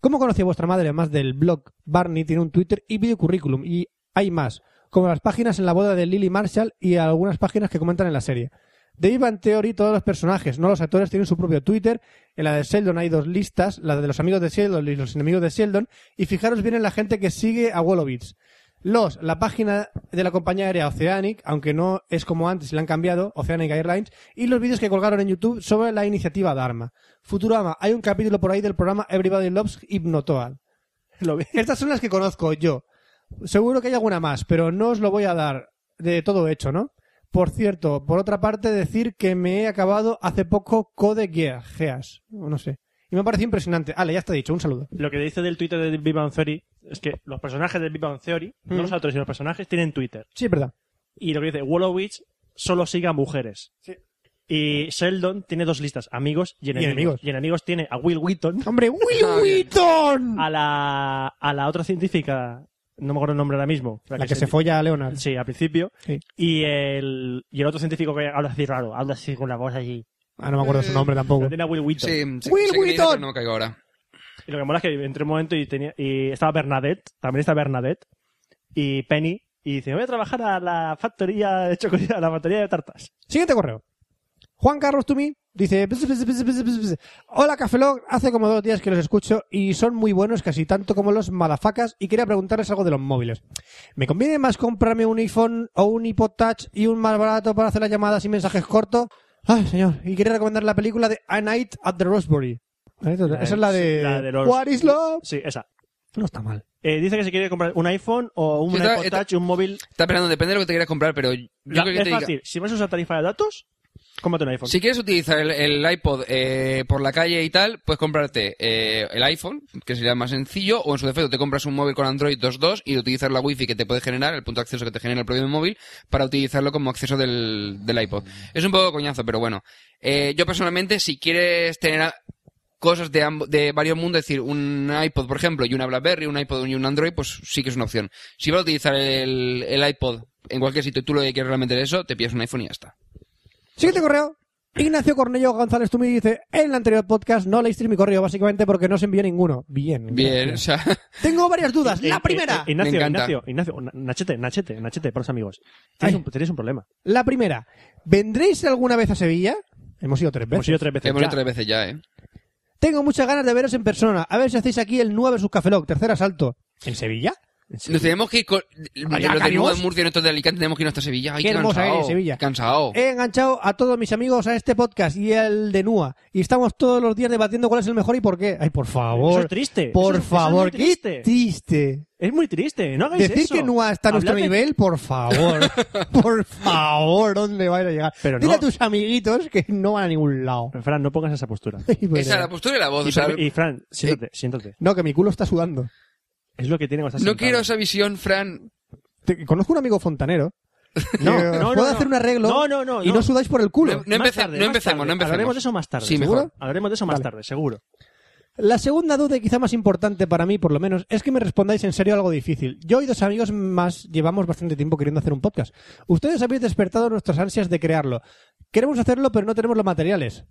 [SPEAKER 3] Cómo conocí a vuestra madre, además del blog Barney, tiene un Twitter y video currículum y hay más, como las páginas en la boda de Lily Marshall y algunas páginas que comentan en la serie. De Viva en Theory todos los personajes, no los actores, tienen su propio Twitter. En la de Sheldon hay dos listas, la de los amigos de Sheldon y los enemigos de Sheldon. Y fijaros bien en la gente que sigue a Wolowitz. Los, la página de la compañía aérea Oceanic, aunque no es como antes, la han cambiado, Oceanic Airlines, y los vídeos que colgaron en YouTube sobre la iniciativa Dharma. Futurama, hay un capítulo por ahí del programa Everybody Loves Hypnotoad.
[SPEAKER 2] Lo ve.
[SPEAKER 3] Estas son las que conozco yo. Seguro que hay alguna más, pero no os lo voy a dar de todo hecho, ¿no? Por cierto, por otra parte, decir que me he acabado hace poco Code Geass, Geass, o no sé. Y me ha parecido impresionante. Ale, ya está dicho, un saludo.
[SPEAKER 2] Lo que dice del Twitter de Big Bang Theory es que los personajes de Big Bang Theory,
[SPEAKER 3] Mm.
[SPEAKER 2] no los autores, sino los personajes, tienen Twitter.
[SPEAKER 3] Sí, es verdad.
[SPEAKER 2] Y lo que dice, Wolowitz solo sigue a mujeres. Y Sheldon tiene dos listas, amigos y enemigos.
[SPEAKER 3] enemigos.
[SPEAKER 2] Y enemigos tiene a Will Wheaton,
[SPEAKER 3] ¡Hombre, Will
[SPEAKER 4] Ah, bien.
[SPEAKER 3] Wheaton!
[SPEAKER 2] a la, a la otra científica, no me acuerdo el nombre ahora mismo.
[SPEAKER 3] La que se folla a Leonard.
[SPEAKER 2] Sí, al principio.
[SPEAKER 3] Sí.
[SPEAKER 2] Y el, y el otro científico que habla así raro, habla así con la voz allí.
[SPEAKER 3] Ah, no me acuerdo su nombre tampoco.
[SPEAKER 2] Tiene a Will Wheaton.
[SPEAKER 4] Sí, sí,
[SPEAKER 3] Will
[SPEAKER 4] sé que me dice,
[SPEAKER 3] Wheaton.
[SPEAKER 4] pero no me caigo ahora.
[SPEAKER 2] Y lo que mola es que entré un momento y, tenía, y estaba Bernadette, también está Bernadette, y Penny, y dice, voy a trabajar a la factoría de chocolate, a la factoría de tartas.
[SPEAKER 3] Siguiente correo. Juan Carlos Tumi dice: "Pss, pss, pss, pss, pss, pss. Hola, Cafelog. Hace como dos días que los escucho y son muy buenos, casi tanto como los madafacas. Y quería preguntarles algo de los móviles. ¿Me conviene más comprarme un iPhone o un iPod Touch y un más barato para hacer las llamadas y mensajes cortos? Ay, señor. Y quería recomendar la película de A Night at the Rosebury. A Night at the- Esa es la de...
[SPEAKER 2] Sí, la de los-
[SPEAKER 3] What is love?
[SPEAKER 2] Sí, esa.
[SPEAKER 3] No está mal.
[SPEAKER 2] Eh, dice que se quiere comprar un iPhone o un
[SPEAKER 4] Sí, está-
[SPEAKER 2] iPod
[SPEAKER 4] está-
[SPEAKER 2] Touch, un móvil.
[SPEAKER 4] Está esperando, depende de lo que te quieras comprar, pero eh, yo
[SPEAKER 2] La-
[SPEAKER 4] creo que
[SPEAKER 2] es
[SPEAKER 4] te diga-
[SPEAKER 2] fácil. Si vas a usar tarifa de datos, cómprate un iPhone.
[SPEAKER 4] Si quieres utilizar el, el iPod eh, por la calle y tal, puedes comprarte eh, el iPhone, que sería más sencillo, o en su defecto te compras un móvil con Android 2.2 y utilizar la Wi-Fi que te puede generar, el punto de acceso que te genera el propio móvil, para utilizarlo como acceso del, del iPod. Es un poco coñazo, pero bueno. Eh, yo personalmente, si quieres tener a- cosas de, amb- de varios mundos, es decir, un iPod, por ejemplo, y una BlackBerry, un iPod y un Android, pues sí que es una opción. Si vas a utilizar el, el iPod en cualquier sitio y tú lo que quieres realmente de eso, te pides un iPhone y ya está.
[SPEAKER 3] Siguiente correo. Ignacio Cornello González Tumi dice, en el anterior podcast no leísteis mi correo, básicamente porque no se envió ninguno. Bien.
[SPEAKER 4] Bien,
[SPEAKER 3] gracias.
[SPEAKER 4] o sea...
[SPEAKER 3] Tengo varias dudas.
[SPEAKER 2] Eh,
[SPEAKER 3] La
[SPEAKER 2] eh,
[SPEAKER 3] primera.
[SPEAKER 2] eh, Ignacio,
[SPEAKER 4] Me encanta.
[SPEAKER 2] Ignacio, Ignacio, na- Nachete, Nachete, Nachete, para los amigos.
[SPEAKER 3] Ay.
[SPEAKER 2] Tienes un, tenéis un problema.
[SPEAKER 3] La primera. ¿Vendréis alguna vez a Sevilla? Hemos ido tres veces.
[SPEAKER 2] Hemos ido tres veces.
[SPEAKER 4] Hemos ido
[SPEAKER 2] ya.
[SPEAKER 4] tres veces ya, ¿eh?
[SPEAKER 3] Tengo muchas ganas de veros en persona. A ver si hacéis aquí el 9 vs Café Lock, tercer asalto. ¿En Sevilla?
[SPEAKER 4] Nos tenemos que ir con... Los
[SPEAKER 3] ya,
[SPEAKER 4] de Nueva
[SPEAKER 3] Canibos.
[SPEAKER 4] de Murcia y nosotros de Alicante tenemos que irnos hasta Sevilla. Ay,
[SPEAKER 3] Qué
[SPEAKER 4] qué
[SPEAKER 3] hermosa
[SPEAKER 4] cansado.
[SPEAKER 3] es Sevilla. Eh,
[SPEAKER 4] Cansado.
[SPEAKER 3] He enganchado a todos mis amigos a este podcast y al de Nua. Y estamos todos los días debatiendo cuál es el mejor y por qué. Ay, por favor.
[SPEAKER 2] Eso es triste.
[SPEAKER 3] Por
[SPEAKER 2] Eso es- eso es
[SPEAKER 3] favor,
[SPEAKER 2] muy triste.
[SPEAKER 3] qué triste.
[SPEAKER 2] Es muy triste, no hagáis
[SPEAKER 3] Decir
[SPEAKER 2] eso.
[SPEAKER 3] que Nua está a nuestro
[SPEAKER 2] Hablad de-
[SPEAKER 3] nivel, por favor. por favor, ¿dónde vais a llegar?
[SPEAKER 2] Pero
[SPEAKER 3] Dile
[SPEAKER 2] no.
[SPEAKER 3] a tus amiguitos que no van a ningún lado.
[SPEAKER 2] Fran, no pongas esa postura.
[SPEAKER 3] Ay, bueno.
[SPEAKER 4] Esa es la postura y la voz.
[SPEAKER 2] Y,
[SPEAKER 4] o sea,
[SPEAKER 2] Fran- y Fran, siéntate, siéntate.
[SPEAKER 3] No, que mi culo está sudando.
[SPEAKER 2] Es lo que tiene cuando estás
[SPEAKER 4] no
[SPEAKER 2] sentado.
[SPEAKER 4] quiero esa visión, Fran.
[SPEAKER 3] Te- conozco un amigo fontanero.
[SPEAKER 2] No,
[SPEAKER 3] que
[SPEAKER 2] no,
[SPEAKER 3] os
[SPEAKER 2] no,
[SPEAKER 3] puedo
[SPEAKER 2] no.
[SPEAKER 3] hacer un arreglo
[SPEAKER 2] No, no, no,
[SPEAKER 3] y no.
[SPEAKER 2] no.
[SPEAKER 3] sudáis por el culo.
[SPEAKER 4] No, no
[SPEAKER 2] Más
[SPEAKER 4] empece-
[SPEAKER 2] tarde, más
[SPEAKER 4] no empecemos,
[SPEAKER 2] tarde.
[SPEAKER 4] no empecemos.
[SPEAKER 2] Hablaremos de eso más tarde.
[SPEAKER 4] Sí, mejor.
[SPEAKER 2] ¿Seguro? Hablaremos de eso más
[SPEAKER 3] Vale.
[SPEAKER 2] tarde, seguro.
[SPEAKER 3] La segunda duda, y quizá más importante para mí, por lo menos, es que me respondáis en serio algo difícil. Yo y dos amigos más llevamos bastante tiempo queriendo hacer un podcast. Ustedes habéis despertado nuestras ansias de crearlo. Queremos hacerlo, pero no tenemos los materiales.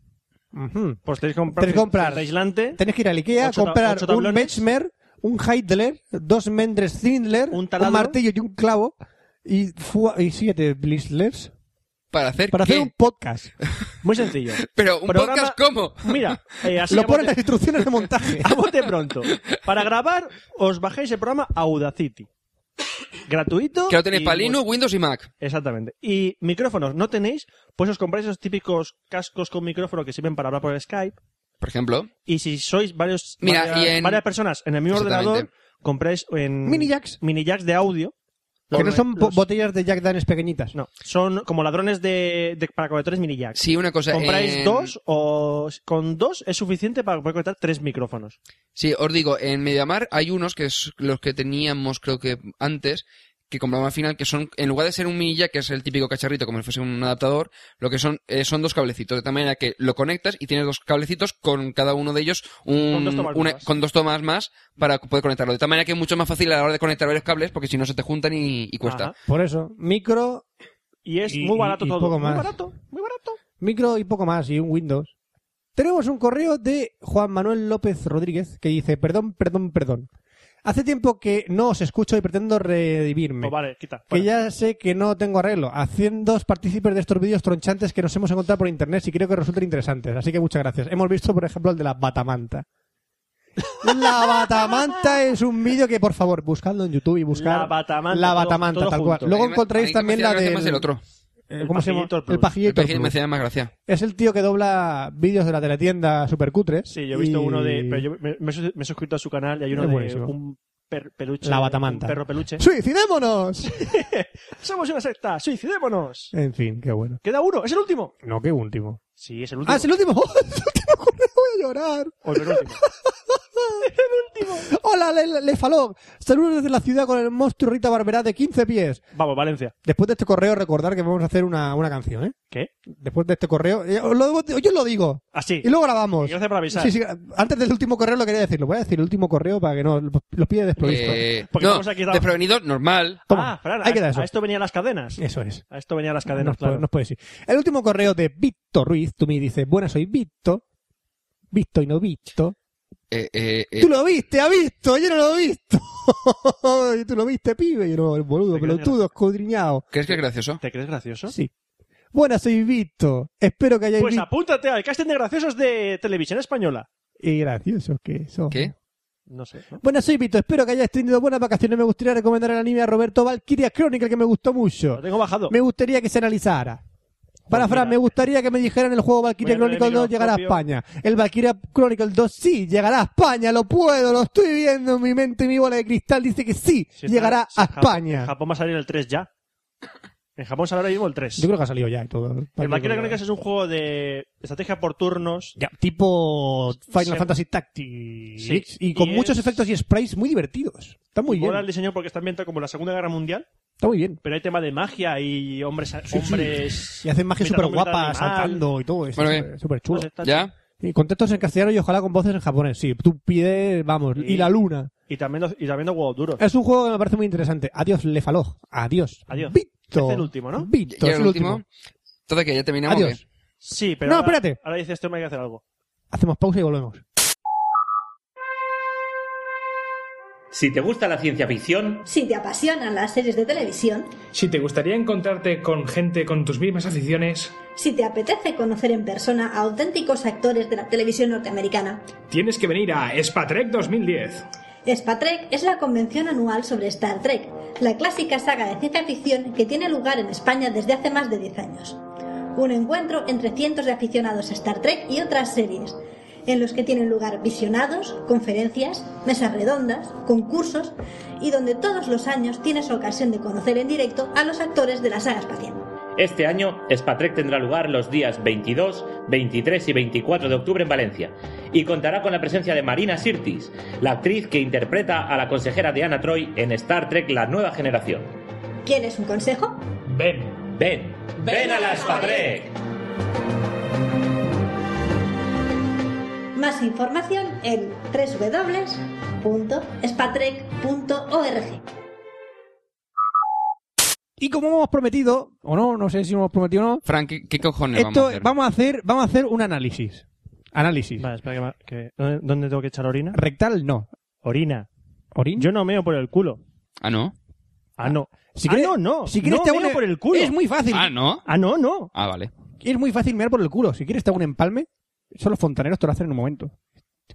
[SPEAKER 3] Ujú.
[SPEAKER 2] Pues tenéis que comprar,
[SPEAKER 3] Tenéis que comprar.
[SPEAKER 2] cinta aislante,
[SPEAKER 3] Tenéis que ir al Ikea,
[SPEAKER 2] Ocho ta-
[SPEAKER 3] comprar
[SPEAKER 2] ocho
[SPEAKER 3] un
[SPEAKER 2] tablones.
[SPEAKER 3] Benchmer, un Heidler, dos Mendres Zindler,
[SPEAKER 2] Un
[SPEAKER 3] un,
[SPEAKER 2] taladro.
[SPEAKER 3] martillo y un clavo, y, fua- y siete Blizzlers,
[SPEAKER 4] ¿Para hacer
[SPEAKER 3] para
[SPEAKER 4] qué?
[SPEAKER 3] hacer un podcast.
[SPEAKER 2] muy sencillo.
[SPEAKER 4] Pero un
[SPEAKER 2] programa-
[SPEAKER 4] podcast, ¿cómo?
[SPEAKER 2] Mira, eh, así
[SPEAKER 3] Lo
[SPEAKER 2] a
[SPEAKER 3] ponen
[SPEAKER 2] bote-
[SPEAKER 3] las instrucciones de montaje.
[SPEAKER 2] A bote pronto. Para grabar, os bajáis el programa Audacity. Gratuito.
[SPEAKER 4] Que lo tenéis
[SPEAKER 2] y
[SPEAKER 4] para
[SPEAKER 2] muy-
[SPEAKER 4] Linux, Windows y Mac.
[SPEAKER 2] Exactamente. Y micrófonos no tenéis, pues os compráis esos típicos cascos con micrófono que sirven para hablar por Skype.
[SPEAKER 4] Por ejemplo.
[SPEAKER 2] Y si sois varios,
[SPEAKER 4] Mira,
[SPEAKER 2] varias,
[SPEAKER 4] y en-
[SPEAKER 2] varias personas en el mismo
[SPEAKER 4] Exactamente.
[SPEAKER 2] ordenador, compráis en...
[SPEAKER 3] Mini jacks.
[SPEAKER 2] Mini jacks de audio.
[SPEAKER 3] Que no
[SPEAKER 2] Los-
[SPEAKER 3] son bo-
[SPEAKER 2] los-
[SPEAKER 3] botellas de Jack Daniels pequeñitas.
[SPEAKER 2] No, son como ladrones de, de- para conectores mini jacks.
[SPEAKER 4] Sí, una cosa.
[SPEAKER 2] Compráis
[SPEAKER 4] en-
[SPEAKER 2] dos o con dos es suficiente para poder conectar tres micrófonos.
[SPEAKER 4] Sí, os digo, en Mediamar hay unos que es los que teníamos, creo que antes, que compramos al final, que son, en lugar de ser un mini jack, que es el típico cacharrito como si fuese un adaptador, lo que son, eh, son dos cablecitos. De tal manera que lo conectas y tienes dos cablecitos con cada uno de ellos un,
[SPEAKER 2] Con dos tomas
[SPEAKER 4] una-
[SPEAKER 2] más.
[SPEAKER 4] con dos tomas más para poder conectarlo. De tal manera que es mucho más fácil a la hora de conectar varios cables porque si no se te juntan y, y cuesta.
[SPEAKER 2] Ajá.
[SPEAKER 3] Por eso, micro,
[SPEAKER 2] Y es
[SPEAKER 3] Y-
[SPEAKER 2] muy barato
[SPEAKER 3] y
[SPEAKER 2] todo.
[SPEAKER 3] poco más.
[SPEAKER 2] Muy barato, muy barato.
[SPEAKER 3] micro y poco más, y un Windows. Tenemos un correo de Juan Manuel López Rodríguez que dice, perdón, perdón, perdón. Hace tiempo que no os escucho y pretendo redimirme.
[SPEAKER 2] Pues vale, quita.
[SPEAKER 3] Que
[SPEAKER 2] fuera.
[SPEAKER 3] ya sé que no tengo arreglo. Haciéndoos partícipes de estos vídeos tronchantes que nos hemos encontrado por internet y creo que resultan interesantes. Así que muchas gracias. Hemos visto, por ejemplo, el de la batamanta. La batamanta es un vídeo que, por favor, buscadlo en YouTube y buscar
[SPEAKER 2] La batamanta,
[SPEAKER 3] La
[SPEAKER 2] todo-
[SPEAKER 3] batamanta,
[SPEAKER 2] todo
[SPEAKER 3] tal cual.
[SPEAKER 2] junto.
[SPEAKER 3] Luego
[SPEAKER 4] A mí me- a
[SPEAKER 3] encontraréis
[SPEAKER 4] mí
[SPEAKER 3] también
[SPEAKER 4] me
[SPEAKER 3] la
[SPEAKER 4] hacía gracia
[SPEAKER 3] del...
[SPEAKER 4] más el otro.
[SPEAKER 3] eh,
[SPEAKER 2] El
[SPEAKER 3] ¿Cómo se llama?
[SPEAKER 2] Pajillito Plus.
[SPEAKER 3] El pajillito
[SPEAKER 4] El pejil me
[SPEAKER 3] Plus.
[SPEAKER 4] hacía más gracia.
[SPEAKER 3] Es el tío que dobla vídeos de la teletienda supercutres.
[SPEAKER 2] Sí, yo he visto
[SPEAKER 3] y-
[SPEAKER 2] uno de. Pero yo me, me he sus- me he suscrito a su canal y hay uno
[SPEAKER 3] Es
[SPEAKER 2] de
[SPEAKER 3] buenísimo.
[SPEAKER 2] un per- peluche.
[SPEAKER 3] La batamanta.
[SPEAKER 2] un perro peluche.
[SPEAKER 3] ¡Suicidémonos!
[SPEAKER 2] ¡Somos una secta! ¡Suicidémonos!
[SPEAKER 3] en fin, qué bueno.
[SPEAKER 2] Queda uno, es el último.
[SPEAKER 3] No, qué último.
[SPEAKER 2] Sí, es el último.
[SPEAKER 3] Ah, es el último. es el último correo, voy a llorar.
[SPEAKER 2] O el penúltimo.
[SPEAKER 3] Hola, Le- Le- Lefalog. Saludos desde la ciudad con el monstruo Rita Barberá de 15 pies.
[SPEAKER 2] Vamos, Valencia.
[SPEAKER 3] Después de este correo, recordar que vamos a hacer una, una canción, ¿eh?
[SPEAKER 2] ¿Qué?
[SPEAKER 3] Después de este correo, eh, os lo- yo os lo digo.
[SPEAKER 2] Así.
[SPEAKER 3] Y luego grabamos.
[SPEAKER 2] Gracias por avisar.
[SPEAKER 3] Sí, sí, antes del último correo lo quería decir. Lo voy a decir, el último correo para que no los pide desprovisto.
[SPEAKER 4] Eh,
[SPEAKER 2] Porque
[SPEAKER 4] no,
[SPEAKER 2] estamos aquí-
[SPEAKER 4] desprevenido, normal.
[SPEAKER 3] Toma,
[SPEAKER 2] ah, Fran,
[SPEAKER 3] ahí
[SPEAKER 2] a,
[SPEAKER 3] queda eso. pues
[SPEAKER 2] a esto venían las cadenas.
[SPEAKER 3] Eso es.
[SPEAKER 2] A esto venían las
[SPEAKER 3] nos,
[SPEAKER 2] cadenas,
[SPEAKER 3] puede-
[SPEAKER 2] claro.
[SPEAKER 3] nos puede decir. El último correo de Víctor Ruiz, tú me dices, buenas, soy Víctor. Visto y no visto.
[SPEAKER 4] Eh, eh, eh,
[SPEAKER 3] Tú lo viste, ha visto, yo no lo he visto. Y tú lo viste, pibe, yo no, el boludo,
[SPEAKER 2] Te quedas
[SPEAKER 3] pelotudo, escudriñado.
[SPEAKER 4] ¿Crees que es gracioso?
[SPEAKER 2] ¿Te crees gracioso?
[SPEAKER 3] Sí. Buenas, soy Víctor. Espero que hayáis
[SPEAKER 2] Pues
[SPEAKER 3] visto.
[SPEAKER 2] apúntate al casting de graciosos de televisión española.
[SPEAKER 3] Y Eh, gracioso que son.
[SPEAKER 4] ¿Qué?
[SPEAKER 2] No sé. ¿no?
[SPEAKER 3] Buenas, soy Víctor. Espero que hayáis tenido buenas vacaciones. Me gustaría recomendar el anime a Roberto Valkyria Chronicle, que me gustó mucho.
[SPEAKER 2] Lo tengo bajado.
[SPEAKER 3] Me gustaría que se analizara. Para
[SPEAKER 2] Pues
[SPEAKER 3] Fran,
[SPEAKER 2] mira.
[SPEAKER 3] me gustaría que me dijeran el juego Valkyria
[SPEAKER 2] Voy a poner
[SPEAKER 3] Chronicle
[SPEAKER 2] el
[SPEAKER 3] 2 llegará a
[SPEAKER 2] microscopio.
[SPEAKER 3] España. El Valkyria Chronicle 2 sí llegará a España, lo puedo, lo estoy viendo en mi mente y mi bola de cristal dice que sí
[SPEAKER 2] Si está-
[SPEAKER 3] llegará
[SPEAKER 2] si
[SPEAKER 3] a
[SPEAKER 2] Japón-
[SPEAKER 3] España.
[SPEAKER 2] En Japón va a salir el 3 ya. En Japón sale ahora mismo el 3.
[SPEAKER 3] Yo creo que ha salido ya y todo.
[SPEAKER 2] el Valkyria Chronicles es un juego de estrategia por turnos.
[SPEAKER 3] Ya, tipo Final
[SPEAKER 2] Sí.
[SPEAKER 3] Fantasy Tactics
[SPEAKER 2] Sí.
[SPEAKER 3] y con
[SPEAKER 2] Y es-
[SPEAKER 3] muchos efectos y sprays muy divertidos. Está muy bien.
[SPEAKER 2] Mola el diseño porque está ambientado como la Segunda Guerra Mundial,
[SPEAKER 3] Está muy bien.
[SPEAKER 2] pero hay tema de magia y hombres...
[SPEAKER 3] sí.
[SPEAKER 2] hombres
[SPEAKER 3] Y hacen magia
[SPEAKER 2] mitad
[SPEAKER 3] súper
[SPEAKER 2] hombre, mitad
[SPEAKER 3] guapa,
[SPEAKER 2] animal.
[SPEAKER 3] saltando y todo. Es
[SPEAKER 4] Bueno, eh.
[SPEAKER 3] súper-
[SPEAKER 4] bien.
[SPEAKER 3] súper
[SPEAKER 2] No
[SPEAKER 3] chulo.
[SPEAKER 2] sé, está
[SPEAKER 4] ¿Ya?
[SPEAKER 3] Y con textos en castellano y ojalá con voces en japonés. Sí, tú pides, vamos,
[SPEAKER 2] Sí.
[SPEAKER 3] y la luna.
[SPEAKER 2] Y también, los- y también los huevos duros.
[SPEAKER 3] Es un juego que me parece muy interesante. Adiós, Lefalog. Adiós.
[SPEAKER 2] Adiós.
[SPEAKER 3] Vito.
[SPEAKER 2] Es el último, ¿no?
[SPEAKER 3] Vito,
[SPEAKER 4] ¿Ya
[SPEAKER 3] es
[SPEAKER 4] el último? Entonces, que ya terminamos.
[SPEAKER 3] Adiós.
[SPEAKER 4] ¿qué?
[SPEAKER 2] Sí, pero
[SPEAKER 3] No,
[SPEAKER 2] ahora,
[SPEAKER 3] espérate.
[SPEAKER 2] ahora dice este hombre que hacer algo.
[SPEAKER 3] Hacemos pausa y volvemos.
[SPEAKER 6] Si te gusta la ciencia ficción,
[SPEAKER 7] Si te apasionan las series de televisión,
[SPEAKER 8] Si te gustaría encontrarte con gente con tus mismas aficiones,
[SPEAKER 7] si te apetece conocer en persona a auténticos actores de la televisión norteamericana,
[SPEAKER 8] tienes que venir a Spatrek 2010.
[SPEAKER 7] Spatrek es la convención anual sobre Star Trek, la clásica saga de ciencia ficción que tiene lugar en España desde hace más de 10 años. Un encuentro entre cientos de aficionados a Star Trek y otras series, en los que tienen lugar visionados, conferencias, mesas redondas, concursos y donde todos los años tienes ocasión de conocer en directo a los actores de la saga espacial.
[SPEAKER 6] este año Spatrek tendrá lugar los días 22, 23 y 24 de octubre en Valencia y contará con la presencia de Marina Sirtis, la actriz que interpreta a la consejera Diana Troy en Star Trek La Nueva Generación.
[SPEAKER 7] ¿Quieres un consejo?
[SPEAKER 8] Ven.
[SPEAKER 6] Ven, ven a la Spatrek.
[SPEAKER 7] Más información en www.spatrek.org.
[SPEAKER 3] Y como hemos prometido, o no, no sé si hemos prometido o no,
[SPEAKER 4] Frank, ¿qué, qué cojones
[SPEAKER 3] esto
[SPEAKER 4] vamos
[SPEAKER 3] vamos a
[SPEAKER 4] a hacer?
[SPEAKER 3] hacer, vamos a hacer un análisis. Análisis.
[SPEAKER 2] Vale, espera que... ma- que- ¿dónde- ¿Dónde tengo que echar orina?
[SPEAKER 3] Rectal no.
[SPEAKER 2] Orina.
[SPEAKER 3] Orin.
[SPEAKER 2] Yo no meo por el culo.
[SPEAKER 4] Ah, ¿no?
[SPEAKER 2] Ah, no.
[SPEAKER 3] Si
[SPEAKER 2] ah,
[SPEAKER 3] quieres-
[SPEAKER 2] no, no.
[SPEAKER 3] Si quieres
[SPEAKER 2] no
[SPEAKER 3] te hago
[SPEAKER 2] meo
[SPEAKER 3] un-
[SPEAKER 2] por el culo.
[SPEAKER 3] Es muy fácil.
[SPEAKER 4] Ah, ¿no?
[SPEAKER 2] Ah, no, no.
[SPEAKER 4] Ah, vale.
[SPEAKER 3] Es muy fácil mirar por el culo. Si quieres te hago un empalme, son los fontaneros te lo hacen en un momento.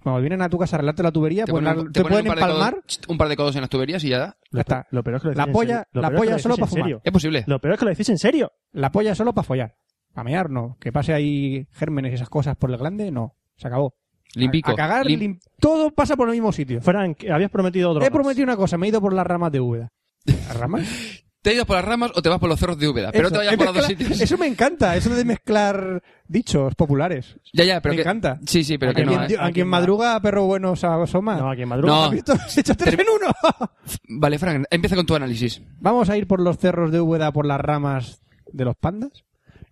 [SPEAKER 3] Cuando vienen a tu casa a arreglarte la tubería, pues la-
[SPEAKER 4] ponen un-
[SPEAKER 3] te,
[SPEAKER 4] ponen
[SPEAKER 3] pueden
[SPEAKER 4] un par de
[SPEAKER 3] empalmar.
[SPEAKER 4] codos- chst, un par de codos en las tuberías y ya da.
[SPEAKER 3] Ya está.
[SPEAKER 2] Lo peor es que lo
[SPEAKER 3] La
[SPEAKER 2] decís en
[SPEAKER 3] polla-
[SPEAKER 2] serio. Lo peor
[SPEAKER 3] la
[SPEAKER 2] es que
[SPEAKER 3] polla
[SPEAKER 2] lo decís
[SPEAKER 3] solo
[SPEAKER 2] en
[SPEAKER 3] para fumar.
[SPEAKER 2] serio.
[SPEAKER 4] Es posible.
[SPEAKER 2] Lo peor es que lo decís en serio.
[SPEAKER 3] La polla solo para follar. Para mear no. Que pase ahí gérmenes y esas cosas por el glande, no. Se acabó.
[SPEAKER 4] Limpico.
[SPEAKER 3] A, a cagar,
[SPEAKER 4] Lim-
[SPEAKER 3] lim- todo pasa por el mismo sitio.
[SPEAKER 2] Frank, habías prometido drogas.
[SPEAKER 3] He prometido una cosa, me he ido por las ramas de Úbeda. ¿Las ramas?
[SPEAKER 4] ¿Te has ido por las ramas o te vas por los cerros de Úbeda? Pero
[SPEAKER 3] Eso,
[SPEAKER 4] te vayas
[SPEAKER 3] he
[SPEAKER 4] por los dos
[SPEAKER 3] mezcla-
[SPEAKER 4] sitios.
[SPEAKER 3] Eso me encanta, eso de mezclar dichos populares.
[SPEAKER 4] Ya, ya, pero
[SPEAKER 3] me
[SPEAKER 4] que...
[SPEAKER 3] encanta.
[SPEAKER 4] Sí, sí, pero
[SPEAKER 3] a
[SPEAKER 4] que
[SPEAKER 3] quien,
[SPEAKER 4] no. ¿eh?
[SPEAKER 3] a quien madruga, perro bueno se asoma.
[SPEAKER 2] No, aquí en Madrid.
[SPEAKER 4] No.
[SPEAKER 3] ¿Has visto? Se echa tres en uno.
[SPEAKER 4] Vale, Frank, empieza con tu análisis.
[SPEAKER 3] Vamos a ir por los cerros de Úbeda por las ramas de los pandas.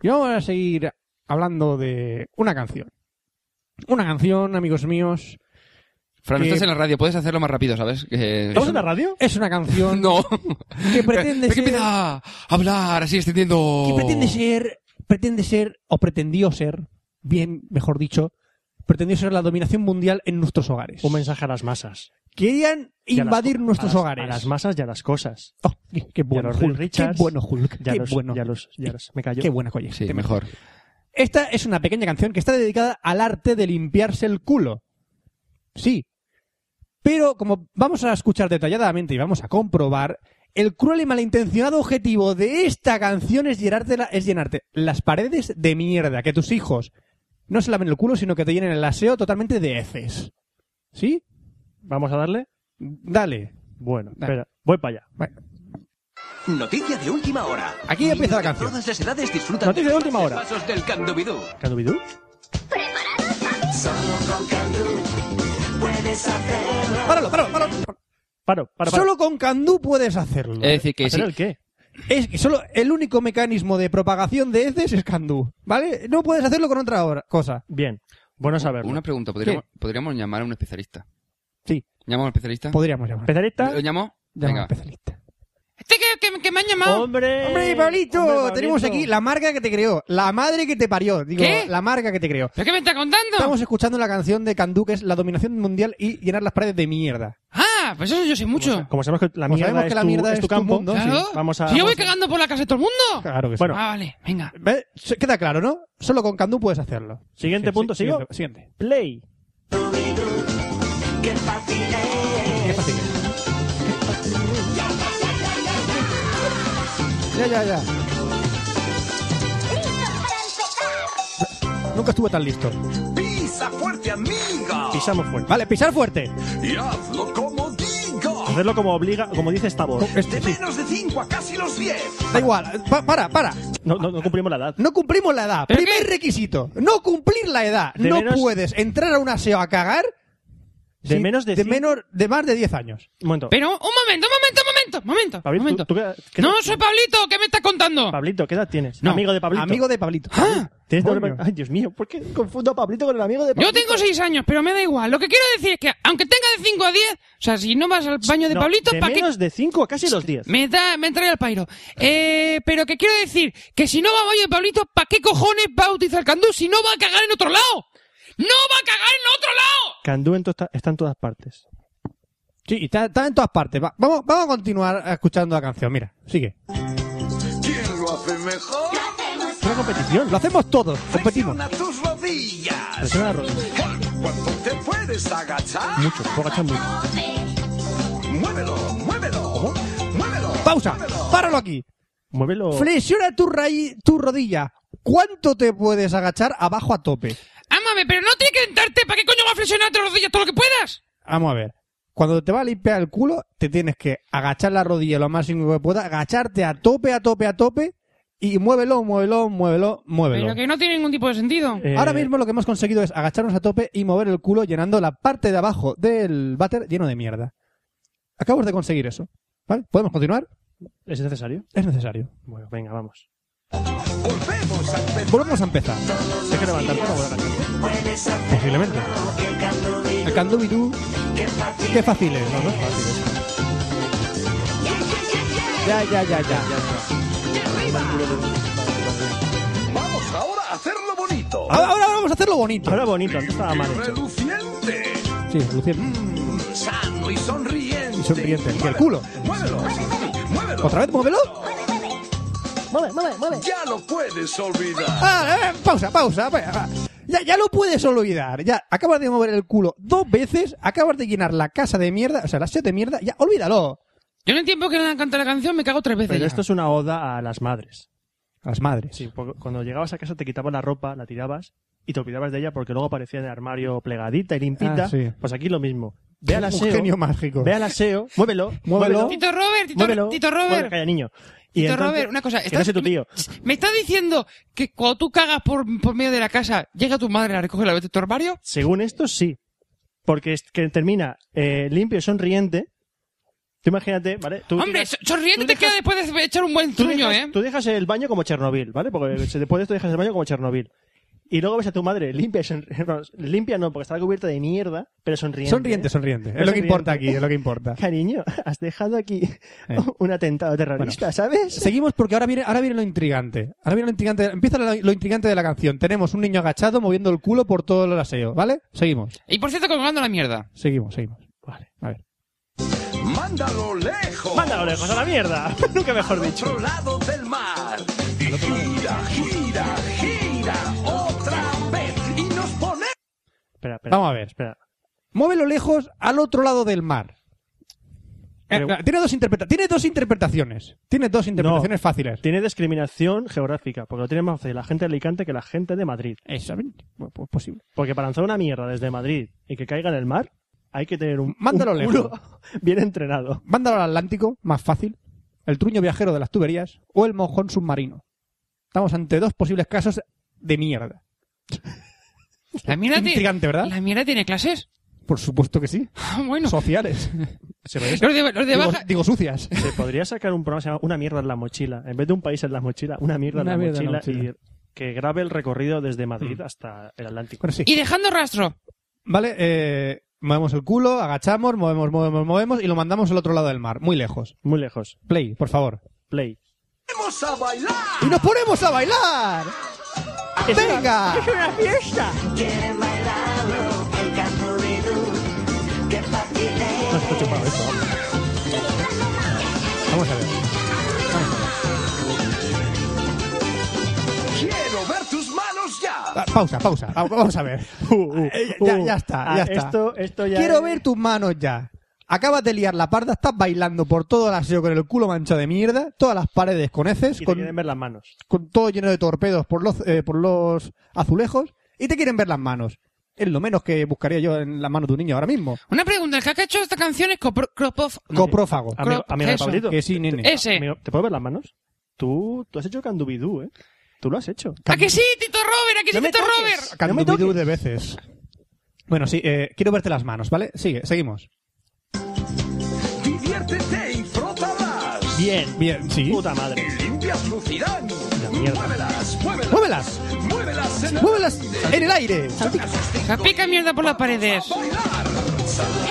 [SPEAKER 3] Y vamos a seguir hablando de una canción. Una canción, amigos míos.
[SPEAKER 4] Fran,
[SPEAKER 3] Que-
[SPEAKER 4] estás en la radio, puedes hacerlo más rápido, ¿sabes? Que-
[SPEAKER 2] ¿Estamos en la radio?
[SPEAKER 3] Es una canción
[SPEAKER 4] No.
[SPEAKER 3] que pretende
[SPEAKER 4] Pero que
[SPEAKER 3] ser.
[SPEAKER 4] empieza a hablar así extendiendo.
[SPEAKER 3] que pretende ser. Pretende ser, o pretendió ser, bien, mejor dicho, pretendió ser la dominación mundial en nuestros hogares.
[SPEAKER 2] Un mensaje a las masas.
[SPEAKER 3] Querían
[SPEAKER 2] Y a las
[SPEAKER 3] invadir
[SPEAKER 2] co-
[SPEAKER 3] nuestros
[SPEAKER 2] a las-
[SPEAKER 3] hogares.
[SPEAKER 2] A las masas y a las cosas.
[SPEAKER 3] Oh, qué bueno,
[SPEAKER 2] los
[SPEAKER 3] Hulk.
[SPEAKER 2] Richards,
[SPEAKER 3] qué bueno, Hulk.
[SPEAKER 2] Ya
[SPEAKER 3] qué
[SPEAKER 2] los,
[SPEAKER 3] bueno.
[SPEAKER 2] Ya los, ya los. Me cayó.
[SPEAKER 3] Qué buena, coye.
[SPEAKER 4] Sí,
[SPEAKER 3] Te-
[SPEAKER 4] mejor.
[SPEAKER 3] Esta es una pequeña canción que está dedicada al arte de limpiarse el culo. Sí. Pero como vamos a escuchar detalladamente y vamos a comprobar, el cruel y malintencionado objetivo de esta canción es llenarte, la- es llenarte las paredes de mierda, que tus hijos no se laven el culo, sino que te llenen el aseo totalmente de heces. ¿Sí?
[SPEAKER 2] Vamos a darle.
[SPEAKER 3] Dale.
[SPEAKER 2] Bueno,
[SPEAKER 3] Dale.
[SPEAKER 2] espera. Voy para allá.
[SPEAKER 3] Bueno,
[SPEAKER 9] Noticia de última hora.
[SPEAKER 3] Aquí empieza la
[SPEAKER 9] Niños de
[SPEAKER 3] canción.
[SPEAKER 9] Todas las edades disfrutan
[SPEAKER 3] Noticia de última hora.
[SPEAKER 9] Pasos del Candubidú.
[SPEAKER 2] ¿Cadubidú?
[SPEAKER 3] páralo, páralo, páralo.
[SPEAKER 2] Paro, paro, paro.
[SPEAKER 3] Solo con Candú puedes hacerlo.
[SPEAKER 4] Es decir, que sí.
[SPEAKER 2] ¿Hacer el qué?
[SPEAKER 3] Es que solo el único mecanismo de propagación de heces es candú, ¿vale? No puedes hacerlo con otra hora- cosa.
[SPEAKER 2] Bien. Bueno saberlo.
[SPEAKER 4] Una pregunta, ¿podríamos, podríamos llamar a un especialista?
[SPEAKER 3] Sí.
[SPEAKER 4] ¿Llamamos a un especialista?
[SPEAKER 3] Podríamos llamar.
[SPEAKER 2] Especialista.
[SPEAKER 4] ¿Lo llamo?
[SPEAKER 3] Llamar a
[SPEAKER 4] Venga.
[SPEAKER 3] un especialista.
[SPEAKER 4] Este que, que- que me han llamado.
[SPEAKER 2] Hombre.
[SPEAKER 3] Hombre, Pablito,
[SPEAKER 2] Eh, Hombre, Pablito.
[SPEAKER 3] tenemos aquí la marca que te creó, la madre que te parió, digo,
[SPEAKER 4] ¿Qué?
[SPEAKER 3] la marca que te creó.
[SPEAKER 4] ¿Pero qué me está contando?
[SPEAKER 3] Estamos escuchando la canción de Candú que es la dominación mundial y llenar las paredes de mierda.
[SPEAKER 4] Ah, pues eso yo sé mucho.
[SPEAKER 2] Como sabemos que la
[SPEAKER 3] Como
[SPEAKER 2] mierda,
[SPEAKER 3] sabemos
[SPEAKER 2] es,
[SPEAKER 3] que la
[SPEAKER 2] tu,
[SPEAKER 3] mierda
[SPEAKER 2] es
[SPEAKER 3] es
[SPEAKER 2] tu
[SPEAKER 3] tu
[SPEAKER 2] campo.
[SPEAKER 3] mundo,
[SPEAKER 4] Claro.
[SPEAKER 2] Vamos a.
[SPEAKER 4] Si yo
[SPEAKER 2] vamos
[SPEAKER 4] voy
[SPEAKER 2] a-
[SPEAKER 4] cagando por la casa de todo el mundo.
[SPEAKER 3] Claro que sí.
[SPEAKER 2] Bueno.
[SPEAKER 4] Ah, vale, venga.
[SPEAKER 3] ¿Ves? Se- Queda claro, ¿no? Solo con Candú puedes hacerlo.
[SPEAKER 2] Siguiente punto, ¿sigo?
[SPEAKER 3] Siguiente. siguiente.
[SPEAKER 2] Play.
[SPEAKER 3] Qué fácil es. Ya, ya, ya. Nunca estuve tan listo.
[SPEAKER 9] ¡Pisa fuerte, amiga!
[SPEAKER 2] Pisamos fuerte.
[SPEAKER 3] Vale, pisar fuerte.
[SPEAKER 9] Y hazlo como digo.
[SPEAKER 2] Hacerlo como obliga, como dice esta voz.
[SPEAKER 3] Este, sí.
[SPEAKER 9] De menos de 5 a casi los 10.
[SPEAKER 3] Da igual. Pa- para, para.
[SPEAKER 2] No, no, no cumplimos la edad.
[SPEAKER 3] No cumplimos la edad.
[SPEAKER 4] ¿Pero
[SPEAKER 3] Primer
[SPEAKER 4] qué?
[SPEAKER 3] requisito. No cumplir la edad.
[SPEAKER 2] De
[SPEAKER 3] no
[SPEAKER 2] menos-
[SPEAKER 3] puedes entrar a un aseo a cagar.
[SPEAKER 2] De
[SPEAKER 3] si-
[SPEAKER 2] menos de
[SPEAKER 3] de,
[SPEAKER 2] cien-
[SPEAKER 3] menor- de más de 10 años.
[SPEAKER 2] Un momento.
[SPEAKER 4] Pero, un momento, un momento, un momento, momento,
[SPEAKER 2] Pablito,
[SPEAKER 4] momento.
[SPEAKER 2] ¿tú- tú qué- qué-
[SPEAKER 4] no, soy Pablito, ¿qué me estás contando?
[SPEAKER 2] Pablito, ¿qué edad tienes?
[SPEAKER 4] No.
[SPEAKER 2] Amigo de Pablito.
[SPEAKER 3] Amigo de Pablito.
[SPEAKER 4] Ah,
[SPEAKER 2] ¿Tienes
[SPEAKER 3] Coño.
[SPEAKER 2] doble- Ay, Dios mío, ¿por qué confundo a Pablito con el amigo de
[SPEAKER 4] Yo
[SPEAKER 2] Pablito?
[SPEAKER 4] tengo seis años, pero me da igual. Lo que quiero decir es que, aunque tenga de 5 a 10, o sea, si no vas al baño de
[SPEAKER 2] No,
[SPEAKER 4] Pablito,
[SPEAKER 2] de
[SPEAKER 4] ¿para qué?
[SPEAKER 2] menos de 5 a casi los 10.
[SPEAKER 4] Me da, me entra el pairo. Eh, pero que quiero decir que si no va al baño de Pablito, ¿para qué cojones va a utilizar candú si no va a cagar en otro lado? ¡No va a cagar en otro lado!
[SPEAKER 2] Candú en to- está, está en todas partes.
[SPEAKER 3] Sí, y está, está en todas partes. Va- vamos, vamos a continuar escuchando la canción. Mira, sigue.
[SPEAKER 9] ¿Quién lo hace mejor?
[SPEAKER 2] Es una competición.
[SPEAKER 3] Lo hacemos todos. Competimos.
[SPEAKER 9] Flexiona tus rodillas.
[SPEAKER 2] Presiona la rodilla.
[SPEAKER 9] ¿Cuánto te puedes agachar?
[SPEAKER 2] Mucho, puedo agachar mucho.
[SPEAKER 9] Muévelo, muévelo. Muévelo.
[SPEAKER 3] Pausa. Páralo aquí.
[SPEAKER 2] Muévelo.
[SPEAKER 3] Flexiona tu, raí- tu rodilla. ¿Cuánto te puedes agachar abajo a tope?
[SPEAKER 4] Ámame, pero no tienes que sentarte. ¿Para qué coño vas a flexionar tus rodillas todo lo que puedas?
[SPEAKER 3] Vamos a ver. Cuando te va a limpiar el culo, te tienes que agachar la rodilla lo máximo que puedas, agacharte a tope, a tope, a tope, y muévelo, muévelo, muévelo, muévelo.
[SPEAKER 4] Pero que no tiene ningún tipo de sentido.
[SPEAKER 2] Eh,
[SPEAKER 3] Ahora mismo lo que hemos conseguido es agacharnos a tope y mover el culo llenando la parte de abajo del váter lleno de mierda. Acabamos de conseguir eso. ¿Vale? ¿Podemos continuar?
[SPEAKER 2] ¿Es necesario?
[SPEAKER 3] Es necesario.
[SPEAKER 2] Bueno, venga, vamos.
[SPEAKER 9] Volvemos a empezar.
[SPEAKER 3] Volvemos a empezar.
[SPEAKER 2] Hay que levantar por favor, la canción.
[SPEAKER 3] Posiblemente. El candubidú. Qué fácil es, ¿no? Ya, ya, ya, ya.
[SPEAKER 9] Vamos Pues ahora a hacerlo bonito.
[SPEAKER 3] Ahora, ahora vamos a hacerlo bonito.
[SPEAKER 2] Ahora bonito, antes estaba mal hecho.
[SPEAKER 9] Reluciente.
[SPEAKER 3] Sí, Lucien.
[SPEAKER 9] Mm, Sano y sonriente.
[SPEAKER 3] Y sonriente. Y el
[SPEAKER 9] Muévelo,
[SPEAKER 3] culo.
[SPEAKER 9] Muévelo. Muévelo.
[SPEAKER 3] ¿Otra vez muévelo?
[SPEAKER 1] Mueve, mueve, mueve.
[SPEAKER 9] Ya lo puedes olvidar.
[SPEAKER 3] Ah, eh, pausa, pausa. pa- pa- Ya, ya lo puedes olvidar. Ya, acabas de mover el culo dos veces, acabas de llenar la casa de mierda, o sea, la set de mierda, ya, olvídalo.
[SPEAKER 4] Yo en el tiempo que le canta la canción me cago tres veces.
[SPEAKER 2] Pero
[SPEAKER 4] ya.
[SPEAKER 2] esto es una oda a las madres.
[SPEAKER 3] Las madres.
[SPEAKER 2] Sí, porque cuando llegabas a casa te quitabas la ropa, la tirabas y te olvidabas de ella porque luego aparecía en el armario plegadita y limpita.
[SPEAKER 3] Ah, sí.
[SPEAKER 2] Pues aquí lo mismo. Ve al
[SPEAKER 3] Un
[SPEAKER 2] aseo.
[SPEAKER 3] genio mágico.
[SPEAKER 2] Ve al aseo, muévelo,
[SPEAKER 3] Muévelo.
[SPEAKER 2] muévelo.
[SPEAKER 4] Tito Robert, Tito,
[SPEAKER 2] muévelo,
[SPEAKER 4] Tito Robert.
[SPEAKER 2] muévelo, calla, niño. Y
[SPEAKER 4] Tito
[SPEAKER 2] entonces-
[SPEAKER 4] Robert, una cosa.
[SPEAKER 2] Que no sé tu tío.
[SPEAKER 4] ¿Me estás diciendo que cuando tú cagas por, por medio de la casa, llega tu madre, la recoge y la vete a tu armario?
[SPEAKER 2] Según esto, sí. Porque es que termina eh, limpio y sonriente. Tú imagínate, ¿vale? Tú
[SPEAKER 4] Hombre,
[SPEAKER 2] tiras-
[SPEAKER 4] so- sonriente
[SPEAKER 2] tú
[SPEAKER 4] te
[SPEAKER 2] dejas-
[SPEAKER 4] queda después de echar un buen
[SPEAKER 2] tú
[SPEAKER 4] truño,
[SPEAKER 2] dejas-
[SPEAKER 4] ¿eh?
[SPEAKER 2] Tú dejas el baño como Chernobyl, ¿vale? Porque se- después de esto dejas el baño como Chernobyl. Y luego ves a tu madre limpia, y sonri- bueno, limpia no, porque está cubierta de mierda, pero sonriente.
[SPEAKER 3] Sonriente,
[SPEAKER 2] ¿eh?
[SPEAKER 3] sonriente. Es lo que
[SPEAKER 2] Sonriente.
[SPEAKER 3] importa aquí, es lo que importa.
[SPEAKER 2] Cariño, has dejado aquí
[SPEAKER 3] Eh.
[SPEAKER 2] un atentado terrorista, ¿sabes?
[SPEAKER 3] Seguimos porque ahora viene, ahora viene lo intrigante. Ahora viene lo intrigante. Empieza lo, lo intrigante de la canción. Tenemos un niño agachado moviendo el culo por todo el aseo, ¿vale? Seguimos,
[SPEAKER 4] Y por cierto, colgando la mierda.
[SPEAKER 3] seguimos, seguimos.
[SPEAKER 2] Vale.
[SPEAKER 3] A ver.
[SPEAKER 9] Mándalo lejos.
[SPEAKER 2] Mándalo lejos a la mierda. Nunca mejor dicho.
[SPEAKER 9] otro lado del mar. Y gira, gira, gira otra vez y nos pone.
[SPEAKER 2] Espera, espera.
[SPEAKER 3] Vamos a ver.
[SPEAKER 2] Espera.
[SPEAKER 3] Móvelo lejos al otro lado del mar. Eh,
[SPEAKER 2] Pero-
[SPEAKER 3] claro, tiene, dos interpreta- tiene dos interpretaciones. Tiene dos interpretaciones fáciles.
[SPEAKER 2] Tiene discriminación geográfica, porque lo tiene más fácil la gente de Alicante que la gente de Madrid.
[SPEAKER 3] Exactamente. Bueno, pues posible.
[SPEAKER 2] Porque para lanzar una mierda desde Madrid y que caiga en el mar, hay que tener un,
[SPEAKER 3] Mándalo
[SPEAKER 2] un
[SPEAKER 3] lejos.
[SPEAKER 2] culo bien entrenado.
[SPEAKER 3] Mándalo al Atlántico, más fácil. El truño viajero de las tuberías o el mojón submarino. Estamos ante dos posibles casos de mierda.
[SPEAKER 4] La mierda tiene-
[SPEAKER 3] Intrigante, ¿verdad?
[SPEAKER 4] La mierda tiene clases.
[SPEAKER 3] Por supuesto que sí.
[SPEAKER 4] Ah, bueno.
[SPEAKER 3] Sociales.
[SPEAKER 2] Se podría,
[SPEAKER 4] Los de, los de
[SPEAKER 3] digo,
[SPEAKER 4] baja.
[SPEAKER 3] digo sucias.
[SPEAKER 2] se podría sacar un programa que se llama Una mierda en la mochila. En vez de un país en la mochila, una mierda,
[SPEAKER 3] Una
[SPEAKER 2] en, la
[SPEAKER 3] mierda en la Mm.
[SPEAKER 2] mochila y que grabe el recorrido desde Madrid hasta el Atlántico.
[SPEAKER 3] Bueno, sí.
[SPEAKER 4] Y dejando rastro.
[SPEAKER 3] Vale, eh, movemos el culo, agachamos, movemos, movemos, movemos y lo mandamos al otro lado del mar, muy lejos.
[SPEAKER 2] Muy lejos.
[SPEAKER 3] Play, por favor.
[SPEAKER 2] Play.
[SPEAKER 9] ¡Vamos a bailar!
[SPEAKER 3] ¡Y nos ponemos a bailar!
[SPEAKER 2] Es una-
[SPEAKER 3] ¡Venga!
[SPEAKER 2] una fiesta! No está chupado esto, vamos.
[SPEAKER 3] Vamos a ver.
[SPEAKER 9] ¡Quiero ver tus manos ya!
[SPEAKER 3] Ah, Pausa, pausa. Ah, Vamos a ver.
[SPEAKER 2] Uh, uh,
[SPEAKER 3] Eh,
[SPEAKER 2] uh.
[SPEAKER 3] ya, ya está,
[SPEAKER 2] Ah,
[SPEAKER 3] ya está.
[SPEAKER 2] Esto, esto ya
[SPEAKER 3] Quiero
[SPEAKER 2] es-
[SPEAKER 3] ver tus manos ya. Acabas de liar la parda, estás bailando por todo el aseo con el culo manchado de mierda, todas las paredes con heces,
[SPEAKER 2] Y te
[SPEAKER 3] con,
[SPEAKER 2] quieren ver las manos.
[SPEAKER 3] con todo lleno de torpedos por los, eh, por los azulejos, y te quieren ver las manos. Es lo menos que buscaría yo en las manos de un niño ahora mismo.
[SPEAKER 4] Una pregunta, el que ha hecho esta canción es Copro- Cropov...
[SPEAKER 3] Coprófago.
[SPEAKER 2] Amigo,
[SPEAKER 4] Crop,
[SPEAKER 2] amigo de
[SPEAKER 4] eso.
[SPEAKER 2] Pablito.
[SPEAKER 3] Que sí, nene.
[SPEAKER 4] Ese.
[SPEAKER 2] Amigo, ¿Te puedo ver las manos? Tú, tú has hecho candubidú, ¿eh? Tú lo has hecho.
[SPEAKER 4] ¿A que sí, Tito Robert? ¿A que sí,
[SPEAKER 2] No me
[SPEAKER 4] Tito
[SPEAKER 2] toques.
[SPEAKER 4] Robert?
[SPEAKER 2] No me
[SPEAKER 3] Candubidú
[SPEAKER 2] toques.
[SPEAKER 3] de veces. Bueno, sí, eh, quiero verte las manos, ¿vale? Sigue, seguimos.
[SPEAKER 9] Diviértete y frótalas.
[SPEAKER 2] Bien.
[SPEAKER 3] Bien, sí.
[SPEAKER 2] Puta madre.
[SPEAKER 9] Limpias, lucirán.
[SPEAKER 2] mierda.
[SPEAKER 9] Muévelas, muévelas.
[SPEAKER 3] ¡Muévelas!
[SPEAKER 4] Eh,
[SPEAKER 9] Muévelas en el
[SPEAKER 3] ¡Muévelas en el aire!
[SPEAKER 4] Salpica mierda por las paredes.
[SPEAKER 9] bailar.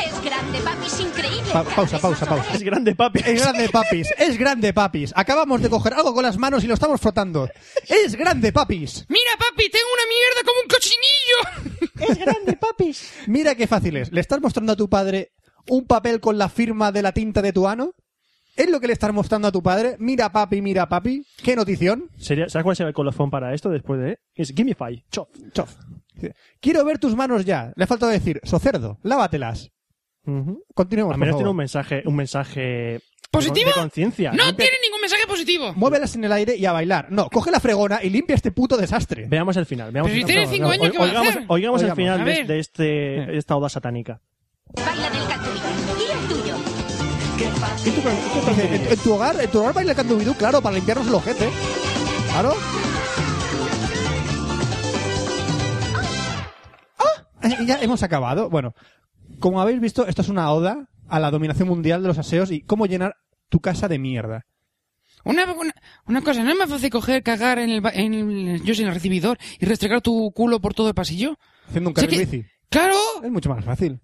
[SPEAKER 1] Es grande, papi, es increíble.
[SPEAKER 3] Pa- pausa, pausa, pausa.
[SPEAKER 2] Es grande, papi.
[SPEAKER 3] Es grande, papis. Es grande, papis. Acabamos de coger algo con las manos y lo estamos frotando. Es grande, papis.
[SPEAKER 4] Mira, papi, tengo una mierda como un cochinillo.
[SPEAKER 2] Es grande, papi.
[SPEAKER 3] Mira qué fácil es. ¿Le estás mostrando a tu padre un papel con la firma de la tinta de tu ano? ¿Es lo que le estás mostrando a tu padre? Mira, papi, mira, papi. ¿Qué notición?
[SPEAKER 2] Sería- ¿Sabes cuál será el colofón para esto después de...? Es Gimme Five. Chop.
[SPEAKER 3] Chof. Quiero ver tus manos ya. Le falta decir, socerdo, lávatelas.
[SPEAKER 2] Ujú. Al
[SPEAKER 3] Continuemos, por
[SPEAKER 2] menos tiene
[SPEAKER 3] favor.
[SPEAKER 2] un mensaje, un mensaje...
[SPEAKER 4] ¿Positivo?
[SPEAKER 2] De conciencia.
[SPEAKER 4] No
[SPEAKER 2] Limpia-
[SPEAKER 4] tiene ningún mensaje positivo.
[SPEAKER 3] Muévelas en el aire y a bailar. No, coge la fregona y limpia este puto desastre.
[SPEAKER 2] Veamos el final. Veamos
[SPEAKER 4] Pero si
[SPEAKER 2] el
[SPEAKER 4] tiene
[SPEAKER 2] final.
[SPEAKER 4] cinco años, ¿qué va a
[SPEAKER 2] Oigamos,
[SPEAKER 4] hacer?
[SPEAKER 2] oigamos el
[SPEAKER 3] Oigamos.
[SPEAKER 2] final
[SPEAKER 4] A
[SPEAKER 2] de,
[SPEAKER 4] ver.
[SPEAKER 2] de este, de esta oda satánica.
[SPEAKER 1] Baila del cantulito. Y el tuyo.
[SPEAKER 3] Dice, ¿en, en tu hogar, en tu hogar baila el candubidú, claro, para limpiarnos el ojete. Claro. Ah, y ya hemos acabado. Bueno, como habéis visto, esto es una oda a la dominación mundial de los aseos y cómo llenar tu casa de mierda.
[SPEAKER 4] Una, una, una cosa, ¿no es más fácil coger, cagar en el, ba- en el, yo sé, en el recibidor y restregar tu culo por todo el pasillo?
[SPEAKER 3] Haciendo un
[SPEAKER 4] Sí
[SPEAKER 3] carril
[SPEAKER 4] que-
[SPEAKER 3] bici.
[SPEAKER 4] ¡Claro!
[SPEAKER 3] Es mucho más fácil.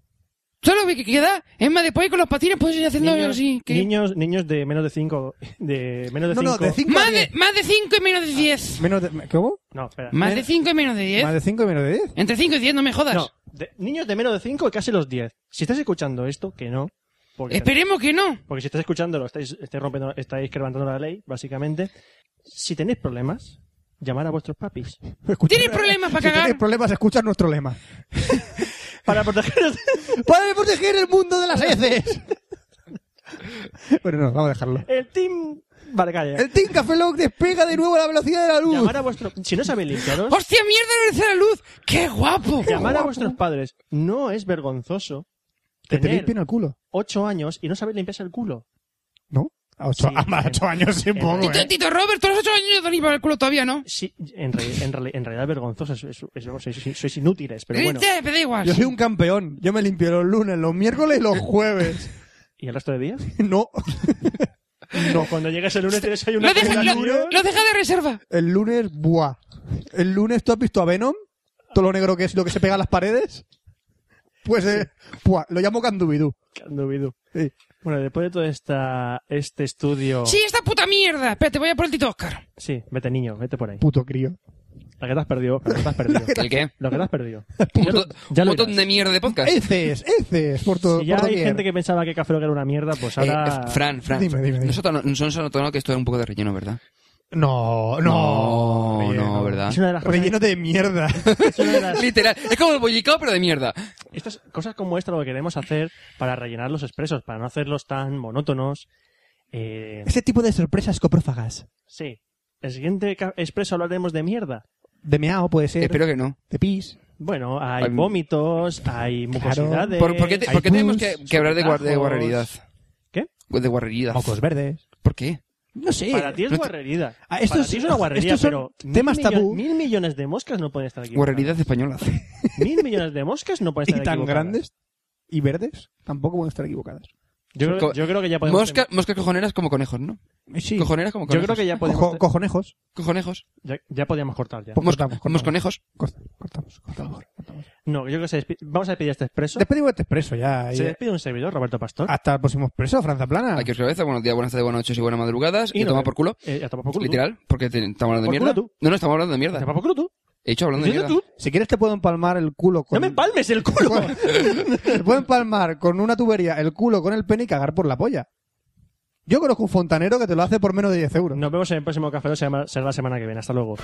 [SPEAKER 4] Solo que queda es más después con los patines puedes ir haciendo así. que-
[SPEAKER 2] niños, niños de menos de 5 de menos de
[SPEAKER 3] No,
[SPEAKER 2] cinco.
[SPEAKER 3] no, de 5 a
[SPEAKER 4] Más de,
[SPEAKER 3] 10.
[SPEAKER 4] más de 5 y menos de 10.
[SPEAKER 3] Menos de, ¿Cómo?
[SPEAKER 2] No, espera.
[SPEAKER 4] Más de 5 y menos de 10.
[SPEAKER 3] Más de 5 y menos de 10.
[SPEAKER 4] Entre 5 y 10, no me jodas.
[SPEAKER 2] No, de- niños de menos de 5 y casi los 10. Si estás escuchando esto, que no. Porque,
[SPEAKER 4] Esperemos que no.
[SPEAKER 2] porque si estás escuchándolo, estáis, estáis rompiendo, estáis quebrantando la ley, básicamente. Si tenéis problemas, llamar a vuestros papis.
[SPEAKER 4] ¿Tienes problemas para
[SPEAKER 3] si
[SPEAKER 4] cagar?
[SPEAKER 3] tenéis problemas, escuchad nuestro lema.
[SPEAKER 2] Para protegeros.
[SPEAKER 3] ¡Para proteger el mundo de las heces! bueno, no, vamos a dejarlo.
[SPEAKER 2] El team. Vale, calla.
[SPEAKER 3] El Team Café Lock despega de nuevo a la velocidad de la luz.
[SPEAKER 2] Llamar a vuestros. Si no sabéis limpiaros,
[SPEAKER 4] ¡Hostia, mierda, merece la luz! ¡Qué guapo!
[SPEAKER 2] llamar Pues- a vuestros padres. No es vergonzoso.
[SPEAKER 3] Te
[SPEAKER 2] tener-
[SPEAKER 3] pedís bien el culo.
[SPEAKER 2] 8 años y no sabéis limpiarse el culo.
[SPEAKER 3] ¿No? A ocho,
[SPEAKER 2] Sí.
[SPEAKER 3] a más ocho años sí, un poco,
[SPEAKER 4] Tito,
[SPEAKER 3] ¿eh?
[SPEAKER 4] Tito Robert, tú los 8 años de limpiar el culo todavía, ¿no?
[SPEAKER 2] Sí, en, re- en, reali- en realidad es vergonzoso. es- es- es- sois, sois inútiles, pero bueno.
[SPEAKER 4] Te, te da igual.
[SPEAKER 3] Yo soy un campeón. Yo me limpio los lunes, los miércoles y los jueves.
[SPEAKER 2] ¿Y el resto de días?
[SPEAKER 3] No.
[SPEAKER 2] No, cuando llegas el lunes tienes ahí una
[SPEAKER 4] Lo deja, lo-
[SPEAKER 2] comida, tío.
[SPEAKER 4] lo deja de reserva.
[SPEAKER 3] El lunes, buah. El lunes, ¿tú has visto a Venom? Todo lo negro que es lo que se pega a las paredes. Pues, eh, buah, lo llamo Candubidú.
[SPEAKER 2] Candubidu.
[SPEAKER 3] Sí.
[SPEAKER 2] Bueno, después de todo esta, este estudio...
[SPEAKER 4] Sí, esta puta mierda. Espérate, voy a por el Tito Oscar.
[SPEAKER 2] Sí, vete niño, vete por ahí.
[SPEAKER 3] Puto crío.
[SPEAKER 2] La que te has perdido, la que te has perdido.
[SPEAKER 4] ¿El qué?
[SPEAKER 2] Lo que te has perdido.
[SPEAKER 4] Un
[SPEAKER 2] Ya lo-
[SPEAKER 4] montón,
[SPEAKER 2] ya
[SPEAKER 4] un
[SPEAKER 2] lo
[SPEAKER 4] montón
[SPEAKER 2] dirás.
[SPEAKER 4] de mierda de podcast.
[SPEAKER 3] Heces, heces, por todo.
[SPEAKER 2] Si ya
[SPEAKER 3] por
[SPEAKER 2] hay
[SPEAKER 3] doquier.
[SPEAKER 2] gente que pensaba que Café Lock era una mierda, pues
[SPEAKER 4] Eh,
[SPEAKER 2] ahora...
[SPEAKER 4] eh, Fran, Fran.
[SPEAKER 3] Dime, dime, dime.
[SPEAKER 4] Nosotros no- nosotros hemos notado que esto era un poco de relleno, ¿verdad?
[SPEAKER 3] No, no.
[SPEAKER 4] no,
[SPEAKER 3] relleno.
[SPEAKER 4] ¿verdad?
[SPEAKER 2] Es una de las cosas...
[SPEAKER 3] Relleno de mierda.
[SPEAKER 2] es una de las-
[SPEAKER 4] Literal. Es como el bollicao, pero de mierda.
[SPEAKER 2] Estas cosas como esta lo que queremos hacer para rellenar los expresos, para no hacerlos tan monótonos. Eh,
[SPEAKER 3] Ese tipo de sorpresas coprófagas.
[SPEAKER 2] sí. El siguiente ca- expreso hablaremos de mierda.
[SPEAKER 3] De meao puede ser.
[SPEAKER 4] Espero que no.
[SPEAKER 3] De pis.
[SPEAKER 2] Bueno, hay
[SPEAKER 4] Hay-
[SPEAKER 2] vómitos, hay mucosidades.
[SPEAKER 4] ¿Por, por qué, te-
[SPEAKER 3] hay
[SPEAKER 2] hay
[SPEAKER 4] por qué tenemos
[SPEAKER 3] pus,
[SPEAKER 4] que, que hablar de, guar- de
[SPEAKER 2] sobretajos.
[SPEAKER 4] guarreridad?
[SPEAKER 2] ¿Qué?
[SPEAKER 4] De guarreridad.
[SPEAKER 3] Mocos verdes.
[SPEAKER 4] ¿Por qué?
[SPEAKER 3] No sé.
[SPEAKER 2] Para ti es
[SPEAKER 4] no te-
[SPEAKER 2] guarrería.
[SPEAKER 3] Ah, estos-
[SPEAKER 2] Para ti es una guarrería,
[SPEAKER 3] estos son
[SPEAKER 2] pero mil
[SPEAKER 3] temas
[SPEAKER 2] millo-
[SPEAKER 3] tabú.
[SPEAKER 2] Mil millones de moscas no pueden estar aquí.
[SPEAKER 4] Guarreridad española.
[SPEAKER 2] Mil millones de moscas no pueden
[SPEAKER 3] Y
[SPEAKER 2] estar
[SPEAKER 3] tan
[SPEAKER 2] equivocadas.
[SPEAKER 3] grandes y verdes tampoco pueden estar equivocadas.
[SPEAKER 2] Yo, creo- yo creo que ya podemos.
[SPEAKER 4] Mosca- moscas cojoneras como conejos, ¿no?
[SPEAKER 3] Sí.
[SPEAKER 4] Cojoneras como
[SPEAKER 2] Yo
[SPEAKER 4] conejos.
[SPEAKER 2] creo que ya Eh, podemos.
[SPEAKER 3] Cojo- cojonejos.
[SPEAKER 4] Cojonejos.
[SPEAKER 2] Ya, ya podíamos cortar ya.
[SPEAKER 3] Pues
[SPEAKER 4] Mos-
[SPEAKER 3] cortamos, cortamos.
[SPEAKER 4] Mosconejos.
[SPEAKER 3] Corta- Cortamos, cortamos, cortamos.
[SPEAKER 2] No, yo creo que se despi- vamos a despedir a este expreso.
[SPEAKER 3] Despedimos este expreso ya. y-
[SPEAKER 4] eh.
[SPEAKER 2] Se despide un servidor, Roberto
[SPEAKER 4] Ah,
[SPEAKER 2] Pastor.
[SPEAKER 3] Hasta el próximo expreso, Franza Plana.
[SPEAKER 4] Aquí os cabeza. Buenos días, buenas tardes, buenas noches y buenas madrugadas. Y,
[SPEAKER 2] nos
[SPEAKER 4] toma
[SPEAKER 2] vemos.
[SPEAKER 4] por culo.
[SPEAKER 2] Eh, a tomar por culo. tú.
[SPEAKER 4] Literal. Porque te- estamos hablando de
[SPEAKER 2] Por
[SPEAKER 4] mierda.
[SPEAKER 2] culo tú.
[SPEAKER 4] No, no, estamos hablando de
[SPEAKER 2] A
[SPEAKER 4] mierda.
[SPEAKER 2] tomar por culo tú.
[SPEAKER 4] He dicho hablando de
[SPEAKER 2] Diciendo
[SPEAKER 4] mierda.
[SPEAKER 2] tú.
[SPEAKER 3] Si quieres te puedo empalmar el culo con...
[SPEAKER 2] No me palmes el culo.
[SPEAKER 3] te puedo empalmar con una tubería el culo con el pene y cagar por la polla. Yo conozco un fontanero que te lo hace por menos de 10 euros.
[SPEAKER 2] Nos vemos en el próximo café. Lock, se llama- Será la semana que viene. Hasta luego.